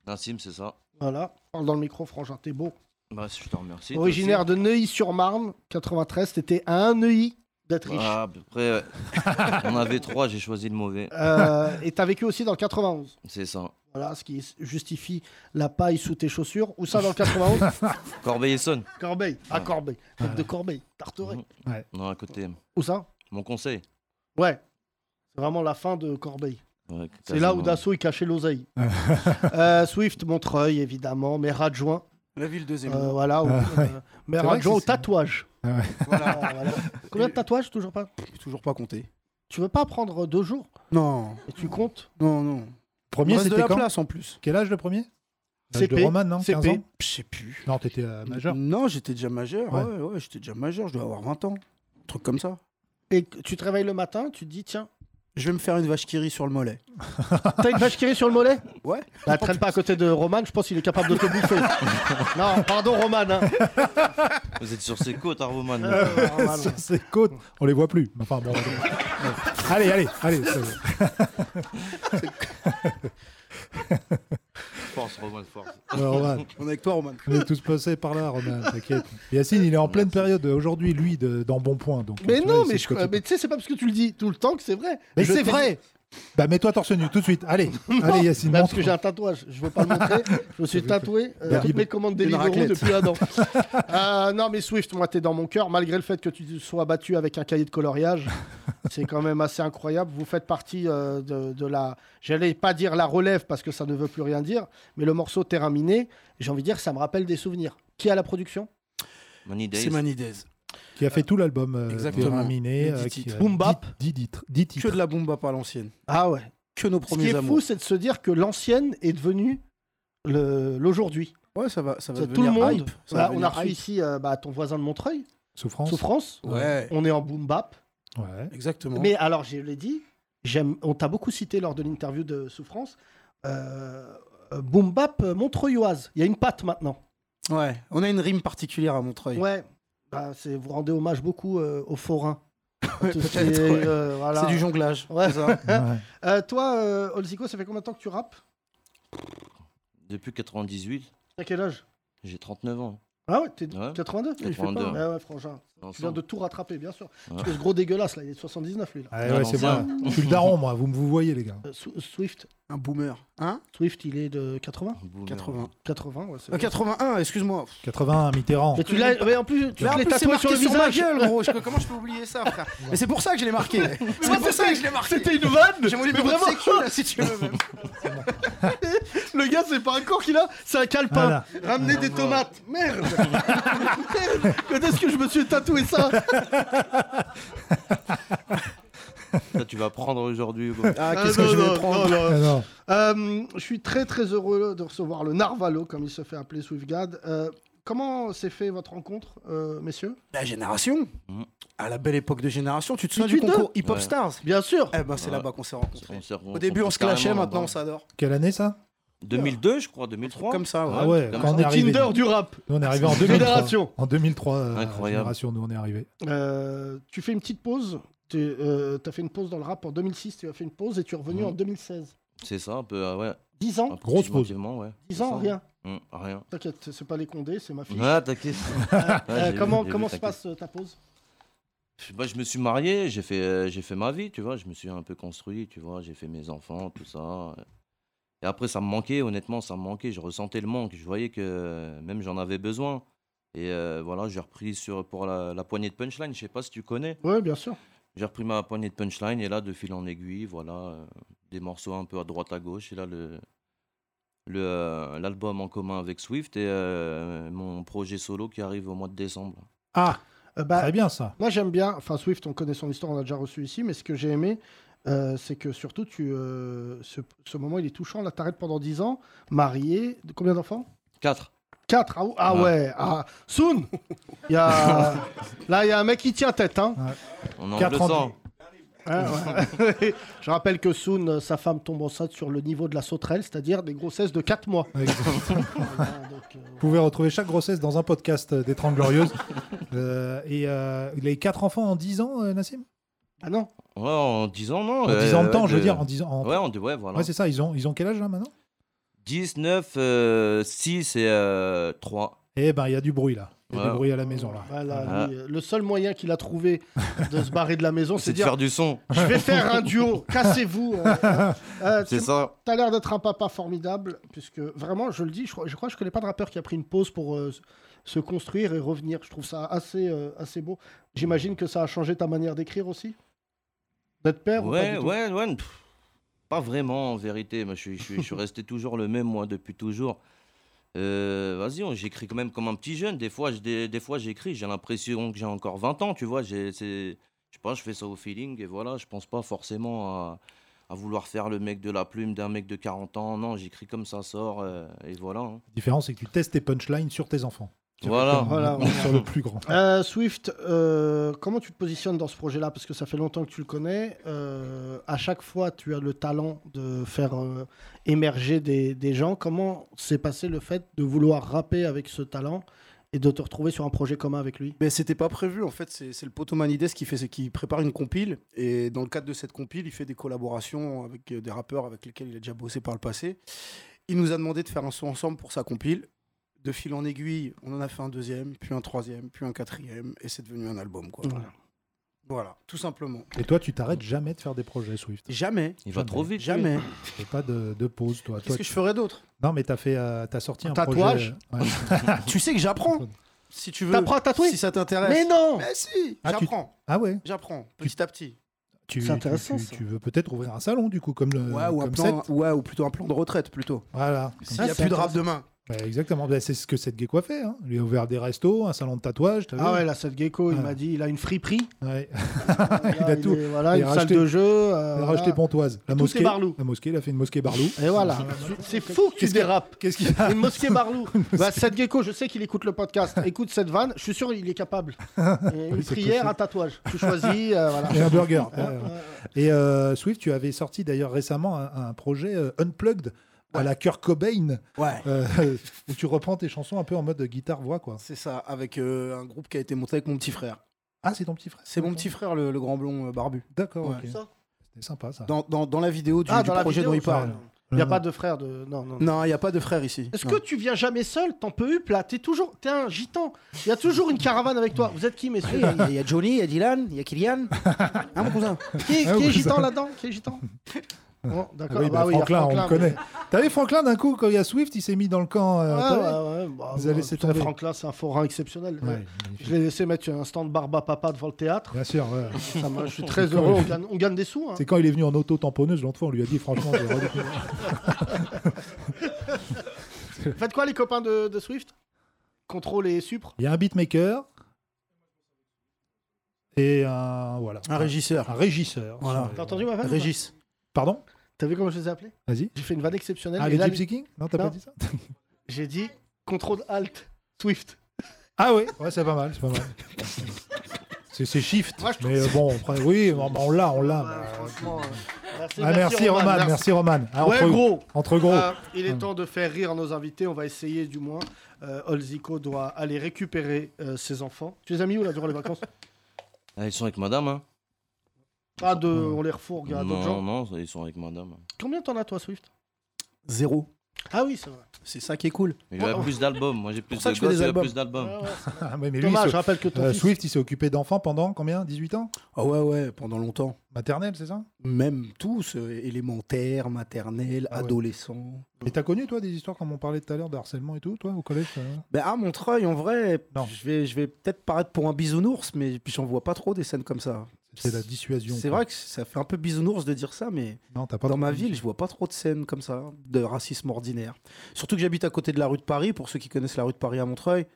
Speaker 19: Nassim, c'est ça.
Speaker 3: voilà. Parle dans le micro, Frangin, t'es beau.
Speaker 19: Bah, je te remercie. toi
Speaker 3: Originaire
Speaker 19: aussi.
Speaker 3: de Neuilly-sur-Marne, 93, t'étais à un Neuilly d'être riche.
Speaker 19: Ah, à peu près. ouais. On avait trois, j'ai choisi le mauvais.
Speaker 3: Euh, et t'as vécu aussi dans le 91.
Speaker 19: C'est ça.
Speaker 3: Voilà, ce qui justifie la paille sous tes chaussures. Ou ça dans le 91
Speaker 19: Corbeil-Essonne.
Speaker 3: Corbeil, à Corbeil. Tête de Corbeil, Tartoré.
Speaker 19: Non, à côté.
Speaker 3: Où ça
Speaker 19: Mon conseil.
Speaker 3: Ouais. C'est vraiment la fin de Corbeil.
Speaker 19: Ouais,
Speaker 3: C'est là où
Speaker 19: quasiment.
Speaker 3: Dassault il cachait l'oseille. Euh, Swift, Montreuil, évidemment, maire adjoint.
Speaker 18: La ville de Zemmour.
Speaker 3: Euh, voilà, où-
Speaker 18: Ah ouais.
Speaker 3: euh,
Speaker 18: C'est
Speaker 3: maire
Speaker 18: vrai
Speaker 3: adjoint
Speaker 18: que
Speaker 3: au
Speaker 18: c'est- Ah
Speaker 3: tatouage.
Speaker 18: Voilà.
Speaker 3: Voilà, voilà. Combien de tatouages Toujours pas
Speaker 18: Toujours pas compté.
Speaker 3: Tu veux pas prendre deux jours
Speaker 18: Non.
Speaker 3: Et tu comptes
Speaker 18: Non, non.
Speaker 4: Premier,
Speaker 18: Il reste de
Speaker 4: c'était
Speaker 18: la
Speaker 4: quand
Speaker 18: place en plus.
Speaker 4: Quel âge le premier L'âge de Roman, non 15 ans
Speaker 18: Je sais plus.
Speaker 4: Non, t'étais euh, majeur.
Speaker 18: Non, j'étais déjà majeur.
Speaker 4: Ouais.
Speaker 18: Ouais, ouais, j'étais déjà majeur. Je dois avoir 20 ans. Un truc comme ça.
Speaker 3: Et que tu te réveilles le matin, tu te dis tiens,
Speaker 18: Je vais me faire une vache qui rit sur le mollet.
Speaker 3: T'as une vache qui rit sur le mollet
Speaker 18: Ouais.
Speaker 3: Bah, traîne pas à côté de Roman, je pense qu'il est capable de te bouffer. non, pardon Roman. hein.
Speaker 19: Vous êtes sur ses côtes, hein, Arvoman.
Speaker 3: Ah,
Speaker 4: Euh, sur ses côtes, on les voit plus. Enfin bon. allez, allez, allez. ça va.
Speaker 19: Force, Roman, force.
Speaker 4: Ouais, Roman.
Speaker 18: On est avec toi, Roman.
Speaker 4: On est tous passés par là, Roman, t'inquiète. Yacine, il est en pleine période euh, aujourd'hui, lui, de- dans Bon Point. Donc,
Speaker 3: Mais
Speaker 4: tu
Speaker 3: non,
Speaker 4: vois,
Speaker 3: mais
Speaker 4: c'est
Speaker 3: je
Speaker 4: ce que
Speaker 3: crois-
Speaker 4: tu-
Speaker 3: mais tu sais, c'est pas parce que tu le dis tout le temps que c'est vrai.
Speaker 4: Mais
Speaker 3: Je
Speaker 4: c'est
Speaker 3: t'ai-
Speaker 4: vrai Bah, mets-toi torse nu, tout de suite. Allez,
Speaker 3: Non,
Speaker 4: allez Yacine,
Speaker 3: bah, parce que
Speaker 4: montre.
Speaker 3: j'ai un tatouage, je veux pas le montrer. Je me suis tatoué euh,
Speaker 4: Bah,
Speaker 3: toutes mes commandes
Speaker 4: une
Speaker 3: Deliveroo
Speaker 4: raclette.
Speaker 3: depuis un an. Euh, non, mais Swift, moi, t'es dans mon cœur. Malgré le fait que tu sois battu avec un cahier de coloriage, c'est quand même assez incroyable. Vous faites partie euh, de, de la. J'allais pas dire la relève parce que ça ne veut plus rien dire, mais le morceau Terrain miné, j'ai envie de dire, ça me rappelle des souvenirs. Qui a la production
Speaker 19: Money Days.
Speaker 18: C'est Manides.
Speaker 4: Qui a fait tout l'album. euh,
Speaker 18: Exactement.
Speaker 4: Terrain Miné,
Speaker 18: Les
Speaker 4: euh,
Speaker 18: dix
Speaker 4: qui,
Speaker 18: titres.
Speaker 4: euh,
Speaker 18: Boom bap.
Speaker 4: dix- dix titres- dix
Speaker 18: Que
Speaker 4: titres.
Speaker 18: de la bombe à l'ancienne.
Speaker 3: Ah ouais.
Speaker 18: Que nos
Speaker 3: Ce qui
Speaker 18: premiers
Speaker 3: est
Speaker 18: amours.
Speaker 3: fou, c'est de se dire que l'ancienne est devenue le- l'aujourd'hui.
Speaker 18: Ouais, ça va, ça va
Speaker 3: C'est
Speaker 18: devenir
Speaker 3: Tout le monde.
Speaker 18: hype. Ça
Speaker 3: Bah,
Speaker 18: va
Speaker 3: on a
Speaker 18: devenir
Speaker 3: reçu
Speaker 18: hype.
Speaker 3: ici euh, bah, ton voisin de Montreuil.
Speaker 4: Souffrance.
Speaker 3: Souffrance.
Speaker 18: Ouais.
Speaker 3: On est en boom bap.
Speaker 18: Exactement.
Speaker 3: Mais alors, je l'ai dit, j'aime- on t'a beaucoup cité lors de l'interview de Souffrance. Euh, euh, boom bap euh, montreuilloise. Il y a une patte maintenant.
Speaker 18: Ouais, on a une rime particulière à Montreuil.
Speaker 3: Ouais. Bah, c'est- vous rendez hommage beaucoup euh, aux forains. Tout ce qui
Speaker 18: Peut-être,
Speaker 3: est,
Speaker 18: ouais.
Speaker 3: euh, voilà.
Speaker 18: C'est du jonglage.
Speaker 3: Ouais.
Speaker 18: c'est ça.
Speaker 3: Euh, toi, euh, Olzico, ça fait combien de temps que tu rappes
Speaker 19: Depuis 98,
Speaker 3: T'as quel âge
Speaker 19: j'ai 39 ans.
Speaker 3: Ah ouais, t'es
Speaker 19: Ouais,
Speaker 3: 82 Il fait pas.
Speaker 19: 82,
Speaker 3: Ah
Speaker 19: ouais.
Speaker 3: ouais, frangin. Tu viens
Speaker 19: Ensemble.
Speaker 3: de tout rattraper, bien sûr. Parce
Speaker 19: Ouais.
Speaker 3: que ce gros dégueulasse, là, il est de 79, lui. Là.
Speaker 4: Ah, ouais, c'est moi. Je suis le daron, moi. Vous me vous voyez, les gars.
Speaker 3: Euh, Sw- Swift. Un boomer. Hein Swift, il est de 80 80. 80, ouais. c'est
Speaker 18: Euh, 81, excuse-moi.
Speaker 4: 81, Mitterrand.
Speaker 3: Mais tu l'as- mais en plus, tu
Speaker 18: Mais en
Speaker 3: te l'es
Speaker 18: plus, c'est
Speaker 3: tatoué sur
Speaker 18: marqué
Speaker 3: le
Speaker 18: sur ma
Speaker 3: visage.
Speaker 18: gueule, gros. Je- Comment je peux oublier ça, frère Mais c'est pour ça que je l'ai marqué.
Speaker 3: Mais
Speaker 18: C'est
Speaker 3: moi,
Speaker 18: pour ça
Speaker 3: c'était-
Speaker 18: que je l'ai marqué.
Speaker 3: c'était une vanne,
Speaker 18: J'ai mon
Speaker 3: mais
Speaker 18: numéro de
Speaker 3: vraiment.
Speaker 18: sécu, là, si tu veux. même.
Speaker 3: Le gars, c'est pas un corps qu'il a, c'est un calepin.
Speaker 18: Voilà.
Speaker 3: Ramener des tomates. Merde Merde Quand est-ce que je me suis tatoué ça
Speaker 19: Ça, tu vas prendre aujourd'hui. quoi.
Speaker 3: Ah, non, non, non, non. Euh, je suis très très heureux de recevoir le Narvalo, comme il se fait appeler Swiftgad. Euh, comment s'est fait votre rencontre, euh, messieurs
Speaker 18: La génération. À la belle époque de génération, tu te souviens
Speaker 3: Du
Speaker 18: du
Speaker 3: deux
Speaker 18: concours Hip Hop
Speaker 19: Ouais.
Speaker 18: Stars
Speaker 3: Bien sûr.
Speaker 18: Eh ben, c'est
Speaker 19: Ouais.
Speaker 18: là-bas qu'on s'est rencontrés.
Speaker 19: On s'est
Speaker 18: Au début, on se
Speaker 19: carrément
Speaker 18: clashait,
Speaker 19: là-bas.
Speaker 18: maintenant, on s'adore.
Speaker 4: Quelle année, ça
Speaker 19: 2002, je crois, 2003.
Speaker 18: Comme ça, ouais.
Speaker 4: Ah ouais, quand on est arrivé. nous. Nous, on est arrivé en 2003. En 2003, euh,
Speaker 19: Incroyable.
Speaker 4: génération, nous, on est arrivé.
Speaker 3: Euh, tu fais une petite pause. Tu as fait une pause dans le rap en 2006, tu as fait une pause et tu es revenu
Speaker 19: Mhm.
Speaker 3: en 2016.
Speaker 19: C'est ça, un peu, ah ouais.
Speaker 3: 10 ans.
Speaker 19: Grosse pause. Ouais.
Speaker 3: 10 ans,
Speaker 19: C'est
Speaker 3: rien.
Speaker 19: ça. Mm, rien.
Speaker 3: T'inquiète, c'est pas les condés, c'est ma fiche.
Speaker 19: Ah, t'inquiète.
Speaker 3: Euh,
Speaker 19: Ouais, j'ai vu,
Speaker 3: comment
Speaker 19: j'ai vu,
Speaker 3: comment se
Speaker 19: t'inquiète.
Speaker 3: passe euh, ta pause
Speaker 19: Je sais pas, je me suis marié, j'ai fait, euh, j'ai fait ma vie, tu vois. Je me suis un peu construit, tu vois. J'ai fait mes enfants, tout ça. Et après, ça me manquait, honnêtement, ça me manquait. Je ressentais le manque. Je voyais que euh, même j'en avais besoin. Et euh, voilà, j'ai repris sur, pour la, la poignée de punchline. Je sais pas si tu connais.
Speaker 3: Ouais, bien sûr.
Speaker 19: J'ai repris ma poignée de punchline et là, de fil en aiguille, voilà, euh, des morceaux un peu à droite à gauche. Et là, le le, euh, l'album en commun avec Swift et euh, mon projet solo qui arrive au mois de décembre.
Speaker 3: Ah,
Speaker 4: Très bien, ça.
Speaker 3: Moi, j'aime bien. Enfin, Swift, on connaît son histoire, on l'a déjà reçu ici. Mais ce que j'ai aimé, euh, c'est que surtout, tu, euh, ce, ce moment, il est touchant. Là, t'arrêtes pendant 10 ans, marié. de- Combien d'enfants
Speaker 19: 4.
Speaker 3: 4. Ah, ou- ah
Speaker 19: Ouais.
Speaker 3: ouais. Ah, Soon Il y a- Là, il y a un mec qui tient tête. Hein.
Speaker 19: On en
Speaker 3: Quatre
Speaker 19: le
Speaker 3: ans de
Speaker 19: sent.
Speaker 3: Hein, ouais. Je rappelle que Soon, euh, sa femme tombe enceinte sur le niveau de la sauterelle, c'est-à-dire des grossesses de 4 mois.
Speaker 4: Vous pouvez retrouver chaque grossesse dans un podcast euh, des 30 Glorieuses. Euh, et euh, les quatre enfants en 10 ans, euh, Nassim
Speaker 3: Ah non
Speaker 19: Ouais, en 10 ans, non
Speaker 4: En
Speaker 19: euh,
Speaker 4: 10 ans de
Speaker 19: ouais,
Speaker 4: temps, je veux dire, en 10 ans. en-
Speaker 19: Ouais, en- ouais, voilà.
Speaker 4: Ouais, c'est ça, ils ont, ils ont quel âge là maintenant
Speaker 19: 19, 6 euh, et euh, 3.
Speaker 4: Eh ben, il y a du bruit là. Il y a
Speaker 19: Ouais.
Speaker 4: du bruit à la maison là.
Speaker 3: Voilà,
Speaker 19: Ah.
Speaker 3: lui, euh, le seul moyen qu'il a trouvé de se barrer de la maison,
Speaker 19: C'est
Speaker 3: c'est
Speaker 19: de
Speaker 3: dire
Speaker 19: faire du son.
Speaker 3: Je vais faire un duo, cassez-vous. hein. Euh,
Speaker 19: C'est
Speaker 3: tu-
Speaker 19: ça.
Speaker 3: T'as l'air d'être un papa formidable, puisque vraiment, je le dis, je crois, je crois que je connais pas de rappeur qui a pris une pause pour euh, s- se construire et revenir. Je trouve ça assez, euh, assez beau. J'imagine que ça a changé ta manière d'écrire aussi D'être père ou pas
Speaker 19: Ouais,
Speaker 3: du tout
Speaker 19: ouais, ouais. pff, pas vraiment, en vérité. Moi, je, suis- je suis- je suis resté toujours le même, moi, depuis toujours. Euh, Vas-y, on- j'écris quand même comme un petit jeune. Des fois, je- des, des fois j'écris, j'ai l'impression que j'ai encore 20 ans, tu vois. J'ai- c'est- Je sais pas, je fais ça au feeling et voilà. Je pense pas forcément à, à vouloir faire le mec de la plume d'un mec de 40 ans. Non, j'écris comme ça sort euh, et voilà. hein.
Speaker 4: La différence, c'est que tu testes tes punchlines sur tes enfants. Sur-
Speaker 19: Voilà.
Speaker 4: comme-
Speaker 19: Voilà.
Speaker 4: Sur le plus grand.
Speaker 3: Euh, Swift, euh, comment tu te positionnes dans ce projet-là Parce que ça fait longtemps que tu le connais. Euh, à chaque fois, tu as le talent de faire euh, émerger des, des gens. Comment s'est passé le fait de vouloir rapper avec ce talent et de te retrouver sur un projet commun avec
Speaker 4: Ben,
Speaker 3: lui
Speaker 18: Mais c'était pas prévu en fait, c'est c'est le poteau Manides qui fait c'est qui prépare une compile et dans le cadre de cette compile, il fait des collaborations avec euh, des rappeurs avec lesquels il a déjà bossé par le passé. Il nous a demandé de faire un son ensemble pour sa compile. De fil en aiguille, on en a fait un deuxième, puis un troisième, puis un quatrième et c'est devenu un album quoi.
Speaker 4: Voilà.
Speaker 18: Voilà, tout simplement.
Speaker 4: Et toi, tu t'arrêtes jamais de faire des projets Swift
Speaker 18: Jamais.
Speaker 19: Il va trop vite,
Speaker 18: Jamais.
Speaker 19: lui.
Speaker 4: Fais pas de, de pause, toi.
Speaker 18: Qu'est-ce que je ferais d'autre
Speaker 4: Non, mais t'as fait, euh, t'as sorti un,
Speaker 18: Un tatouage
Speaker 4: projet, euh, ouais.
Speaker 18: Tu sais que j'apprends. Si tu veux.
Speaker 4: T'apprends à tatouer
Speaker 18: Si ça t'intéresse.
Speaker 4: Mais non
Speaker 18: Mais si,
Speaker 4: Ah, tu-
Speaker 18: j'apprends.
Speaker 4: Ah ouais
Speaker 18: J'apprends petit à petit.
Speaker 4: tu,
Speaker 18: C'est
Speaker 4: tu-
Speaker 18: intéressant,
Speaker 4: tu-
Speaker 18: ça.
Speaker 4: tu veux peut-être ouvrir un salon, du coup, comme le.
Speaker 18: Ouais, ou, un
Speaker 4: Euh, comme
Speaker 18: plan-
Speaker 4: Seth.
Speaker 18: ouais, ou plutôt un plan de retraite plutôt.
Speaker 4: Voilà.
Speaker 18: S'il
Speaker 4: Comme
Speaker 18: y a
Speaker 4: ça,
Speaker 18: plus de
Speaker 4: c'est
Speaker 18: rap
Speaker 4: intéressant.
Speaker 18: demain.
Speaker 4: Ouais, exactement. Bah, c'est ce que cette gecko a fait. hein. Il a ouvert des restos, un salon de tatouage. t'as
Speaker 3: Ah
Speaker 4: vu
Speaker 3: ouais, là, cette gecko, il m'a dit il a une friperie.
Speaker 4: Ouais.
Speaker 3: il
Speaker 4: a tout.
Speaker 3: est- voilà, une
Speaker 4: Il a racheté-
Speaker 3: salle de jeu. euh,
Speaker 4: Il a
Speaker 3: voilà.
Speaker 4: racheté Pontoise. La
Speaker 3: Tout est
Speaker 4: mosquée.
Speaker 3: Barlou.
Speaker 4: La mosquée, il a fait une mosquée Barlou.
Speaker 3: Et voilà, c'est fou que tu dérapes.
Speaker 4: Qu'est-ce qu'il y a
Speaker 3: Une mosquée Barlou. bah, cette gecko, je sais qu'il écoute le podcast. Écoute cette vanne, je suis sûr qu'il est capable. Et une
Speaker 4: Oui, c'est
Speaker 3: prière,
Speaker 4: possible.
Speaker 3: un tatouage. Tu choisis. euh, voilà.
Speaker 4: Et un burger. Euh, Et euh, Swift, tu avais sorti d'ailleurs récemment un, un projet euh, unplugged à la Kurt Cobain, euh, où tu reprends tes chansons un peu en mode guitare-voix, quoi.
Speaker 18: C'est ça, avec euh, un groupe qui a été monté avec mon petit frère.
Speaker 4: Ah, c'est ton petit frère
Speaker 18: C'est mon petit frère, le, le grand blond euh, barbu.
Speaker 4: D'accord,
Speaker 18: Ouais.
Speaker 4: ok. C'était sympa ça.
Speaker 18: Dans, dans- dans la vidéo du,
Speaker 4: Ah,
Speaker 18: du
Speaker 4: dans la
Speaker 18: projet
Speaker 4: vidéo,
Speaker 18: dont il
Speaker 4: ça,
Speaker 18: parle.
Speaker 4: alors.
Speaker 3: Il n'y a pas de frère de. Non, non.
Speaker 18: Non, il n'y a pas de frère ici.
Speaker 3: Est-ce
Speaker 18: Non.
Speaker 3: que tu viens jamais seul T'en peux up là T'es toujours. T'es un gitan. Il y a toujours une caravane avec toi. Vous êtes qui, messieurs
Speaker 4: Il y a- il y, a Johnny, il y a Dylan, il y a Kylian. Hein, mon cousin
Speaker 3: Qui est,
Speaker 4: Ah,
Speaker 3: qui est
Speaker 4: oui,
Speaker 3: gitan
Speaker 4: ça.
Speaker 3: là-dedans Qui est gitan Bon,
Speaker 1: Ah
Speaker 3: d'accord.
Speaker 1: oui,
Speaker 3: Ah
Speaker 1: bah,
Speaker 3: bah oui, il y a
Speaker 1: Franklin, on le
Speaker 3: oui.
Speaker 1: connaît. T'as vu Franklin d'un coup quand il y a Swift, il s'est mis dans le camp. euh,
Speaker 4: Ah,
Speaker 3: Ouais,
Speaker 1: t'as vu
Speaker 3: ouais, ouais, bah,
Speaker 1: Vous
Speaker 3: bah,
Speaker 1: avez laissé
Speaker 3: putain,
Speaker 1: tomber.
Speaker 3: Franklin, c'est un forain exceptionnel.
Speaker 1: Ouais,
Speaker 3: Euh, je l'ai laissé mettre un stand barba papa devant le théâtre.
Speaker 1: Bien sûr, ouais.
Speaker 3: Ça m'a- je suis très heureux. On gagne, on gagne des sous. hein.
Speaker 1: C'est quand il est venu en auto tamponneuse l'autre fois, on lui a dit franchement. j'ai redécouvert.
Speaker 3: Faites quoi, les copains de, de Swift Contrôle et Supre
Speaker 1: Il y a un beatmaker et un voilà.
Speaker 18: Un régisseur.
Speaker 1: Un régisseur.
Speaker 18: Voilà.
Speaker 3: T'as entendu ma vanne
Speaker 18: Régis.
Speaker 1: Pardon
Speaker 3: T'as vu comment je les ai appelés
Speaker 1: Vas-y.
Speaker 3: J'ai fait une vanne exceptionnelle.
Speaker 1: Ah,
Speaker 3: et
Speaker 1: les
Speaker 3: là,
Speaker 1: Gypsy Kings Non, t'as pas dit ça
Speaker 3: J'ai dit contrôle alt Swift.
Speaker 1: Ah oui, ouais, c'est pas mal, c'est pas mal. C'est c'est shift. mais euh, bon, après, oui, bon, bah, on l'a, on l'a. mais-
Speaker 3: Ah, euh, Merci,
Speaker 1: Ah, merci, Roman, merci, Roman. Ah,
Speaker 3: ouais,
Speaker 1: entre-
Speaker 3: gros.
Speaker 1: entre gros.
Speaker 3: Ah, il est
Speaker 1: Hum.
Speaker 3: temps de faire rire nos invités. On va essayer du moins. Euh, Olzico doit aller récupérer euh, ses enfants. Tu les as mis où là durant les vacances
Speaker 19: Ah, ils sont avec madame, hein
Speaker 3: Pas de. On les refourgue à d'autres
Speaker 19: Non,
Speaker 3: gens.
Speaker 19: non, ils sont avec madame.
Speaker 3: Combien t'en as toi, Swift
Speaker 18: Zéro.
Speaker 3: Ah oui, c'est vrai.
Speaker 18: C'est ça qui est cool.
Speaker 19: Il
Speaker 4: Oh.
Speaker 19: a plus d'albums. Moi, j'ai plus
Speaker 18: pour ça
Speaker 19: de
Speaker 18: que je fais
Speaker 19: gosses,
Speaker 18: des
Speaker 19: il a
Speaker 18: albums.
Speaker 19: plus d'albums.
Speaker 1: Ah, ouais, mais lui,
Speaker 18: Dommage,
Speaker 1: il se-
Speaker 18: je rappelle que ton
Speaker 1: euh,
Speaker 18: fils-
Speaker 1: Swift, il s'est occupé d'enfants pendant combien 18 ans
Speaker 18: Ah ouais, ouais, pendant longtemps.
Speaker 1: Maternelle, c'est ça
Speaker 18: Même tous, euh, élémentaire, maternelle, adolescent.
Speaker 1: Ah Et t'as connu, toi, des histoires comme on parlait tout à l'heure de harcèlement et tout, toi, au collège ça va
Speaker 18: Ben à Montreuil, en vrai, je vais, je vais peut-être paraître pour un bisounours, mais j'en vois pas trop des scènes comme ça.
Speaker 1: C'est la dissuasion,
Speaker 18: C'est
Speaker 1: quoi.
Speaker 18: vrai que ça fait un peu bisounours de dire ça, mais
Speaker 1: Non, t'as pas
Speaker 18: dans
Speaker 1: trop
Speaker 18: ma
Speaker 1: de
Speaker 18: ville, je vois pas trop de scènes comme ça, de racisme ordinaire. Surtout que j'habite à côté de la rue de Paris. Pour ceux qui connaissent la rue de Paris à Montreuil,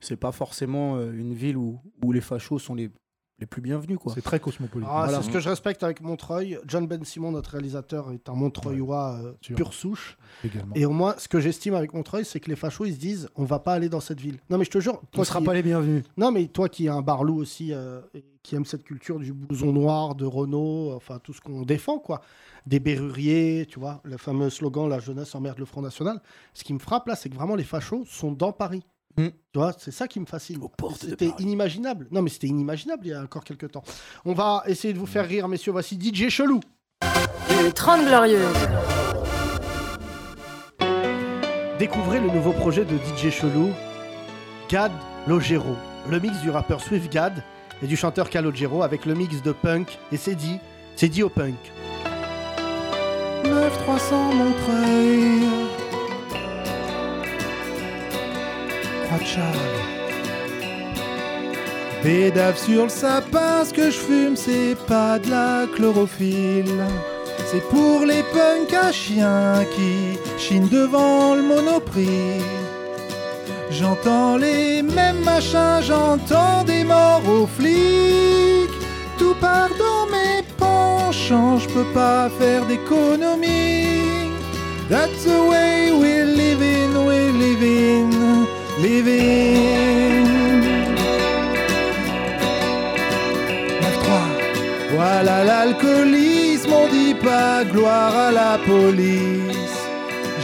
Speaker 18: c'est pas forcément euh, une ville où, où les fachos sont les, les plus bienvenus. quoi.
Speaker 1: C'est très cosmopolite.
Speaker 3: Ah, C'est ce que je respecte avec Montreuil. John Ben Simon, notre réalisateur, est un Montreuillois euh, pure souche.
Speaker 1: Également.
Speaker 3: Et au moins, ce que j'estime avec Montreuil, c'est que les fachos, ils se disent on va pas aller dans cette ville. Non, mais je te jure.
Speaker 18: On sera pas les bienvenus.
Speaker 3: Non, mais toi qui es un barlou aussi, euh, et qui aime cette culture du blouson noir, de Renault, enfin tout ce qu'on défend, quoi. Des berruriers, tu vois, le fameux slogan La jeunesse emmerde le Front National. Ce qui me frappe là, c'est que vraiment les fachos sont dans Paris. Tu vois, c'est ça qui me fascine. C'était inimaginable. Non, mais c'était inimaginable il y a encore quelques temps. On va essayer de vous faire rire, messieurs. Voici DJ Chelou.
Speaker 20: Les 30 Glorieuses.
Speaker 3: Découvrez le nouveau projet de DJ Chelou, Gad Logero. Le mix du rappeur Swift Gad et du chanteur Calogero avec le mix de punk et c'est dit, c'est dit au punk.
Speaker 21: 9300 Montreuil.
Speaker 1: Croix de Charles. Des daves sur le sapin, ce que je fume, c'est pas de la chlorophylle. C'est pour les punks à chiens qui chinent devant le monoprix. J'entends les mêmes machins, j'entends des morts aux flics. Tout part dans mes penchants, je peux pas faire d'économie. That's the way we're living, we're living, living. 9-3. Voilà l'alcoolisme, on dit pas gloire à la police.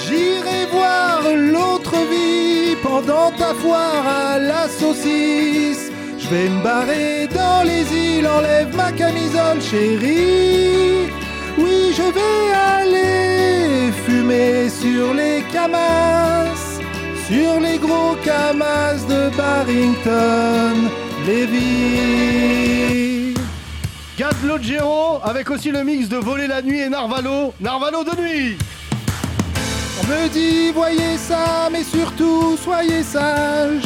Speaker 1: J'irai voir l'autre vie pendant ta foire à la saucisse. Je vais me barrer dans les îles, enlève ma camisole, chérie. Oui, je vais aller fumer sur les camas, sur les gros camas de Barrington, Lévis.
Speaker 3: Gad Logero avec aussi le mix de Voler la nuit et Narvalo, Narvalo de nuit.
Speaker 1: On me dit voyez ça, mais surtout soyez sage.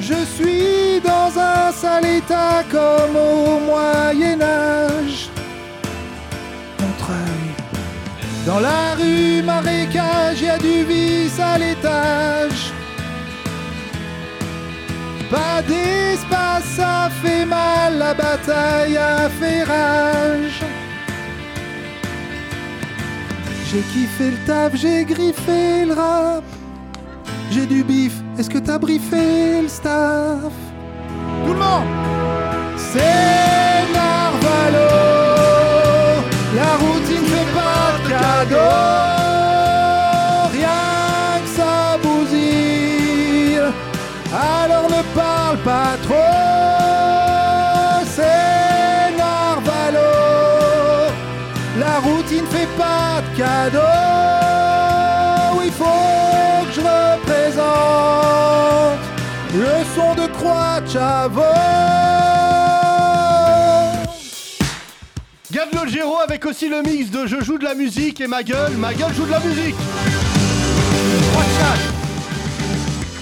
Speaker 1: Je suis dans un sale état comme au Moyen Âge. Montreuil. Dans la rue marécage, y a du vice à l'étage. Pas d'espace, ça fait mal, la bataille a fait rage. J'ai kiffé le taf, j'ai griffé le rap. J'ai du bif, est-ce que t'as briefé le staff Tout le monde C'est Narvalo La routine fait pas de cadeau Rien que ça bousille Alors ne parle pas trop C'est Narvalo la routine son de croix Chavo.
Speaker 3: Gab Logero avec aussi le mix de Je joue de la musique et ma gueule, ma gueule joue de la musique.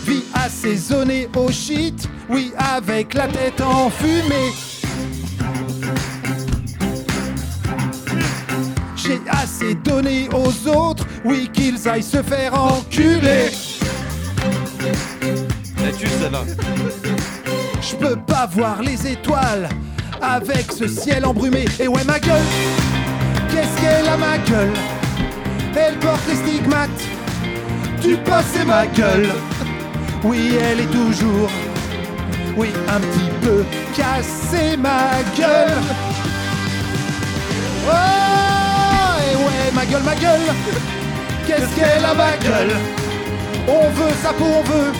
Speaker 1: Vie assaisonnée au shit, oui, avec la tête en fumée. J'ai assez donné aux autres, oui, qu'ils aillent se faire enculer.
Speaker 22: La tue, celle-là.
Speaker 1: Je peux pas voir les étoiles avec ce ciel embrumé. Et ouais, ma gueule, qu'est-ce qu'elle a, ma gueule Elle porte les stigmates du passé, ma gueule. Oui, elle est toujours, oui, un petit peu cassée, ma gueule. Oh, et ouais, ma gueule, ma gueule, qu'est-ce qu'elle a, ma gueule On veut sa peau, on veut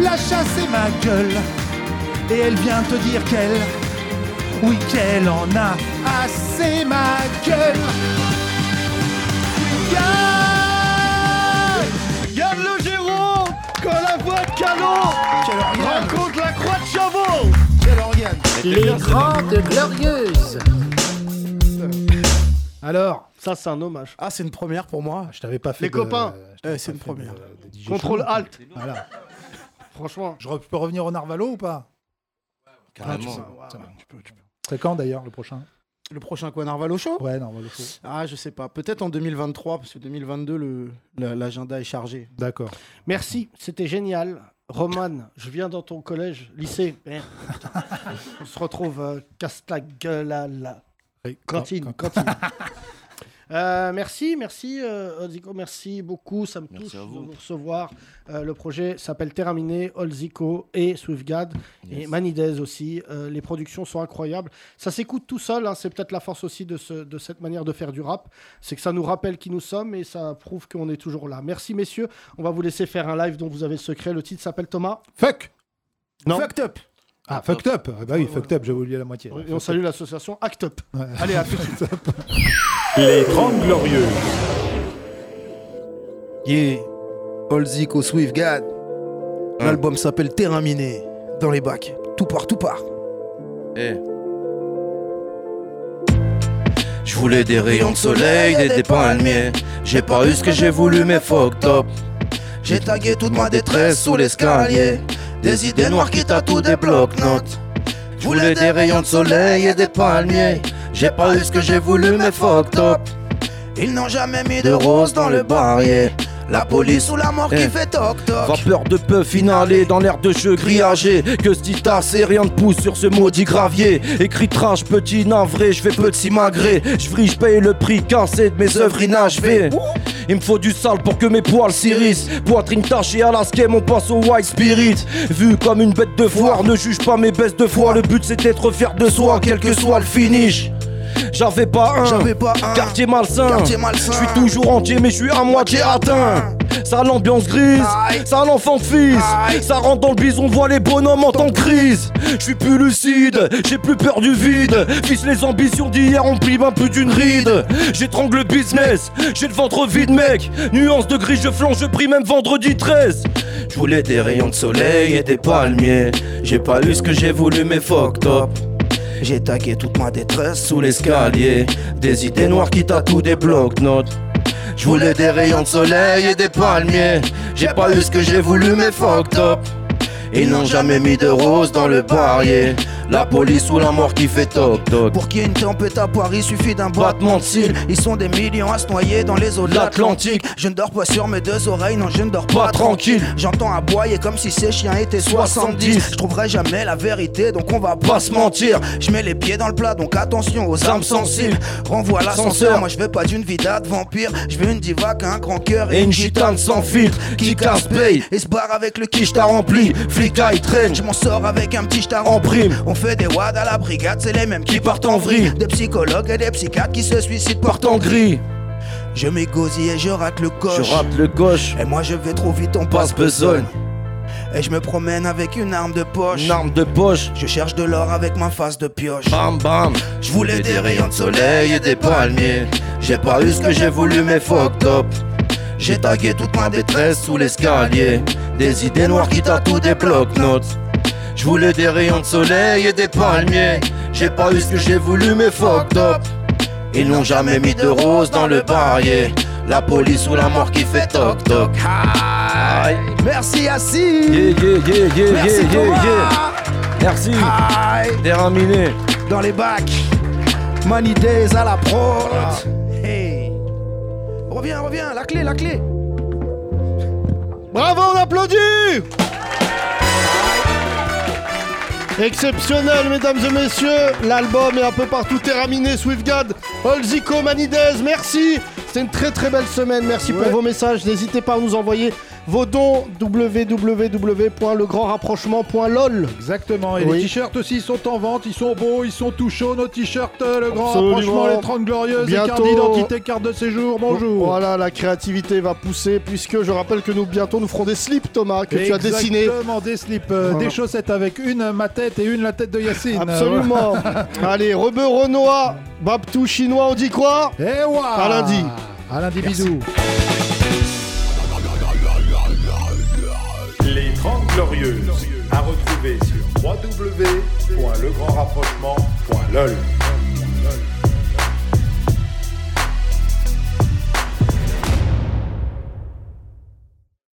Speaker 1: la chasser, ma gueule. Et elle vient te dire qu'elle oui, qu'elle en a assez, ma gueule.
Speaker 3: Garde le Géraud quand la voix de canon raconte la croix de Chabot.
Speaker 23: Quel organe Les grandes glorieuses.
Speaker 18: Alors
Speaker 3: Ça, c'est un hommage.
Speaker 18: Ah, c'est une première pour moi. Eh, Je t'avais pas fait.
Speaker 3: Les
Speaker 18: de-
Speaker 3: copains.
Speaker 18: je t'avais pas
Speaker 3: c'est une
Speaker 18: fait de-
Speaker 3: première.
Speaker 18: de DJ
Speaker 3: Contrôle
Speaker 18: show.
Speaker 3: Alt.
Speaker 18: Voilà.
Speaker 3: Franchement.
Speaker 18: Je re- peux revenir au Narvalo ou pas
Speaker 3: carrément.
Speaker 18: Ah, tu sais,
Speaker 3: Waouh.
Speaker 18: ça va. C'est quand d'ailleurs le prochain
Speaker 3: Le prochain quoi, Narvalo Show
Speaker 18: Ouais, Narvalo Show.
Speaker 3: Ah, je sais pas. Peut-être en 2023, parce que 2022, le- la- l'agenda est chargé.
Speaker 18: D'accord.
Speaker 3: Merci, c'était génial. Roman, je viens dans ton collège, lycée. Merde, putain. On se retrouve, euh, casse ta gueule à la cantine. cantine. Euh, merci, merci, euh, Olzico, merci beaucoup. Ça me touche de vous recevoir. Euh, le projet s'appelle Terminé, Olzico et Swiftgad et Manidez aussi. Euh, les productions sont incroyables. Ça s'écoute tout seul. hein, C'est peut-être la force aussi de, ce- de cette manière de faire du rap. C'est que ça nous rappelle qui nous sommes et ça prouve qu'on est toujours là. Merci, messieurs. On va vous laisser faire un live dont vous avez le secret. Le titre s'appelle Thomas.
Speaker 18: Fuck
Speaker 3: Non.
Speaker 18: Fucked up Ah, fucked up Ah Bah oui, fucked up, j'avais oublié la moitié. Ah,
Speaker 3: Et on salue l'association Act Up. Allez, à tout de suite.
Speaker 18: Les Grandes Glorieuses.
Speaker 17: Yeah, Olzico Swift God. L'album s'appelle Terrain miné. Dans les bacs. Tout part, tout part.
Speaker 22: Eh. Je voulais des rayons de soleil, des dépalmiers. J'ai pas eu ce que j'ai voulu, mais fuck top. J'ai tagué toute ma détresse sous l'escalier. Des idées noires qui tatouent des blocs-notes. Je voulais des rayons de soleil et des palmiers. J'ai pas eu ce que j'ai voulu, mais fuck top. Ils n'ont jamais mis de rose dans le barrier. La police ou la mort
Speaker 17: Eh.
Speaker 22: qui fait toc toc. Vapeur de peu finalée dans l'air de jeu grillagé. Que se dit assez, rien de pousse sur ce maudit gravier. Écrit trash, petit navré, je vais petit magré. Je vrille, je paye le prix cassé de mes œuvres inachevées. Il me faut du sale pour que mes poils s'irrissent. Poitrine tachée à la skem, on passe au white spirit. Vu comme une bête de foire, ne juge pas mes baisses de foi. Le but c'est d'être fier de soi, quel que soit le finish. J'avais pas un,
Speaker 17: J'avais pas un.
Speaker 22: quartier malsain.
Speaker 17: Quartier malsain.
Speaker 22: Je suis toujours entier, mais je suis à moitié atteint. Ça a l'ambiance grise, ça a l'enfant de fils. Ça rentre dans le bise, on voit les bonhommes en temps de crise. Je suis plus lucide, j'ai plus peur du vide. Fils, les ambitions d'hier ont pris un peu d'une ride. J'étrangle le business, j'ai le ventre vide, mec. Nuance de gris, je flanche, je prie même vendredi 13. Je voulais des rayons de soleil et des palmiers. J'ai pas eu ce que j'ai voulu, mais fuck top. J'ai tagué toute ma détresse sous l'escalier. Des idées noires qui tatouent des blocs-notes. Je voulais des rayons de soleil et des palmiers. J'ai pas eu ce que j'ai voulu, mais fuck top. Ils n'ont jamais mis de rose dans le barrier. La police ou la mort qui fait toc toc.
Speaker 17: Pour qu'il y ait une tempête à Paris, suffit d'un battement de cils. Ils sont des millions à se noyer dans les eaux de l'Atlantique. Je ne dors pas sur mes deux oreilles, non, je ne dors pas,
Speaker 22: Pas tranquille.
Speaker 17: J'entends aboyer comme si ces chiens étaient 70. Je trouverai jamais la vérité, donc on va pas se mentir. Je mets les pieds dans le plat, donc attention aux âmes sensibles. Renvoie l'ascenseur,
Speaker 22: Ascenseur.
Speaker 17: moi je veux pas d'une vida de vampire. Je veux une diva qui a un grand cœur
Speaker 22: Et une gitane sans filtre qui casse paye
Speaker 17: et se barre avec le quiche t'a rempli. Flic à, il traîne, je m'en sors avec un petit star en prime. On fait des wads à la brigade, c'est les mêmes qui partent en vrille. Des psychologues et des psychiatres qui se suicident portent en gris. Je m'égosille et je rate le coche.
Speaker 22: Je rate le gauche.
Speaker 17: Et moi je vais trop vite, on passe
Speaker 22: Passe besogne.
Speaker 17: besogne. Et je me promène avec une arme de poche.
Speaker 22: Une arme de poche.
Speaker 17: Je cherche de l'or avec ma face de pioche.
Speaker 22: Bam bam. Je voulais des rayons de soleil et des palmiers. J'ai pas eu ce que j'ai voulu, mais fuck top. J'ai tagué toute ma détresse sous l'escalier.
Speaker 24: Des idées noires qui tatouent des blocs-notes. Je voulais des rayons de soleil et des palmiers. J'ai pas eu ce que j'ai voulu, mais fuck top. Ils n'ont jamais mis de rose dans le barrier. La police ou la mort qui fait toc toc. Aïe.
Speaker 17: Merci Assis
Speaker 24: Yeah, yeah, yeah, yeah,
Speaker 17: Merci
Speaker 24: yeah, yeah,
Speaker 17: Thomas.
Speaker 24: yeah.
Speaker 17: Merci Déraminé Dans les bacs Money Days à la prod
Speaker 24: Ah.
Speaker 17: Hey Reviens, reviens, la clé, la clé
Speaker 3: Bravo, on applaudit Exceptionnel, mesdames et messieurs, l'album est un peu partout terminé. Swiftgad, Olzico, Manides, merci. C'était une très très belle semaine. Merci pour vos messages. N'hésitez pas à nous envoyer vos dons www.legrandrapprochement.lol.
Speaker 4: Exactement. Et
Speaker 3: Oui.
Speaker 4: les t-shirts aussi ils sont en vente, ils sont beaux, ils sont tout chauds, nos t-shirts, euh, le grand
Speaker 3: Absolument.
Speaker 4: rapprochement, les 30 glorieuses, les cartes
Speaker 3: Bientôt.
Speaker 4: d'identité, carte de séjour, bonjour.
Speaker 3: Voilà, la créativité va pousser puisque je rappelle que nous bientôt nous ferons des slips, Thomas, que tu as dessiné.
Speaker 4: Exactement, des slips, euh,
Speaker 3: Voilà.
Speaker 4: des chaussettes avec une euh, ma tête et une la tête de Yacine.
Speaker 3: Ah,
Speaker 4: Euh,
Speaker 3: Absolument. Allez, Rebeu Renoir, Babtou chinois, on dit quoi
Speaker 4: Eh ouais
Speaker 3: À lundi.
Speaker 4: À lundi,
Speaker 3: Merci.
Speaker 4: bisous.
Speaker 25: Les 30 Glorieuses, à retrouver sur www.legrandrapprochement.lol.